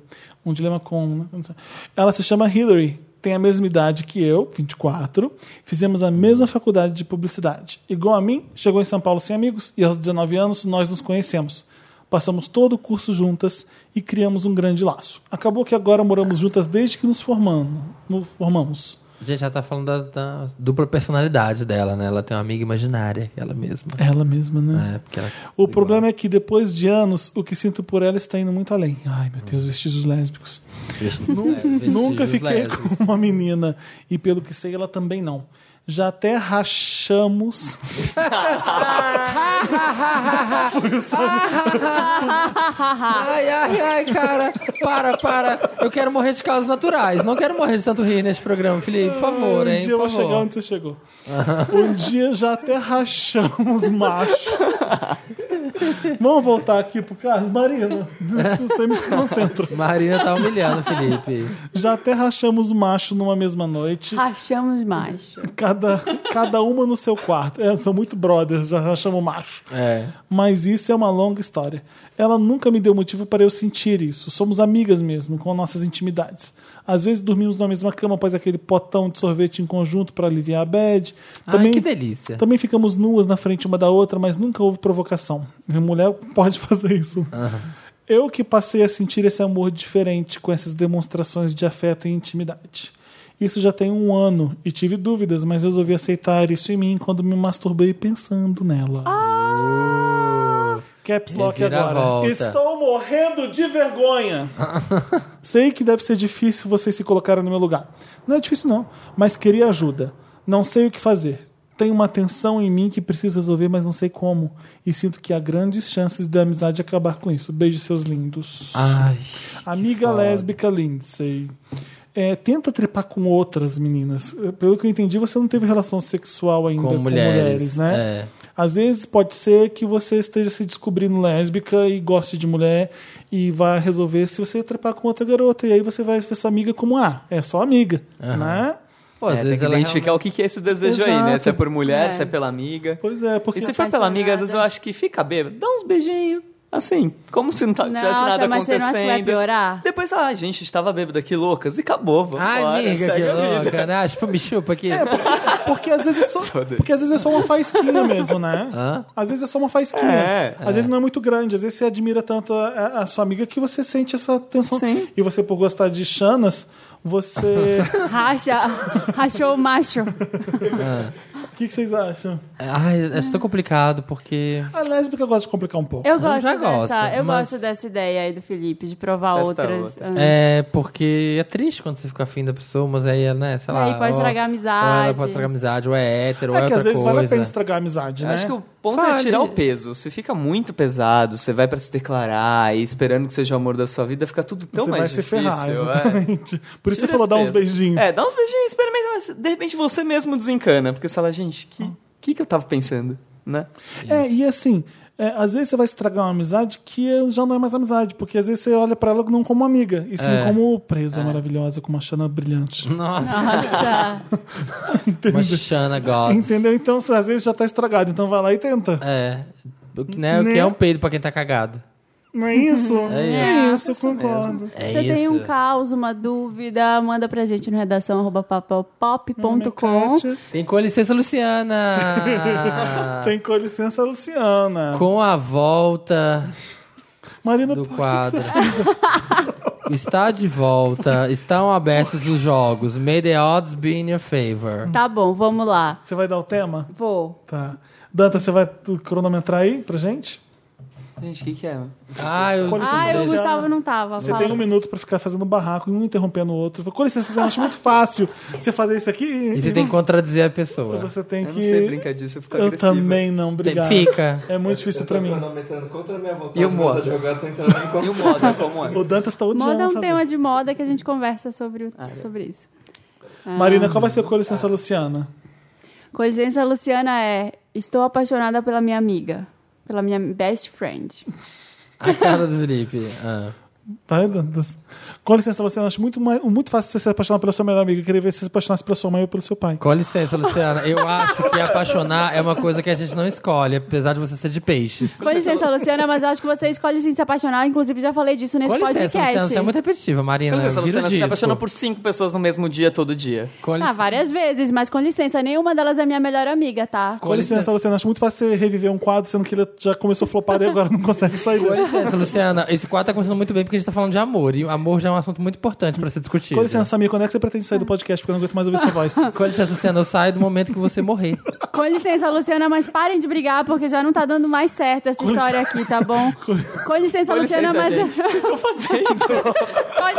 S1: Um dilema com... né? Não sei. Ela se chama Hillary. Tem a mesma idade que eu, 24. Fizemos a mesma faculdade de publicidade. Igual a mim, chegou em São Paulo sem amigos e aos 19 anos nós nos conhecemos. Passamos todo o curso juntas e criamos um grande laço. Acabou que agora moramos juntas desde que nos formamos. Nos formamos.
S3: A gente já tá falando da, da dupla personalidade dela, né? Ela tem uma amiga imaginária, ela mesma.
S1: Ela mesma, né?
S3: É, porque ela...
S1: O problema é que depois de anos, o que sinto por ela está indo muito além. Ai, meu Deus, vestígios lésbicos. Nu- Nunca fiquei com uma menina. E pelo que sei, ela também não. Já até rachamos.
S3: Ai, ai, ai, cara. Para, para. Eu quero morrer de causas naturais. Não quero morrer de tanto rir neste programa, Felipe. Por favor,
S1: um
S3: hein?
S1: dia eu
S3: Por
S1: vou chegar
S3: favor.
S1: onde você chegou. um dia já até rachamos macho. Vamos voltar aqui pro caso, Marina. Você me desconcentra.
S3: Marina tá humilhando, o Felipe.
S1: Já até rachamos macho numa mesma noite.
S2: Rachamos macho.
S1: Cada, cada uma no seu quarto. É, são muito brothers, já rachamos macho.
S3: É.
S1: Mas isso é uma longa história. Ela nunca me deu motivo para eu sentir isso. Somos amigas mesmo, com nossas intimidades. Às vezes dormimos na mesma cama, após aquele potão de sorvete em conjunto para aliviar a bad.
S3: ai, que delícia.
S1: Também ficamos nuas na frente uma da outra, mas nunca houve provocação. A mulher pode fazer isso. Eu que passei a sentir esse amor diferente com essas demonstrações de afeto e intimidade. Isso já tem um ano e tive dúvidas, mas resolvi aceitar isso em mim quando me masturbei pensando nela. Caps Lock agora.
S3: Reviravolta.
S1: Estou morrendo de vergonha. Sei que deve ser difícil vocês se colocarem no meu lugar. Não é difícil, não. Mas queria ajuda. Não sei o que fazer. Tem uma tensão em mim que preciso resolver, mas não sei como. E sinto que há grandes chances da amizade acabar com isso. Beijo, seus lindos.
S3: Ai.
S1: Amiga
S3: foda.
S1: lésbica Lindsay. É, tenta trepar com outras meninas. Pelo que eu entendi, você não teve relação sexual ainda
S3: Com
S1: com, mulheres,
S3: mulheres,
S1: né?
S3: é.
S1: Às vezes pode ser que você esteja se descobrindo lésbica e goste de mulher e vá resolver se você trepar com outra garota. E aí você vai ver sua amiga como, ah, é só amiga, né?
S3: Pô, às
S5: É, tem
S3: vezes
S5: que
S3: ela
S5: identificar
S3: realmente-
S5: o que que é esse desejo aí, né?
S1: Exato.
S5: Se é por mulher,
S2: É.
S5: se é pela amiga.
S1: Pois é, porque...
S5: E se for pela amiga, às vezes eu
S2: Apaixonada.
S5: acho que fica bêbado, dá uns beijinhos. Assim, como se não tá- tivesse
S2: Nossa,
S5: nada
S2: mas você
S5: acontecendo.
S2: não acha que vai piorar?
S5: Depois, ah, gente, estava bêbada aqui, loucas, e acabou, vamos
S3: Ai,
S5: embora,
S3: amiga,
S5: segue
S3: que
S5: a vida.
S3: louca, né? Ah, chupa, me chupa aqui.
S1: Porque às vezes é só, porque às vezes é só uma faísquinha mesmo, né?
S3: Hã?
S1: Às vezes é só uma faísquinha.
S5: É.
S1: às vezes não é muito grande, às vezes você admira tanto a, a- a sua amiga que você sente essa tensão.
S5: Sim.
S1: E você por gostar de Xanas, Você.
S2: Racha, rachou o macho.
S1: O que, que vocês acham?
S3: Ai, acho tão complicado, porque.
S1: A lésbica gosta de complicar um pouco.
S2: Eu
S3: Eu
S2: gosto
S3: já
S2: dessa,
S3: gosto,
S2: eu
S3: mas-
S2: gosto dessa ideia aí do Felipe de provar
S5: Testa
S2: outras.
S5: outra.
S2: antes.
S3: É, porque é triste quando você fica afim da pessoa, mas aí, né, sei lá.
S2: Aí pode
S3: ou-
S2: estragar a
S3: Ou ela
S2: amizade.
S3: pode estragar a amizade, ou é hétero, ou
S1: É
S3: é
S1: que
S3: outra
S1: às vezes
S3: coisa.
S1: vale a pena estragar a amizade,
S5: Eu
S1: né?
S5: Acho que o ponto é
S3: Fale.
S5: tirar o peso. Se fica muito pesado, você vai pra se declarar e esperando que seja o amor da sua vida, fica tudo tão
S1: Você
S5: mais
S1: vai se
S5: difícil.
S1: ferrar,
S5: é.
S1: exatamente. Por isso
S5: Tira
S1: você falou
S5: esse
S1: dar uns
S5: peso.
S1: beijinhos.
S5: É, dá uns beijinhos, experimenta, mas de repente você mesmo desencana. Porque você fala, gente,
S1: Ah.
S5: que, que que eu tava pensando, né?
S1: É, e assim, é, às vezes você vai estragar uma amizade que já não é mais amizade, porque às vezes você olha pra ela não como amiga, e sim
S3: É.
S1: como presa maravilhosa, com uma chana brilhante.
S3: Nossa,
S2: Nossa.
S3: uma Xana gosta.
S1: Entendeu? Então, você, às vezes já tá estragado, então vai lá e tenta.
S3: É. O que, né, o
S1: Né?
S3: que é um peido pra quem tá cagado.
S1: Não é isso?
S3: É
S1: isso, eu concordo.
S3: É
S2: Você
S3: isso.
S2: tem um caos, uma dúvida, manda pra gente no redação arroba papelpop.com.
S1: Minha Kátia.
S3: Tem com licença, Luciana.
S1: Tem com licença, Luciana.
S3: Com a volta
S1: Marina,
S3: do
S1: por que
S3: quadro. Está de volta. Estão abertos os jogos. May the odds be in your favor.
S2: Tá bom, vamos lá.
S1: Você vai dar o tema?
S2: Vou.
S1: Tá. Danta, você vai tu- cronometrar aí pra gente?
S5: Gente, o que que é?
S3: Ah, eu,
S1: Com licença,
S2: Ah, o
S1: Luciana.
S2: Gustavo não tava.
S1: Você
S2: fala.
S1: tem um minuto pra ficar fazendo barraco, um interrompendo o outro. Com licença, eu acho muito fácil você fazer isso aqui e,
S3: e você tem que contradizer a pessoa.
S1: você tem
S5: Eu
S1: que...
S5: não sei brincar disso, eu fico
S1: Eu
S5: agressiva.
S1: também não, obrigado.
S3: Fica.
S1: É muito difícil pra mim.
S5: E o modo? E o modo? Como é?
S1: O Dantas tá odiando
S2: Moda é um
S1: fazer.
S2: tema de moda que a gente conversa sobre,
S3: Ah,
S2: o-
S3: é.
S2: sobre isso.
S1: Marina, qual vai ser o Com Licença Luciana?
S2: Com licença, Luciana é Estou apaixonada pela minha amiga. Pela minha best friend.
S3: A cara do Felipe. Ah.
S1: Vai, Dantas. Tá Com licença, Luciana, acho muito, mais- muito fácil você se apaixonar pela sua melhor amiga. Eu queria ver se você se apaixonasse pela sua mãe ou pelo seu pai.
S3: Com licença, Luciana. Eu acho que apaixonar é uma coisa que a gente não escolhe, apesar de você ser de peixes.
S2: Com licença, Luciana, mas eu acho que você escolhe sim se apaixonar. Inclusive, já falei disso nesse
S3: Com licença,
S2: podcast.
S3: Luciana, você é muito repetitiva, Marina.
S5: Com licença,
S3: Vira o
S5: Luciana, você se
S3: disco.
S5: apaixona por cinco pessoas no mesmo dia, todo dia.
S3: Com
S2: Ah,
S3: licença.
S2: várias vezes, mas com licença, nenhuma delas é minha melhor amiga, tá?
S1: Com licença, Luciana, acho muito fácil você reviver um quadro, sendo que ele já começou flopado e agora não consegue sair.
S3: Com
S1: dele.
S3: licença, Luciana. Esse quadro tá começando muito bem porque a gente tá falando de amor. E amor já é um assunto muito importante pra ser discutido.
S1: Com licença, Samir, quando é que você pretende sair do podcast? Porque eu não aguento mais ouvir sua voz.
S3: Com licença, Luciana. Eu saio do momento que você morrer.
S2: Com licença, Luciana, mas parem de brigar porque já não tá dando mais certo essa história aqui, tá bom? Com licença,
S5: Com
S2: Luciana,
S5: licença,
S2: mas.
S5: gente.
S2: eu-
S5: Tô fazendo.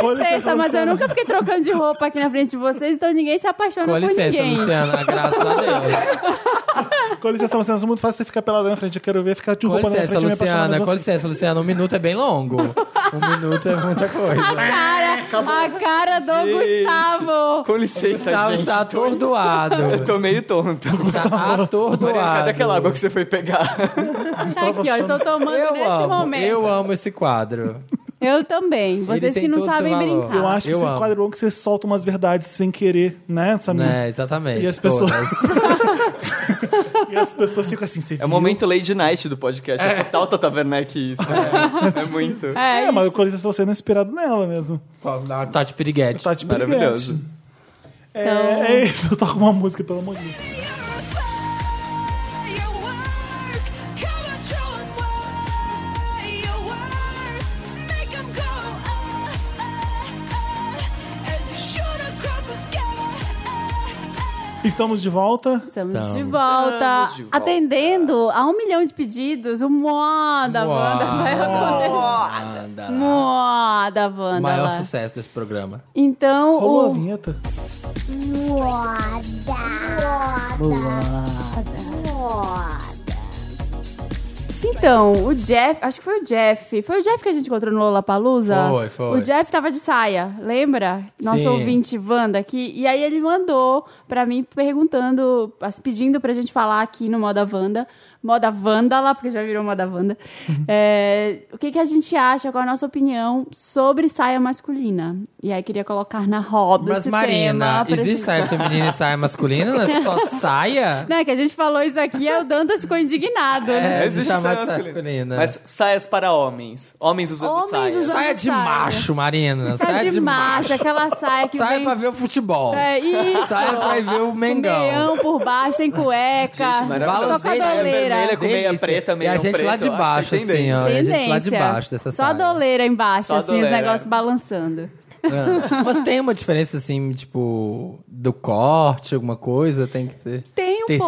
S2: Com licença, mas eu
S1: Luciana.
S2: nunca fiquei trocando de roupa aqui na frente de vocês, então ninguém se apaixona
S3: Com
S2: por
S3: licença,
S2: ninguém.
S3: Luciana. Graças a Deus.
S1: Com licença, Luciana, acho muito fácil você ficar pelada na frente. Eu quero ver ficar de
S3: Com
S1: roupa na minha
S3: licença,
S1: frente e me apaixonar assim.
S3: Luciana.
S1: mais
S3: Com
S1: você.
S3: licença, Luciana. Um minuto é bem longo. Um minuto é muita coisa.
S2: Cara, a cara do Gustavo!
S5: Com licença,
S3: Gustavo
S5: gente.
S3: está atordoado.
S5: Eu tô meio tonto.
S3: Tá atordoado.
S5: Mariana, cadê aquela água que você foi pegar?
S2: Tá aqui, ó, estou tomando
S3: eu
S2: nesse
S3: amo,
S2: momento.
S3: Eu amo esse quadro.
S2: Eu também. Vocês
S3: tem
S2: que não
S3: todo o seu
S2: sabem
S3: valor.
S2: brincar.
S1: Eu acho que
S3: Eu
S1: esse
S3: amo.
S1: quadro é bom que você solta umas verdades sem querer, né, Samir?
S3: né? Exatamente.
S1: E as pessoas-
S3: todas.
S1: E as pessoas ficam assim, você
S5: É o momento Lady Night do podcast. É total Tata Werneck isso. É, é muito.
S1: É, mas com licença, você não é inspirado nela mesmo.
S3: é Tati Piriguete.
S1: Tati
S5: Maravilhoso.
S1: Maravilhoso. É, é isso, eu toco uma música, pelo amor de Deus. Estamos de volta.
S2: Estamos,
S3: Estamos.
S2: de, volta,
S5: Estamos de volta.
S2: atendendo a um milhão de pedidos. O Moda Wanda vai acontecer.
S3: Wanda.
S2: Moda
S3: O
S2: Wanda.
S3: maior
S2: lá.
S3: sucesso desse programa.
S2: Então,
S1: Rolou a
S2: o,
S1: vinheta.
S3: é
S2: então, o Jeff, acho que foi o Jeff. Foi o Jeff que a gente encontrou no Lollapalooza?
S3: Foi, foi.
S2: O Jeff tava de saia, lembra? Nosso
S3: Sim.
S2: ouvinte Wanda aqui. E aí ele mandou pra mim perguntando, as- pedindo pra gente falar aqui no Moda Wanda. Moda Wanda lá, porque já virou Moda Wanda.
S3: Uhum.
S2: É, o que, que a gente acha, qual a nossa opinião sobre saia masculina? E aí queria colocar na roda
S3: Mas
S2: esse
S3: Marina,
S2: tema. pra
S3: existe
S2: gente-
S3: saia feminina e saia masculina? Não é Só saia?
S2: Não, é que a gente falou isso aqui, aí o Dantas ficou indignado, né?
S5: É,
S3: existe saia masculina.
S5: Mas saias para homens. Homens usando
S2: Homens
S5: saias.
S2: usando-
S3: Saia de
S2: saia.
S3: macho, Marina.
S2: Tá
S3: Saia
S2: de macho, aquela saia que
S3: Saia
S2: vem...
S3: pra ver o futebol.
S2: É isso.
S3: Saia pra ver o Mengão.
S2: Meião por baixo, sem cueca.
S5: Gente, maravilhoso. é
S2: só com
S3: Balanceira,
S2: a
S5: vermelha
S2: doleira.
S5: com meia
S3: Delícia.
S5: preta,
S3: E a
S5: meião
S3: gente lá
S5: preto,
S3: de
S5: eu
S3: baixo,
S5: achei
S3: assim, ó. E a gente lá de baixo dessa
S2: Só a
S3: saia.
S2: doleira embaixo,
S5: Só a
S2: assim, os
S5: doleira.
S2: negócios balançando.
S3: É. Mas tem uma diferença, assim, tipo, do corte, alguma coisa? Tem que ter
S2: Tem um
S3: tecido.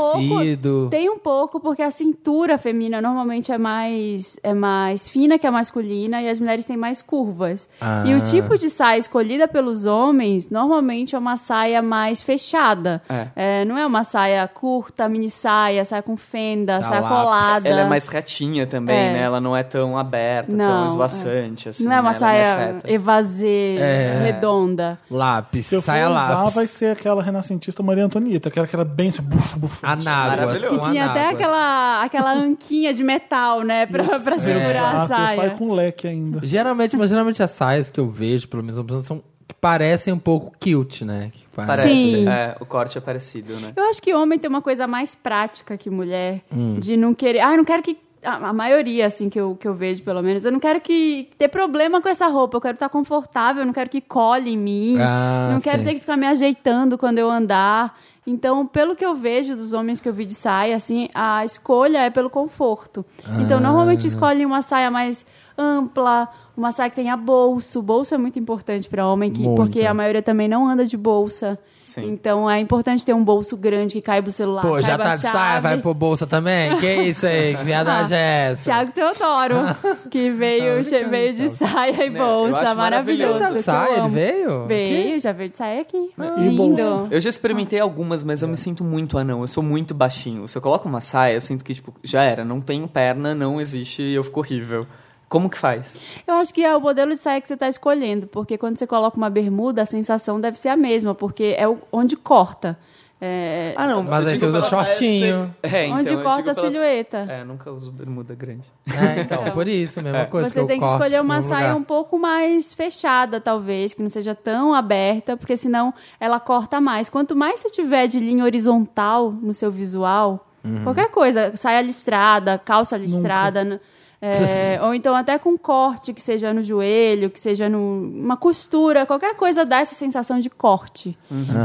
S2: pouco. Tem um pouco, porque a cintura feminina normalmente é mais, é mais fina que a masculina e as mulheres têm mais curvas.
S3: Ah.
S2: E o tipo de saia escolhida pelos homens normalmente é uma saia mais fechada. É, não é uma saia curta, mini saia, saia com fenda, saia
S3: lápis.
S2: colada.
S5: Ela é mais retinha também,
S2: É.
S5: né? Ela não é tão aberta, tão
S2: Não, é.
S5: esvoaçante, assim.
S2: não é uma
S5: né? Ela mais
S2: saia
S5: reta.
S2: evazê,
S3: É.
S2: redonda.
S3: Lápis,
S1: Se eu for
S3: saia
S1: usar,
S3: lápis.
S1: vai ser aquela renascentista Maria Antonieta, que era aquela bem assim, buf, buf.
S3: Anáguas.
S5: Maravilhoso.
S2: E
S3: são
S2: tinha até
S3: anáguas.
S2: aquela, aquela anquinha de metal, né? Pra,
S5: É.
S2: pra segurar a
S1: Exato, é eu
S2: saia.
S1: saio com um leque ainda.
S3: Geralmente, mas geralmente as saias que eu vejo, pelo menos, são que parecem um pouco cute, né? Que
S5: Parece.
S2: Sim.
S5: É, o corte é parecido, né?
S2: Eu acho que homem tem uma coisa mais prática que mulher,
S3: Hum.
S2: de não querer. Ah, eu não quero que. A a maioria, assim, que eu, que eu vejo, pelo menos, eu não quero que ter problema com essa roupa. Eu quero estar confortável, eu não quero que colhe em mim.
S3: Ah,
S2: não quero
S3: sim.
S2: ter que ficar me ajeitando quando eu andar. Então, pelo que eu vejo dos homens que eu vi de saia, assim, a escolha é pelo conforto.
S3: Ah.
S2: Então, normalmente escolhem uma saia mais ampla, uma saia que tenha bolso. Bolso é muito importante para homem, que,
S3: Muito.
S2: porque a maioria também não anda de bolsa.
S5: Sim.
S2: Então é importante ter um bolso grande que caiba o celular.
S3: Pô, já
S2: caiba
S3: tá
S2: a
S3: de
S2: chave.
S3: saia, vai pro bolsa também? Que isso aí? Que viadagem é essa?
S2: Tiago Teodoro, que veio, che- veio de saia e
S5: Né, eu
S2: bolsa.
S5: acho maravilhoso.
S2: Maravilhoso.
S5: Ele tá
S2: que eu
S3: de saia? Ele
S2: amo.
S3: veio?
S2: Veio, já veio de saia aqui.
S1: E
S2: Lindo.
S1: bolso.
S5: Eu já experimentei algumas, mas
S3: É.
S5: eu me sinto muito anão. Eu sou muito baixinho. Se eu coloco uma saia, eu sinto que, tipo, já era. Não tenho perna, não existe e eu fico horrível. Como que faz?
S2: Eu acho que é o modelo de saia que você tá escolhendo, porque quando você coloca uma bermuda, a sensação deve ser a mesma, porque é o- onde corta. É,
S5: Ah, não.
S3: Mas
S5: eu
S3: aí
S5: digo
S3: você usa
S5: pela saia
S3: shortinho.
S5: ser- É, então,
S2: Onde
S5: eu
S2: corta
S5: digo
S2: a
S5: pela-
S2: silhueta.
S5: É, nunca uso bermuda grande.
S3: É, então, por isso, mesma coisa.
S2: É. Você
S3: o
S2: tem que
S3: corte
S2: escolher uma
S3: no mesmo
S2: saia
S3: lugar.
S2: um pouco mais fechada, talvez, que não seja tão aberta, porque senão ela corta mais. Quanto mais você tiver de linha horizontal no seu visual,
S3: Uhum.
S2: qualquer coisa, saia listrada, calça listrada, n- é, ou então até com corte, que seja no joelho, que seja numa costura, qualquer coisa dá essa sensação de corte.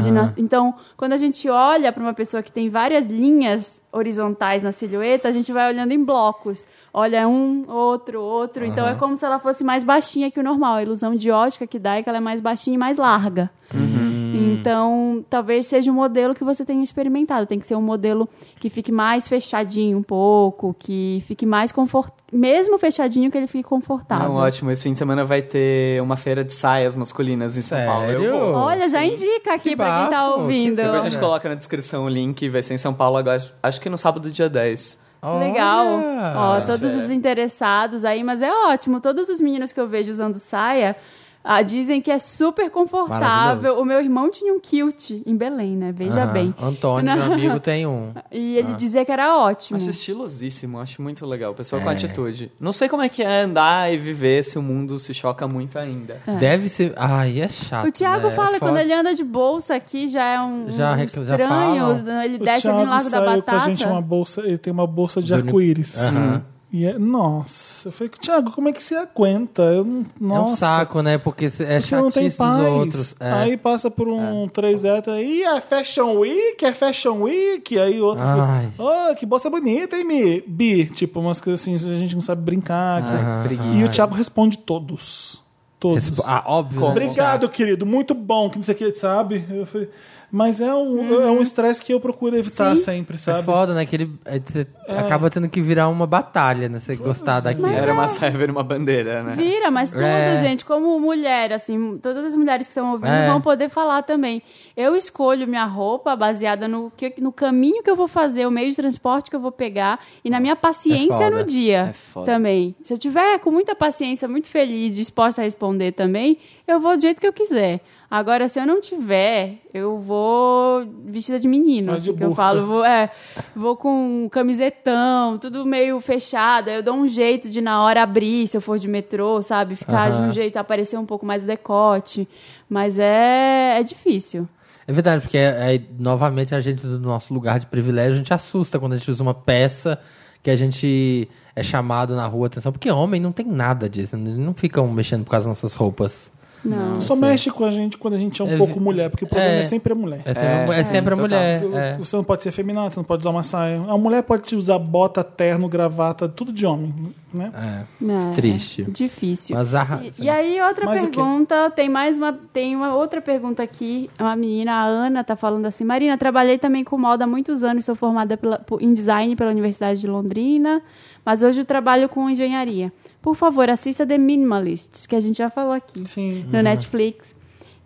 S2: De na- Então, quando a gente olha para uma pessoa que tem várias linhas horizontais na silhueta, a gente vai olhando em blocos. Olha um, outro, outro. Então é como se ela fosse mais baixinha que o normal. A ilusão de ótica que dá é que ela é mais baixinha e mais larga.
S3: Hum.
S2: Então, talvez seja um modelo que você tenha experimentado. Tem que ser um modelo que fique mais fechadinho um pouco, que fique mais confortável. Mesmo fechadinho, que ele fique confortável.
S5: Não, ótimo. Esse fim de semana vai ter uma feira de saias masculinas em São Paulo. Eu
S3: Sério?
S5: vou.
S2: Olha, já indica aqui
S3: Que
S2: pra quem tá
S3: bafo, que
S2: ouvindo.
S5: Depois a gente
S3: Olha.
S5: coloca na descrição o link. Vai ser em São Paulo agora. Acho que no sábado, dia 10.
S2: Legal.
S3: Olha! É.
S2: Ó, todos os interessados aí, mas é ótimo. Todos os meninos que eu vejo usando saia ah, dizem que é super confortável.
S3: Maravilhoso.
S2: O meu irmão tinha um kilt em Belém, né? Veja
S3: Aham.
S2: bem.
S3: Antônio,
S2: Não.
S3: meu amigo, tem um.
S2: E ele dizia que era ótimo.
S5: Acho estilosíssimo, acho muito legal. Pessoal com atitude. Não sei como é que é andar e viver se o mundo se choca muito ainda.
S3: Deve ser. Ai, é chato.
S2: O Thiago
S3: né?
S2: fala
S3: é
S2: que quando
S3: foda.
S2: ele anda de bolsa aqui já é um,
S3: Já
S2: um
S3: recla- já
S2: estranho. né?
S3: falam.
S2: ele
S1: O
S2: desce ali no
S1: Thiago
S2: Largo da
S1: saiu com a
S2: Batata.
S1: gente uma bolsa, ele tem uma bolsa de
S3: Do uni-
S1: arco-íris.
S3: Aham.
S1: E é, nossa, eu falei, Thiago, como é que você aguenta? Eu não,
S3: É
S1: nossa,
S3: um saco, né? Porque cê- é
S1: você não tem
S3: chatice dos
S1: paz.
S3: outros. É.
S1: Aí passa por um 3 hétero aí, é Fashion Week, é Fashion Week, aí outro.
S3: Ai.
S1: Oh, que bolsa bonita, hein, Mi? Bi, tipo, umas coisas assim, a gente não sabe brincar. que-
S5: preguiça.
S1: E o Thiago responde todos. Todos.
S3: Respo- Ah, óbvio. né?
S1: Obrigado, querido. Muito bom, que não sei o que, sabe? Eu falei, mas é um é um estresse que eu procuro evitar sempre,
S3: Uhum. É
S1: sabe?
S3: foda, né? Que ele, é, cê acaba tendo que virar uma batalha, né? Você gostar daquilo.
S2: é
S5: Era uma saia, era uma bandeira, né?
S2: Vira, mas tudo,
S3: É.
S2: gente, como mulher, assim, todas as mulheres que estão ouvindo
S3: É.
S2: vão poder falar também. Eu escolho minha roupa baseada no, que- no caminho que eu vou fazer, o meio de transporte que eu vou pegar e na minha paciência
S3: É foda.
S2: no dia
S5: É foda.
S2: também. Se eu tiver com muita paciência, muito feliz, disposta a responder também, eu vou do jeito que eu quiser. Agora, se eu não tiver, eu vou vestida de menino,
S1: Mas de
S2: assim, que eu
S1: burca.
S2: falo, vou, é, vou com um camisetão, tudo meio fechado. aí Eu dou um jeito de na hora abrir, se eu for de metrô, sabe? Ficar de
S3: Aham.
S2: um jeito, aparecer um pouco mais o decote. Mas é, é difícil.
S3: É verdade, porque é, é, novamente a gente do nosso lugar de privilégio, a gente assusta quando a gente usa uma peça que a gente um é chamado na rua atenção, porque homem não tem nada disso, né? eles não ficam mexendo por causa das nossas roupas.
S2: Não.
S1: Só mexe com a gente quando a gente é um
S3: É,
S1: pouco mulher, porque o problema é,
S3: é.
S1: sempre a mulher.
S3: É sempre, é,
S5: sim,
S3: sempre a
S5: total.
S3: mulher.
S1: Você,
S3: é.
S1: você não pode ser feminado, você não pode usar uma saia. A mulher pode usar bota, terno, gravata, tudo de homem, né?
S3: É.
S2: É,
S3: Triste.
S2: Difícil.
S3: Mas arra-
S2: Tipo, E, e aí, outra
S1: Mas o quê?
S2: pergunta, tem mais uma, tem uma outra pergunta aqui. Uma menina, a Ana, tá falando assim: Marina, trabalhei também com moda há muitos anos, sou formada pela- por- em design pela Universidade de Londrina, mas hoje eu trabalho com engenharia. Por favor, assista The Minimalists, que a gente já falou aqui
S1: Sim.
S2: no Netflix.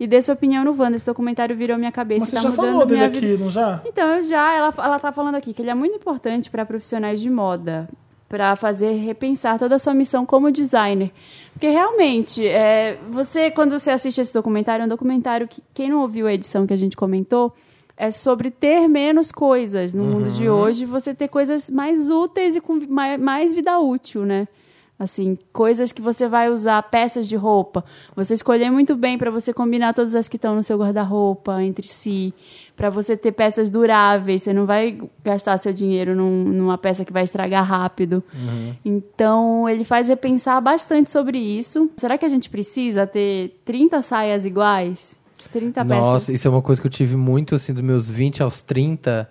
S2: E dê sua opinião no Wanda. Esse documentário virou minha cabeça.
S1: Mas você
S2: tá
S1: já
S2: mudando
S1: falou dele
S2: minha vida.
S1: aqui, não já?
S2: Então, eu já, ela, ela tá falando aqui que ele é muito importante para profissionais de moda, para fazer repensar toda a sua missão como designer. Porque realmente, é, você, quando você assiste esse documentário, é um documentário que, quem não ouviu a edição que a gente comentou, é sobre ter menos coisas no mundo de hoje, você ter coisas mais úteis e com mai- mais vida útil, né? Assim, coisas que você vai usar, peças de roupa. Você escolher muito bem para você combinar todas as que estão no seu guarda-roupa entre si. Para você ter peças duráveis. Você não vai gastar seu dinheiro num- numa peça que vai estragar rápido.
S3: Uhum.
S2: Então, ele faz repensar bastante sobre isso. Será que a gente precisa ter 30 saias iguais? 30
S3: Nossa,
S2: peças.
S3: isso é uma coisa que eu tive muito, assim, dos meus 20 aos 30.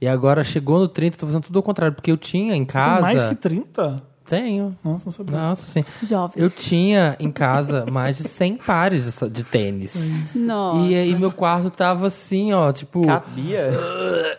S3: E agora chegou no 30, eu tô fazendo tudo ao contrário. Porque eu tinha em
S1: Tem
S3: casa.
S1: mais que 30?
S3: Tenho.
S1: Nossa, não sabia.
S3: Nossa, sim.
S2: Jovem.
S3: Eu tinha em casa mais de 100 pares de, sa- de tênis.
S2: Nossa.
S3: E aí meu quarto tava assim, ó, tipo.
S5: Cabia?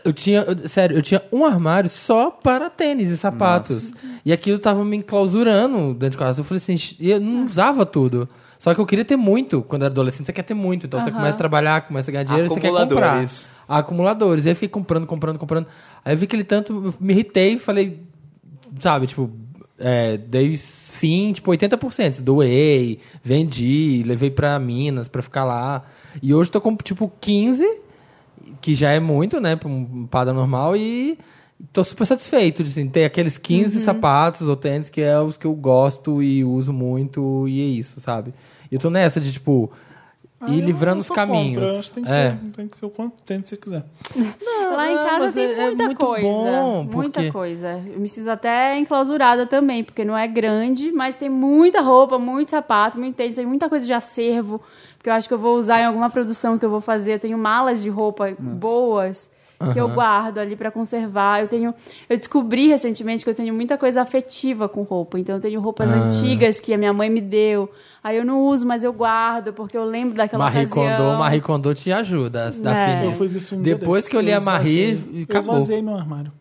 S3: Eu tinha, eu- sério, eu tinha um armário só para tênis e sapatos. E aquilo tava me enclausurando dentro de casa. Eu falei assim, "Ixi", e eu não usava tudo. Só que eu queria ter muito. Quando era adolescente, você quer ter muito. Então você começa a trabalhar, começa a ganhar dinheiro, você quer comprar.
S5: Acumuladores.
S3: Acumuladores. E aí eu fiquei comprando, comprando, comprando. Aí eu vi que ele tanto me irritei e falei, sabe, tipo, é, dei fim, tipo, 80%. Doei, vendi, levei pra Minas pra ficar lá. E hoje tô com, tipo, 15% que já é muito, né, para um padrão normal e tô super satisfeito de assim, ter aqueles 15
S1: Uhum.
S3: sapatos ou tênis que é os que eu gosto e uso muito e é isso, sabe? E eu tô nessa de tipo
S1: Ah, eu
S3: ir
S1: não-
S3: livrando
S1: não
S3: os
S1: sou contra, eu
S3: caminhos.
S1: acho que tem,
S3: é.
S1: que, tem que ser o quanto tempo você quiser.
S2: Lá em
S3: Ah,
S2: casa
S3: mas
S2: tem
S3: é- é
S2: muita
S3: muito
S2: coisa.
S3: bom,
S2: muita
S3: porque-
S2: coisa. Eu me sinto até enclausurada também, porque não é grande, mas tem muita roupa, muito sapato, muito tênis, tem muita coisa de acervo, que eu acho que eu vou usar em alguma produção que eu vou fazer. Eu tenho malas de roupa boas que eu guardo ali pra conservar. Eu tenho, eu descobri recentemente que eu tenho muita coisa afetiva com roupa. Então eu tenho roupas
S3: Ah.
S2: antigas que a minha mãe me deu. Aí eu não uso, mas eu guardo porque eu lembro daquela
S3: Marie Kondo,
S2: ocasião.
S3: Marie Kondo te ajuda a se dar
S2: É.
S3: fim.
S1: Eu fiz isso um dia
S3: Depois
S1: desse.
S3: que eu li a Marie,
S1: esvaziei-
S3: e
S1: Eu
S3: acabou.
S1: esvaziei meu armário.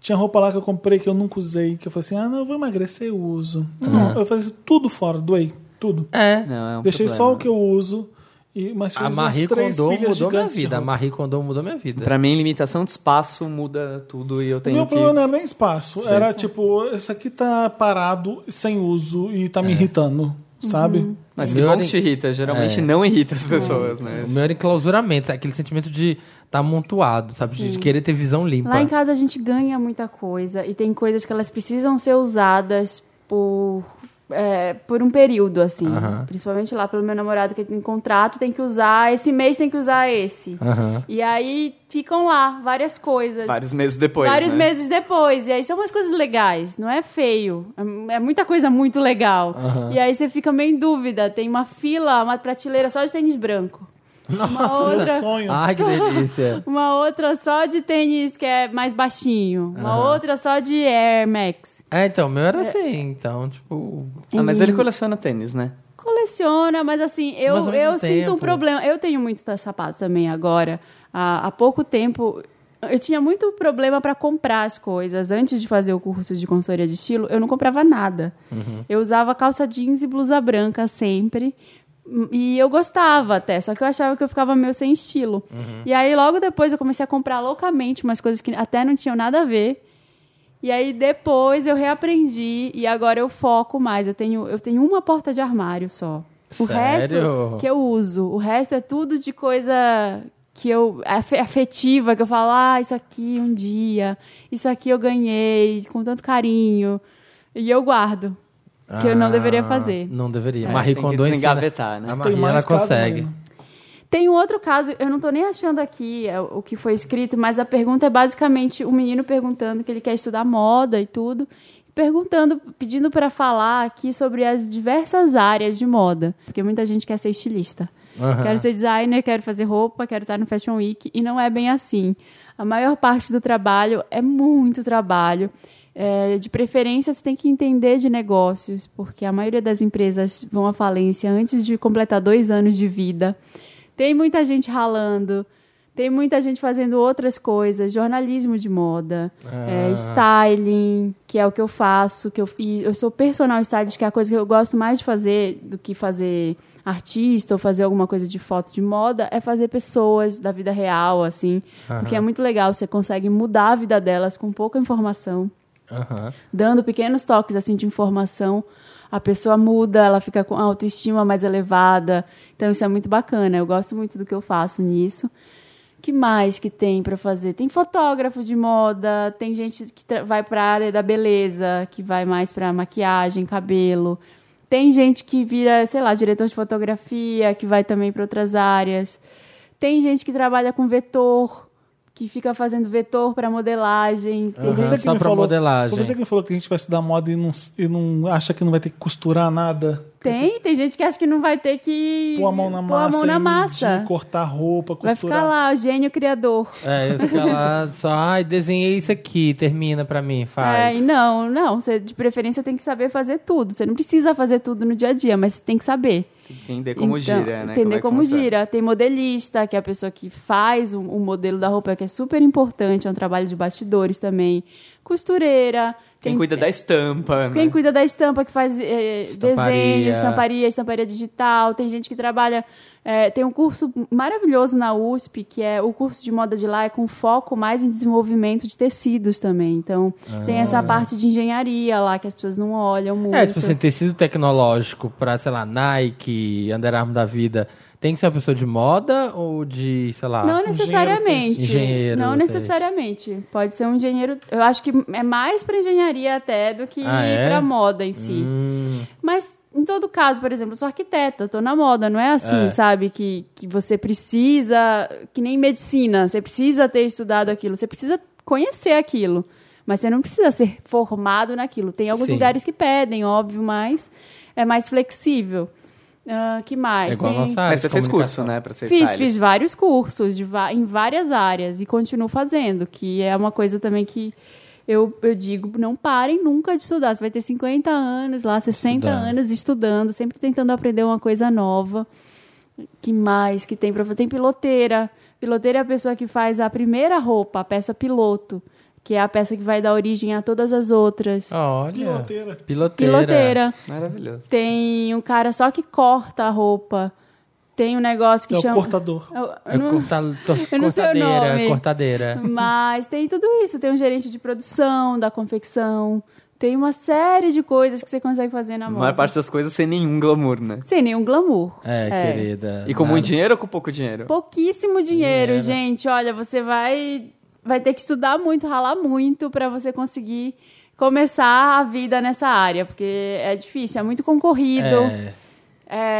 S1: Tinha roupa lá que eu comprei que eu nunca usei, que eu falei assim: ah, não, eu vou emagrecer, eu uso. Não, eu falei assim, tudo fora, doei, tudo.
S3: É.
S5: Não, é um
S1: Deixei
S5: problema.
S1: só o que eu uso. E, mas fiz
S3: A
S1: umas
S3: Marie
S1: três
S3: Kondo
S1: pilhas
S3: mudou minha
S1: gigantes tipo. de
S3: vida. A
S1: roupa.
S3: Marie Kondo mudou minha vida.
S5: Pra mim, limitação de espaço muda tudo e
S1: O
S5: eu
S1: meu
S5: tenho que...
S1: problema não era nem espaço. era tipo, isso aqui tá parado, sem uso e
S3: É.
S1: tá me irritando,
S2: Uhum.
S1: sabe?
S5: Mas
S3: O
S5: que
S3: meu
S5: bom
S3: era-
S5: que te irrita. Geralmente
S3: É.
S5: não irrita as pessoas, né?
S3: O meu era enclausuramento, sabe? aquele sentimento de tá amontoado, sabe? De, de querer ter visão limpa.
S2: Lá em casa a gente ganha muita coisa e tem coisas que elas precisam ser usadas por, é, por um período, assim.
S3: Aham.
S2: Principalmente lá pelo meu namorado que tem contrato, tem que usar, esse mês tem que usar esse.
S3: Aham.
S2: E aí ficam lá várias coisas.
S5: Vários meses depois,
S2: Vários
S5: né?
S2: meses depois. E aí são umas coisas legais, não é feio. É é muita coisa muito legal. E aí você fica meio em dúvida. Tem uma fila, uma prateleira só de tênis branco. uma
S1: Meu
S2: outra...
S1: é sonho.
S3: Ai, que delícia.
S2: Uma outra só de tênis que é mais baixinho. Uma outra só de Air Max.
S3: É, então, o meu era assim, então, tipo.
S5: Ah, mas ele coleciona tênis, né?
S2: Coleciona, mas assim, eu,
S3: Mas ao mesmo
S2: eu sinto um
S3: tempo.
S2: problema. Eu tenho muito ta- sapato também agora. Há, há pouco tempo. Eu tinha muito problema para comprar as coisas. Antes de fazer o curso de consultoria de estilo, eu não comprava nada.
S3: Uhum.
S2: Eu usava calça jeans e blusa branca sempre. E eu gostava até, só que eu achava que eu ficava meio sem estilo.
S3: Uhum.
S2: E aí, logo depois, eu comecei a comprar loucamente umas coisas que até não tinham nada a ver. E aí depois eu reaprendi e agora eu foco mais. Eu tenho, eu tenho uma porta de armário só. O
S3: Sério?
S2: resto que eu uso. O resto é tudo de coisa que eu afe- afetiva, que eu falo, ah, isso aqui um dia, isso aqui eu ganhei com tanto carinho. E eu guardo. Que eu não
S3: Ah,
S2: deveria fazer.
S3: Não deveria.
S5: É,
S3: Marie
S5: tem
S3: Kondo
S5: que
S3: ensina-
S5: desengavetar, né?
S3: A
S5: Tem
S3: Marie, ela
S1: mais casos,
S3: consegue.
S1: Marina.
S2: Tem um outro caso, eu não tô nem achando aqui é, o que foi escrito, mas a pergunta é basicamente o menino perguntando que ele quer estudar moda e tudo. perguntando, pedindo para falar aqui sobre as diversas áreas de moda, porque muita gente quer ser estilista.
S3: Aham.
S2: Quero ser designer, quero fazer roupa, quero estar no Fashion Week e não é bem assim. A maior parte do trabalho é muito trabalho. É, de preferência, você tem que entender de negócios, porque a maioria das empresas vão à falência antes de completar dois anos de vida. Tem muita gente ralando, tem muita gente fazendo outras coisas, jornalismo de moda, é, styling, que é o que eu faço, que eu, e eu sou personal stylist, que é a coisa que eu gosto mais de fazer do que fazer artista ou fazer alguma coisa de foto de moda, é fazer pessoas da vida real, assim, porque é muito legal, você consegue mudar a vida delas com pouca informação
S3: Aham.
S2: dando pequenos toques assim de informação, a pessoa muda, ela fica com a autoestima mais elevada. Então isso é muito bacana. Eu gosto muito do que eu faço nisso. Que mais que tem para fazer? Tem fotógrafo de moda, tem gente que tra- vai para a área da beleza, que vai mais para maquiagem, cabelo. Tem gente que vira, sei lá, diretor de fotografia, que vai também para outras áreas. Tem gente que trabalha com vetor, que fica fazendo vetor para modelagem. Tem gente
S3: Aham, só pra modelagem.
S1: Foi você que me falou que a gente vai estudar moda e não, e não acha que não vai ter que costurar nada.
S2: Tem, tem gente que acha que não vai ter que
S1: Pôr a mão na
S2: pôr
S1: massa.
S2: a mão na
S1: e
S2: massa.
S1: medir, cortar roupa,
S2: Vai
S1: costurar.
S2: ficar lá, gênio criador.
S3: É, eu ficar lá só, ai, desenhei isso aqui, termina pra mim,
S2: É,
S3: faz.
S2: e não, não, você de preferência tem que saber fazer tudo. Você não precisa fazer tudo no dia a dia, mas você tem que saber.
S5: Entender como
S2: Então,
S5: gira, né?
S2: Entender
S5: é que
S2: como,
S5: funciona.
S2: gira. Tem modelista, que é a pessoa que faz o, o modelo da roupa, que é super importante, é um trabalho de bastidores também. Costureira.
S5: Quem
S2: tem-
S5: cuida da estampa, né?
S2: Quem cuida da estampa, que faz eh,
S3: Estamparia.
S2: desenho, estamparia, estamparia digital. Tem gente que trabalha. eh, tem um curso maravilhoso na USP, que é o curso de moda de lá, é com foco mais em desenvolvimento de tecidos também. Então, tem essa parte de engenharia lá, que as pessoas não olham muito.
S3: Ah. É, tipo assim, tecido tecnológico pra, sei lá, Nike, Under Armour da vida, tem que ser uma pessoa de moda ou de, sei lá...
S2: Não é necessariamente.
S3: um Engenheiro,
S2: não
S3: talvez.
S2: necessariamente. Pode ser um engenheiro. Eu acho que é mais para engenharia até do que
S3: Ah, é?
S2: para moda em si.
S3: Hum,
S2: Mas, em todo caso, por exemplo, eu sou arquiteta, tô na moda, não é assim,
S3: É.
S2: sabe? Que, que você precisa. Que nem medicina, você precisa ter estudado aquilo, você precisa conhecer aquilo. Mas você não precisa ser formado naquilo. Tem alguns
S3: Sim.
S2: lugares que pedem, óbvio, mas é mais flexível. Ah, que
S3: é
S2: mais?
S3: igual a
S2: Tem-
S3: nossa área de
S5: Mas você fez curso,
S3: comunicação.
S5: né? Pra ser
S2: Fiz,
S5: stylist.
S2: fiz vários cursos de va- em várias áreas e continuo fazendo, que é uma coisa também que eu, eu digo, não parem nunca de estudar. Você vai ter 50 anos lá, 60
S3: Estudando.
S2: anos estudando, sempre tentando aprender uma coisa nova. Que mais que tem pra fazer? Tem piloteira. Piloteira é a pessoa que faz a primeira roupa, a peça piloto, que é a peça que vai dar origem a todas as outras.
S3: Olha,
S1: Piloteira.
S3: piloteira.
S2: Piloteira.
S5: Maravilhoso.
S2: Tem um cara só que corta a roupa. Tem um negócio que
S1: É o
S2: chama.
S1: cortador.
S2: Eu-
S3: É
S2: eu não-
S3: corta, to-
S2: eu não sei o
S3: cortadeira,
S2: nome.
S3: cortadeira.
S2: Mas tem tudo isso. Tem um gerente de produção, da confecção. Tem uma série de coisas que você consegue fazer na
S5: A
S2: moda.
S5: maior é parte das coisas sem nenhum glamour, né?
S2: Sem nenhum glamour.
S3: É, querida.
S5: E com
S3: nada.
S5: muito dinheiro ou com pouco dinheiro?
S2: Pouquíssimo dinheiro,
S3: Dinheiro.
S2: gente. Olha, você vai, vai ter que estudar muito, ralar muito para você conseguir começar a vida nessa área. Porque é difícil, é muito concorrido.
S3: É,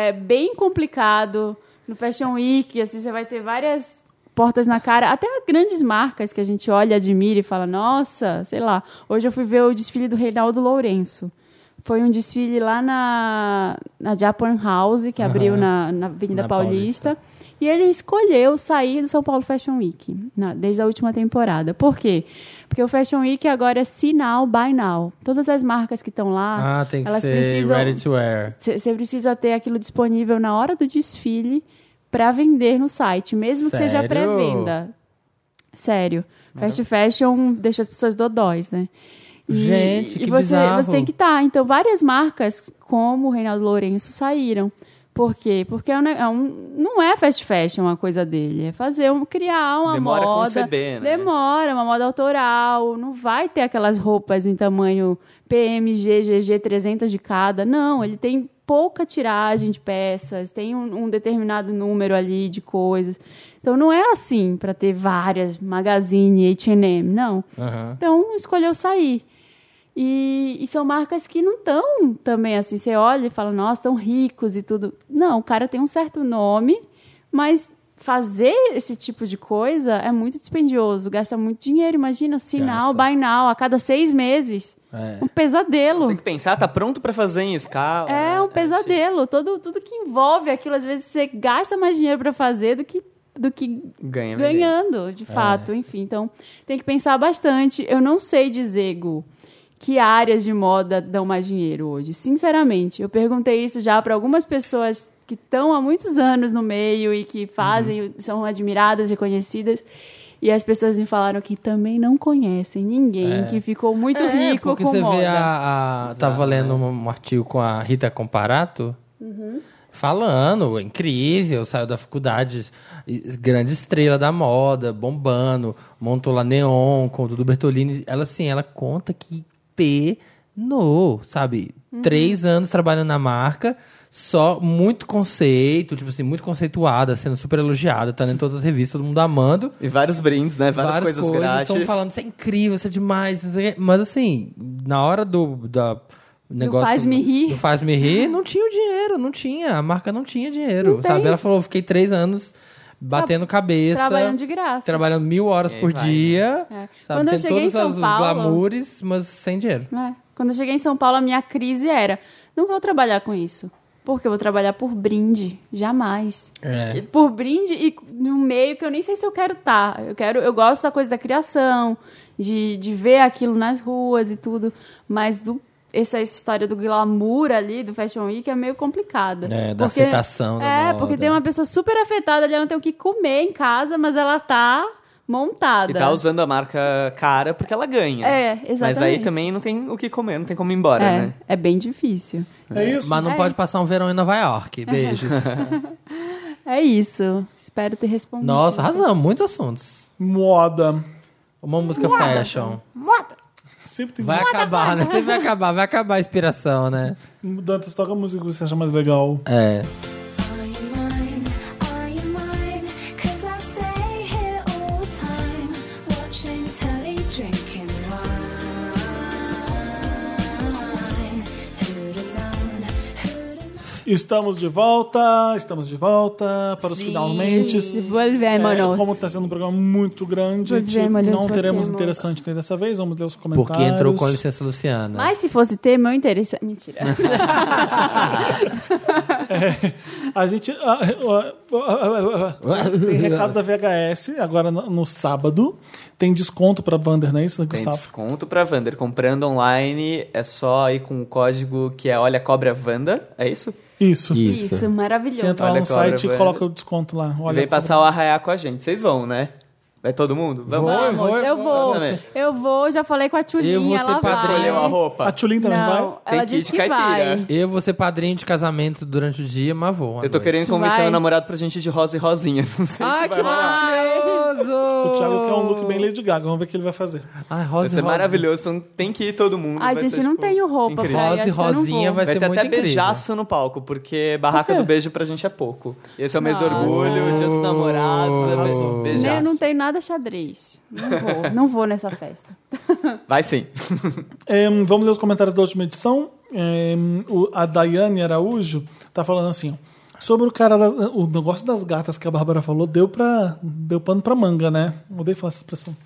S2: é bem complicado. No Fashion Week, assim, você vai ter várias portas na cara, até grandes marcas que a gente olha, admira e fala, nossa, sei lá. Hoje eu fui ver o desfile do Reinaldo Lourenço. Foi um desfile lá na, na Japan House, que abriu na, na Avenida
S3: Na Paulista.
S2: Paulista. E ele escolheu sair do São Paulo Fashion Week, na- desde a última temporada. Por quê? Porque o Fashion Week agora é sinal by now. Todas as marcas que estão lá,
S3: Ah, tem que
S2: elas
S3: ser
S2: precisam
S3: ready to wear.
S2: você precisa ter aquilo disponível na hora do desfile para vender no site, mesmo que seja
S3: Sério?
S2: pré-venda. Sério. Fast fashion deixa as pessoas dodóis, né?
S3: Gente,
S2: e
S3: que
S2: você,
S3: bizarro.
S2: você tem que estar. Então, várias marcas, como o Reinaldo Lourenço, saíram. Por quê? Porque é um ne- é um- não é fast fashion a coisa dele. É fazer um, criar uma
S5: Demora
S2: moda.
S5: conceber, né?
S2: Demora, uma moda autoral. Não vai ter aquelas roupas em tamanho PMG, GG, 300 de cada. Não, ele tem pouca tiragem de peças, tem um, um determinado número ali de coisas. Então não é assim para ter várias magazine, H&M, não.
S3: Aham.
S2: Então escolheu sair. E, e são marcas que não estão também assim. Você olha e fala, nossa, tão ricos e tudo. Não, o cara tem um certo nome, mas fazer esse tipo de coisa é muito dispendioso, gasta muito dinheiro. Imagina, sinal,
S3: Gasta.
S2: by now, a cada seis meses.
S3: É.
S2: Um pesadelo.
S5: Você tem que pensar, tá pronto pra fazer em escala.
S2: É
S5: né?
S2: um pesadelo. Todo, tudo que envolve aquilo, às vezes você gasta mais dinheiro pra fazer do que, do que
S5: Ganha, Ganha.
S2: ganhando, de fato. Enfim, então tem que pensar bastante. Eu não sei dizer, Gu, que áreas de moda dão mais dinheiro hoje. Sinceramente, eu perguntei isso já para algumas pessoas que estão há muitos anos no meio e que fazem, são admiradas e conhecidas. E as pessoas me falaram que também não conhecem ninguém que ficou muito
S3: É,
S2: rico
S3: porque
S2: com
S3: você
S2: moda.
S3: vê a, a tava lendo um, um artigo com a Rita Comparato
S2: Uhum.
S3: falando, incrível, saiu da faculdade, e- grande estrela da moda, bombando, montou lá Neon com o Dudu Bertolini, ela assim, ela conta que penou, sabe?
S2: Uhum.
S3: Três anos trabalhando na marca, só muito conceito, tipo assim, muito conceituada, sendo super elogiada, tá em todas as revistas, todo mundo amando.
S5: E vários brindes, né? Várias, coisas,
S3: Estão
S5: grátis.
S3: falando, isso é incrível, isso é demais. não sei o quê. Mas assim, na hora do da negócio.
S2: faz-me rir.
S3: Do faz-me rir, não tinha o dinheiro, não tinha. A marca não tinha dinheiro.
S2: Não
S3: sabe?
S2: tem.
S3: Ela falou, fiquei três anos batendo cabeça.
S2: Trabalhando de graça.
S3: trabalhando mil horas por
S5: vai, né?
S3: dia.
S2: É.
S3: Sabe?
S2: Quando eu
S3: Tem
S2: cheguei em
S3: todos
S2: São
S3: os
S2: Paulo-
S3: glamours, mas sem dinheiro.
S2: É. Quando eu cheguei em São Paulo, a minha crise era: não vou trabalhar com isso. Porque eu vou trabalhar por brinde. Jamais. E
S3: É.
S2: Por brinde e no meio que eu nem sei se eu quero estar. Eu quero, eu gosto da coisa da criação, de, de ver aquilo nas ruas e tudo. Mas do, essa história do glamour ali, do Fashion Week, é meio complicada.
S3: É, da afetação da
S2: É,
S3: moda.
S2: porque tem uma pessoa super afetada ali, ela não tem o que comer em casa, mas ela tá montada.
S5: E tá usando a marca cara porque ela ganha.
S2: É,
S5: Mas aí
S2: exatamente.
S5: também não tem o que comer, não tem como ir embora,
S2: é,
S5: né?
S2: é bem difícil.
S1: É isso.
S3: Mas não
S2: É.
S3: pode passar um verão em Nova York. Beijos.
S2: É isso. Espero ter respondido.
S3: Nossa, razão, muitos assuntos.
S1: Moda.
S3: Uma música fashion.
S1: Sempre tem
S3: Vai acabar, né? Sempre vai acabar, vai acabar a inspiração, né?
S1: Dantas, toca a música que você acha mais legal.
S3: É.
S8: Are you mine? Are you mine? 'Cause I stay here all the time, watching telly, drinking wine. Who'd have known? Who'd have known?
S1: Estamos de volta, estamos de volta para os finalmente.
S3: É,
S2: Devolvemos-nos.
S1: como está sendo um programa muito grande,
S2: Pois é, mas
S1: não
S2: nós
S1: teremos
S2: voltemos.
S1: interessante nem dessa vez. Vamos ler os comentários.
S3: Porque entrou com a licença Luciana.
S2: Mas se fosse ter, meu interesse. Mentira.
S1: A gente. ah, ah, ah, ah, ah, tem recado da VHS, agora no, no sábado. Tem desconto para Wander, não é isso,
S5: Tem
S1: Gustavo?
S5: desconto pra Vander. Comprando online é só ir com o código que é Olha Cobra Vanda. É isso?
S1: Isso.
S2: Isso, maravilhoso.
S1: Você entra lá
S5: Olha
S1: no
S5: a cobra,
S1: site e
S5: Wander.
S1: coloca o desconto lá.
S5: E
S1: Olha,
S5: Vem passar o arraiá com a gente. Vocês vão, né? Vai todo mundo? Vamos.
S2: Vamos, Tá, eu vou.
S5: Vamos também.
S2: Eu vou, já falei com a Tchulinha.
S3: Eu vou ser
S2: ela vai.
S3: padrinho.
S5: Escolheu a
S1: A
S5: roupa.
S1: Tulin também
S2: Não,
S1: vai?
S5: Tem
S2: ela
S5: kit
S2: disse que
S5: caipira.
S2: vai.
S3: Eu vou ser padrinho de casamento durante o dia, mas vou. à
S5: Eu tô
S3: noite.
S5: querendo convencer
S2: Vai. Ah,
S5: meu namorado pra gente ir de rosa e rosinha. Não sei
S3: Ai,
S5: se
S3: que
S5: vai rolar.
S3: maravilhoso!
S1: O Thiago quer um look bem Lady Gaga. Vamos ver o que ele vai fazer.
S3: Ai, rosa
S5: Vai
S3: e
S5: ser
S3: rosa.
S5: maravilhoso. então Tem que ir todo mundo.
S2: Ai,
S5: vai
S2: gente,
S5: ser,
S2: não
S5: tipo,
S2: tenho roupa,
S5: incrível.
S2: Ai,
S3: Rosa
S2: acho
S3: e
S2: que eu não
S3: rosinha
S2: vou.
S3: vai,
S5: Vai
S3: ser
S5: ter
S3: muito
S5: até
S3: incrível.
S5: beijaço no palco, porque barraca do beijo pra gente é pouco. Esse é o mês do orgulho, dia dos namorados, é beijo-
S2: Nem-
S5: beijaço.
S2: Né, não tem nada xadrez. Não vou, não vou nessa festa.
S1: Tá
S5: Vai sim.
S1: Em, vamos ler os comentários da última edição. Em, o- a Daiane Araújo tá falando assim: ó, sobre o cara, das- o negócio das gatas que a Bárbara falou, deu pra, deu pano pra manga, né? Mudei falar essa expressão.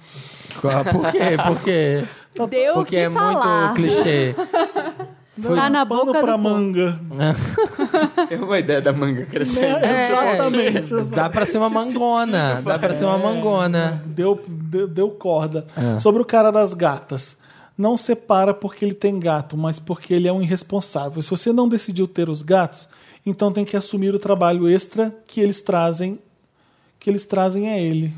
S3: Ah, Por quê? Por quê?
S2: Deu
S3: Porque
S2: que
S3: é
S2: falar.
S3: muito clichê. Foi-
S2: Tá na
S1: pano
S2: boca do
S1: pra
S2: povo.
S1: manga.
S5: É uma ideia da manga crescendo.
S1: É, exatamente.
S3: Dá pra ser uma mangona. Dá pra ser uma mangona.
S1: Deu, deu, deu corda. Sobre o cara das gatas. Não separa porque ele tem gato, mas porque ele é um irresponsável. Se você não decidiu ter os gatos, então tem que assumir o trabalho extra que eles trazem, que eles trazem a ele.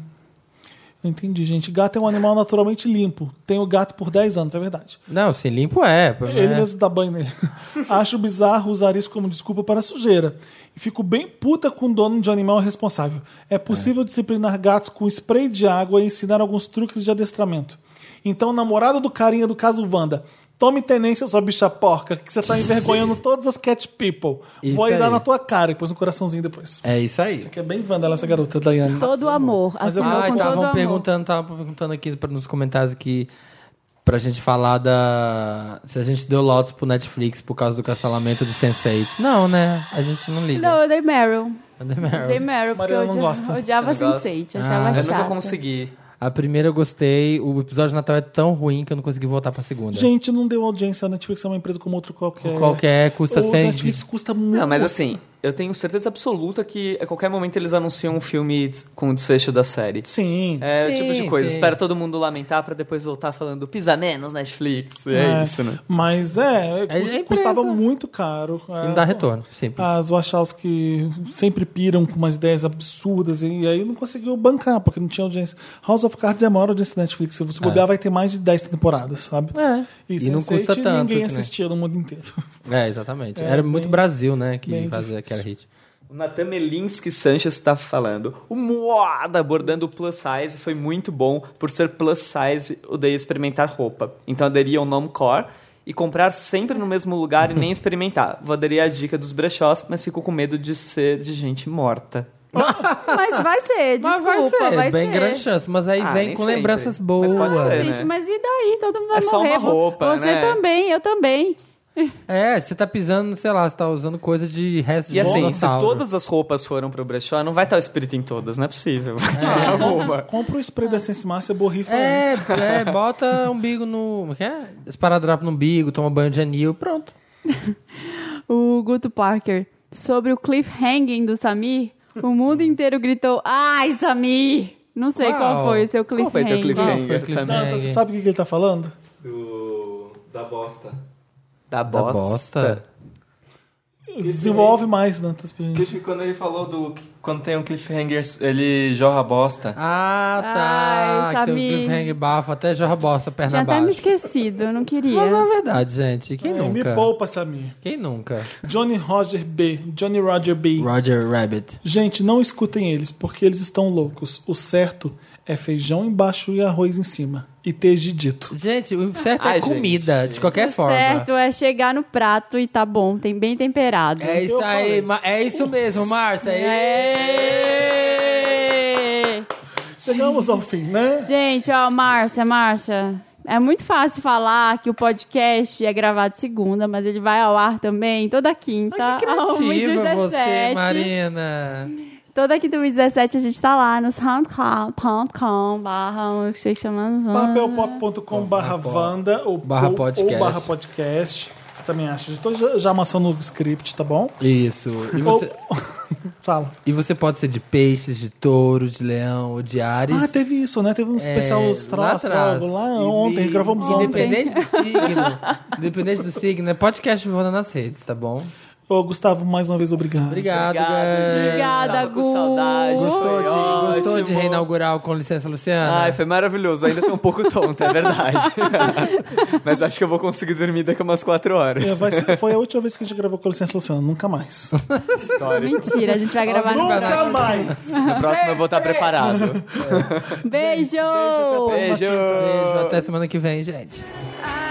S1: Não entendi, gente. Gato é um animal naturalmente limpo. Tenho gato por 10 anos, é verdade.
S3: Não, se limpo é. pô,
S1: Ele
S3: né?
S1: mesmo dá banho nele. Acho bizarro usar isso como desculpa para sujeira. E fico bem puta com o dono de um animal responsável. É possível disciplinar gatos com spray de água e ensinar alguns truques de adestramento. Então, namorado do carinha do caso Wanda, tome tenência, sua bicha porca, que você tá envergonhando todas as cat people.
S3: Isso
S1: Vou aí dar
S3: aí.
S1: na tua cara e pôs um coraçãozinho depois.
S3: É isso aí.
S1: Que é bem Wanda ela, essa garota, Daiane.
S3: Então,
S2: Todo o amor.
S1: Mas eu-
S2: assinou
S3: Ah,
S2: com todo o
S3: estavam
S2: amor.
S3: perguntando, estavam perguntando aqui pra- nos comentários aqui pra gente falar da. Se a gente deu lotes pro Netflix por causa do cancelamento de Sense8. Não, né? A gente não liga.
S2: Não, eu dei Meryl.
S3: Não.
S2: Dei Meryl, porque
S1: Mariana
S2: eu
S1: não
S2: odiava,
S1: gosta.
S2: odiava
S5: Você É. não gosta?
S2: Sense8. Achava
S3: Ah,
S5: Eu
S2: chato.
S5: não vou conseguir.
S3: A primeira eu gostei. O episódio de Natal é tão ruim que eu não consegui voltar pra segunda.
S1: Gente, não deu audiência. A Netflix é uma empresa como outra qualquer.
S3: Qualquer custa
S1: O
S3: 100.
S1: Netflix custa muito.
S5: Não, mas assim, eu tenho certeza absoluta que a qualquer momento eles anunciam um filme des- com o desfecho da série.
S1: Sim.
S5: É o
S3: Sim,
S5: tipo de coisa.
S3: sim.
S5: Espera todo mundo lamentar pra depois voltar falando pisa menos Netflix. E é,
S1: É.
S5: isso, né?
S1: Mas é,
S3: É
S1: cus-
S3: de
S1: custava
S3: empresa.
S1: muito caro.
S3: E
S1: É,
S3: não dá retorno. Simples.
S1: As Wachowski sempre piram com umas ideias absurdas e aí não conseguiu bancar, porque não tinha audiência. House of Cards é a maior audiência da Netflix. Se você bobear, vai ter mais de 10 temporadas, sabe?
S3: É. E não
S1: Sense8
S3: custa tanto,
S1: ninguém
S3: né?
S1: assistia no mundo inteiro.
S3: É, exatamente.
S1: É,
S3: Era muito
S1: bem-
S3: Brasil, né, que
S1: bem
S3: fazia
S1: difícil.
S3: aquela hit.
S5: O Natan Melinsky Sanchez está falando. O Moada abordando o plus size foi muito bom. Por ser plus size, odeio experimentar roupa. Então aderia ao Nomcore e comprar sempre no mesmo lugar e nem experimentar. Vou aderir à dica dos brechós, mas fico com medo de ser de gente morta.
S2: Mas vai ser, desculpa, vai ser.
S3: bem grande chance. Mas aí
S5: Ah,
S3: vem
S5: nem
S3: com
S5: sempre.
S3: lembranças
S5: Mas
S3: boas.
S5: pode ser.
S2: Gente,
S5: né?
S2: mas e daí? Todo mundo vai
S5: É só
S2: morrer.
S5: uma roupa,
S2: Você
S5: né?
S2: também, eu também.
S3: É, você tá pisando, sei lá, você tá usando coisa de resto
S5: E
S3: de
S5: assim, se
S3: dinossauro.
S5: todas as roupas foram pro brechó, não vai estar o espírito em todas, não é possível. Vai ter alguma.
S1: Compra o spray da Essence Márcia, borrifa
S3: É,
S1: antes.
S3: é, bota umbigo no. Como é que é? Esparadrapo no umbigo, toma banho de anil, pronto.
S2: O Guto Parker, sobre o cliffhanging do Samir, o
S3: Hum.
S2: mundo inteiro gritou, ai, Samir! Não sei qual,
S3: Qual?
S2: foi o seu cliffhanger.
S5: Qual foi teu
S3: Qual
S5: cliffhanger?
S3: foi o
S5: sabe?
S1: Não,
S3: É,
S1: você
S3: é.
S1: sabe o que que ele tá falando?
S9: do, da bosta.
S5: Da bosta.
S3: Da bosta.
S1: Desenvolve
S5: é?
S1: mais, Dantas, pra gente.
S9: Cliff, quando ele falou do. Quando tem um cliffhanger, ele jorra bosta.
S3: Ah, tá.
S2: Ai,
S3: que tem um
S2: Samir.
S3: cliffhanger bafo, até jorra bosta, perna
S2: Tinha até
S3: baixa.
S2: me esquecido, eu não queria.
S3: Mas é verdade, gente. Quem
S1: É, me
S3: nunca?
S1: poupa, Samir.
S3: Quem nunca?
S1: Johnny Roger B. Johnny Roger B.
S3: Roger Rabbit.
S1: Gente, não escutem eles, porque eles estão loucos. O certo é feijão embaixo e arroz em cima. E teja dito.
S3: Gente, o certo é
S5: Ai, gente.
S3: comida, de qualquer forma.
S2: Certo, é chegar no prato e tá bom, tem bem temperado.
S3: É isso
S1: Eu
S3: aí,
S1: falei.
S3: Ma- é isso mesmo, Márcia.
S2: É,
S3: É,
S2: Ê!
S1: Chegamos ao fim, né?
S2: Gente, ó, Márcia, Márcia. É muito fácil falar que o podcast é gravado segunda, mas ele vai ao ar também toda quinta.
S3: Que criativa
S2: ao
S3: você, Marina.
S2: Toda quinta, 2017, a gente tá lá no soundcloud.com barra o que vocês chamam.
S1: Papelpop.com barra Wanda ou
S3: Barra
S1: ou-
S3: podcast.
S1: ou barra podcast. Você também acha. Estou já, já amassando o script, tá bom?
S3: Isso. E você,
S1: Ou- Fala.
S3: e você pode ser de peixes, de touro, de leão, ou de ares.
S1: Ah, teve isso, né? Teve um especial
S3: É,
S1: astral,
S3: lá atrás.
S1: astrólogo lá ontem,
S3: Inde-
S1: gravamos ontem.
S3: Independente do signo. independente do signo, é podcast Vanda nas redes, tá bom?
S1: Ô, Gustavo, mais uma vez, obrigado.
S3: Obrigado,
S5: Obrigado,
S3: galera.
S5: gente.
S2: Obrigada,
S5: Tava com
S2: Gu.
S5: saudade.
S3: Gostou
S5: foi
S3: de, gostou de
S5: ótimo.
S3: reinaugurar o Com Licença, Luciana?
S5: Ai, foi maravilhoso. Ainda tô um pouco tonta, é verdade. Mas acho que eu vou conseguir dormir daqui a umas quatro horas.
S1: É, vai ser- foi a última vez que a gente gravou com licença, Luciano. Nunca mais.
S2: Mentira, a gente vai gravar no
S1: Nunca
S2: prato.
S1: mais!
S5: Na próxima eu vou estar preparado.
S2: Beijo!
S5: Beijo!
S3: Beijo, até semana que vem, gente.
S6: I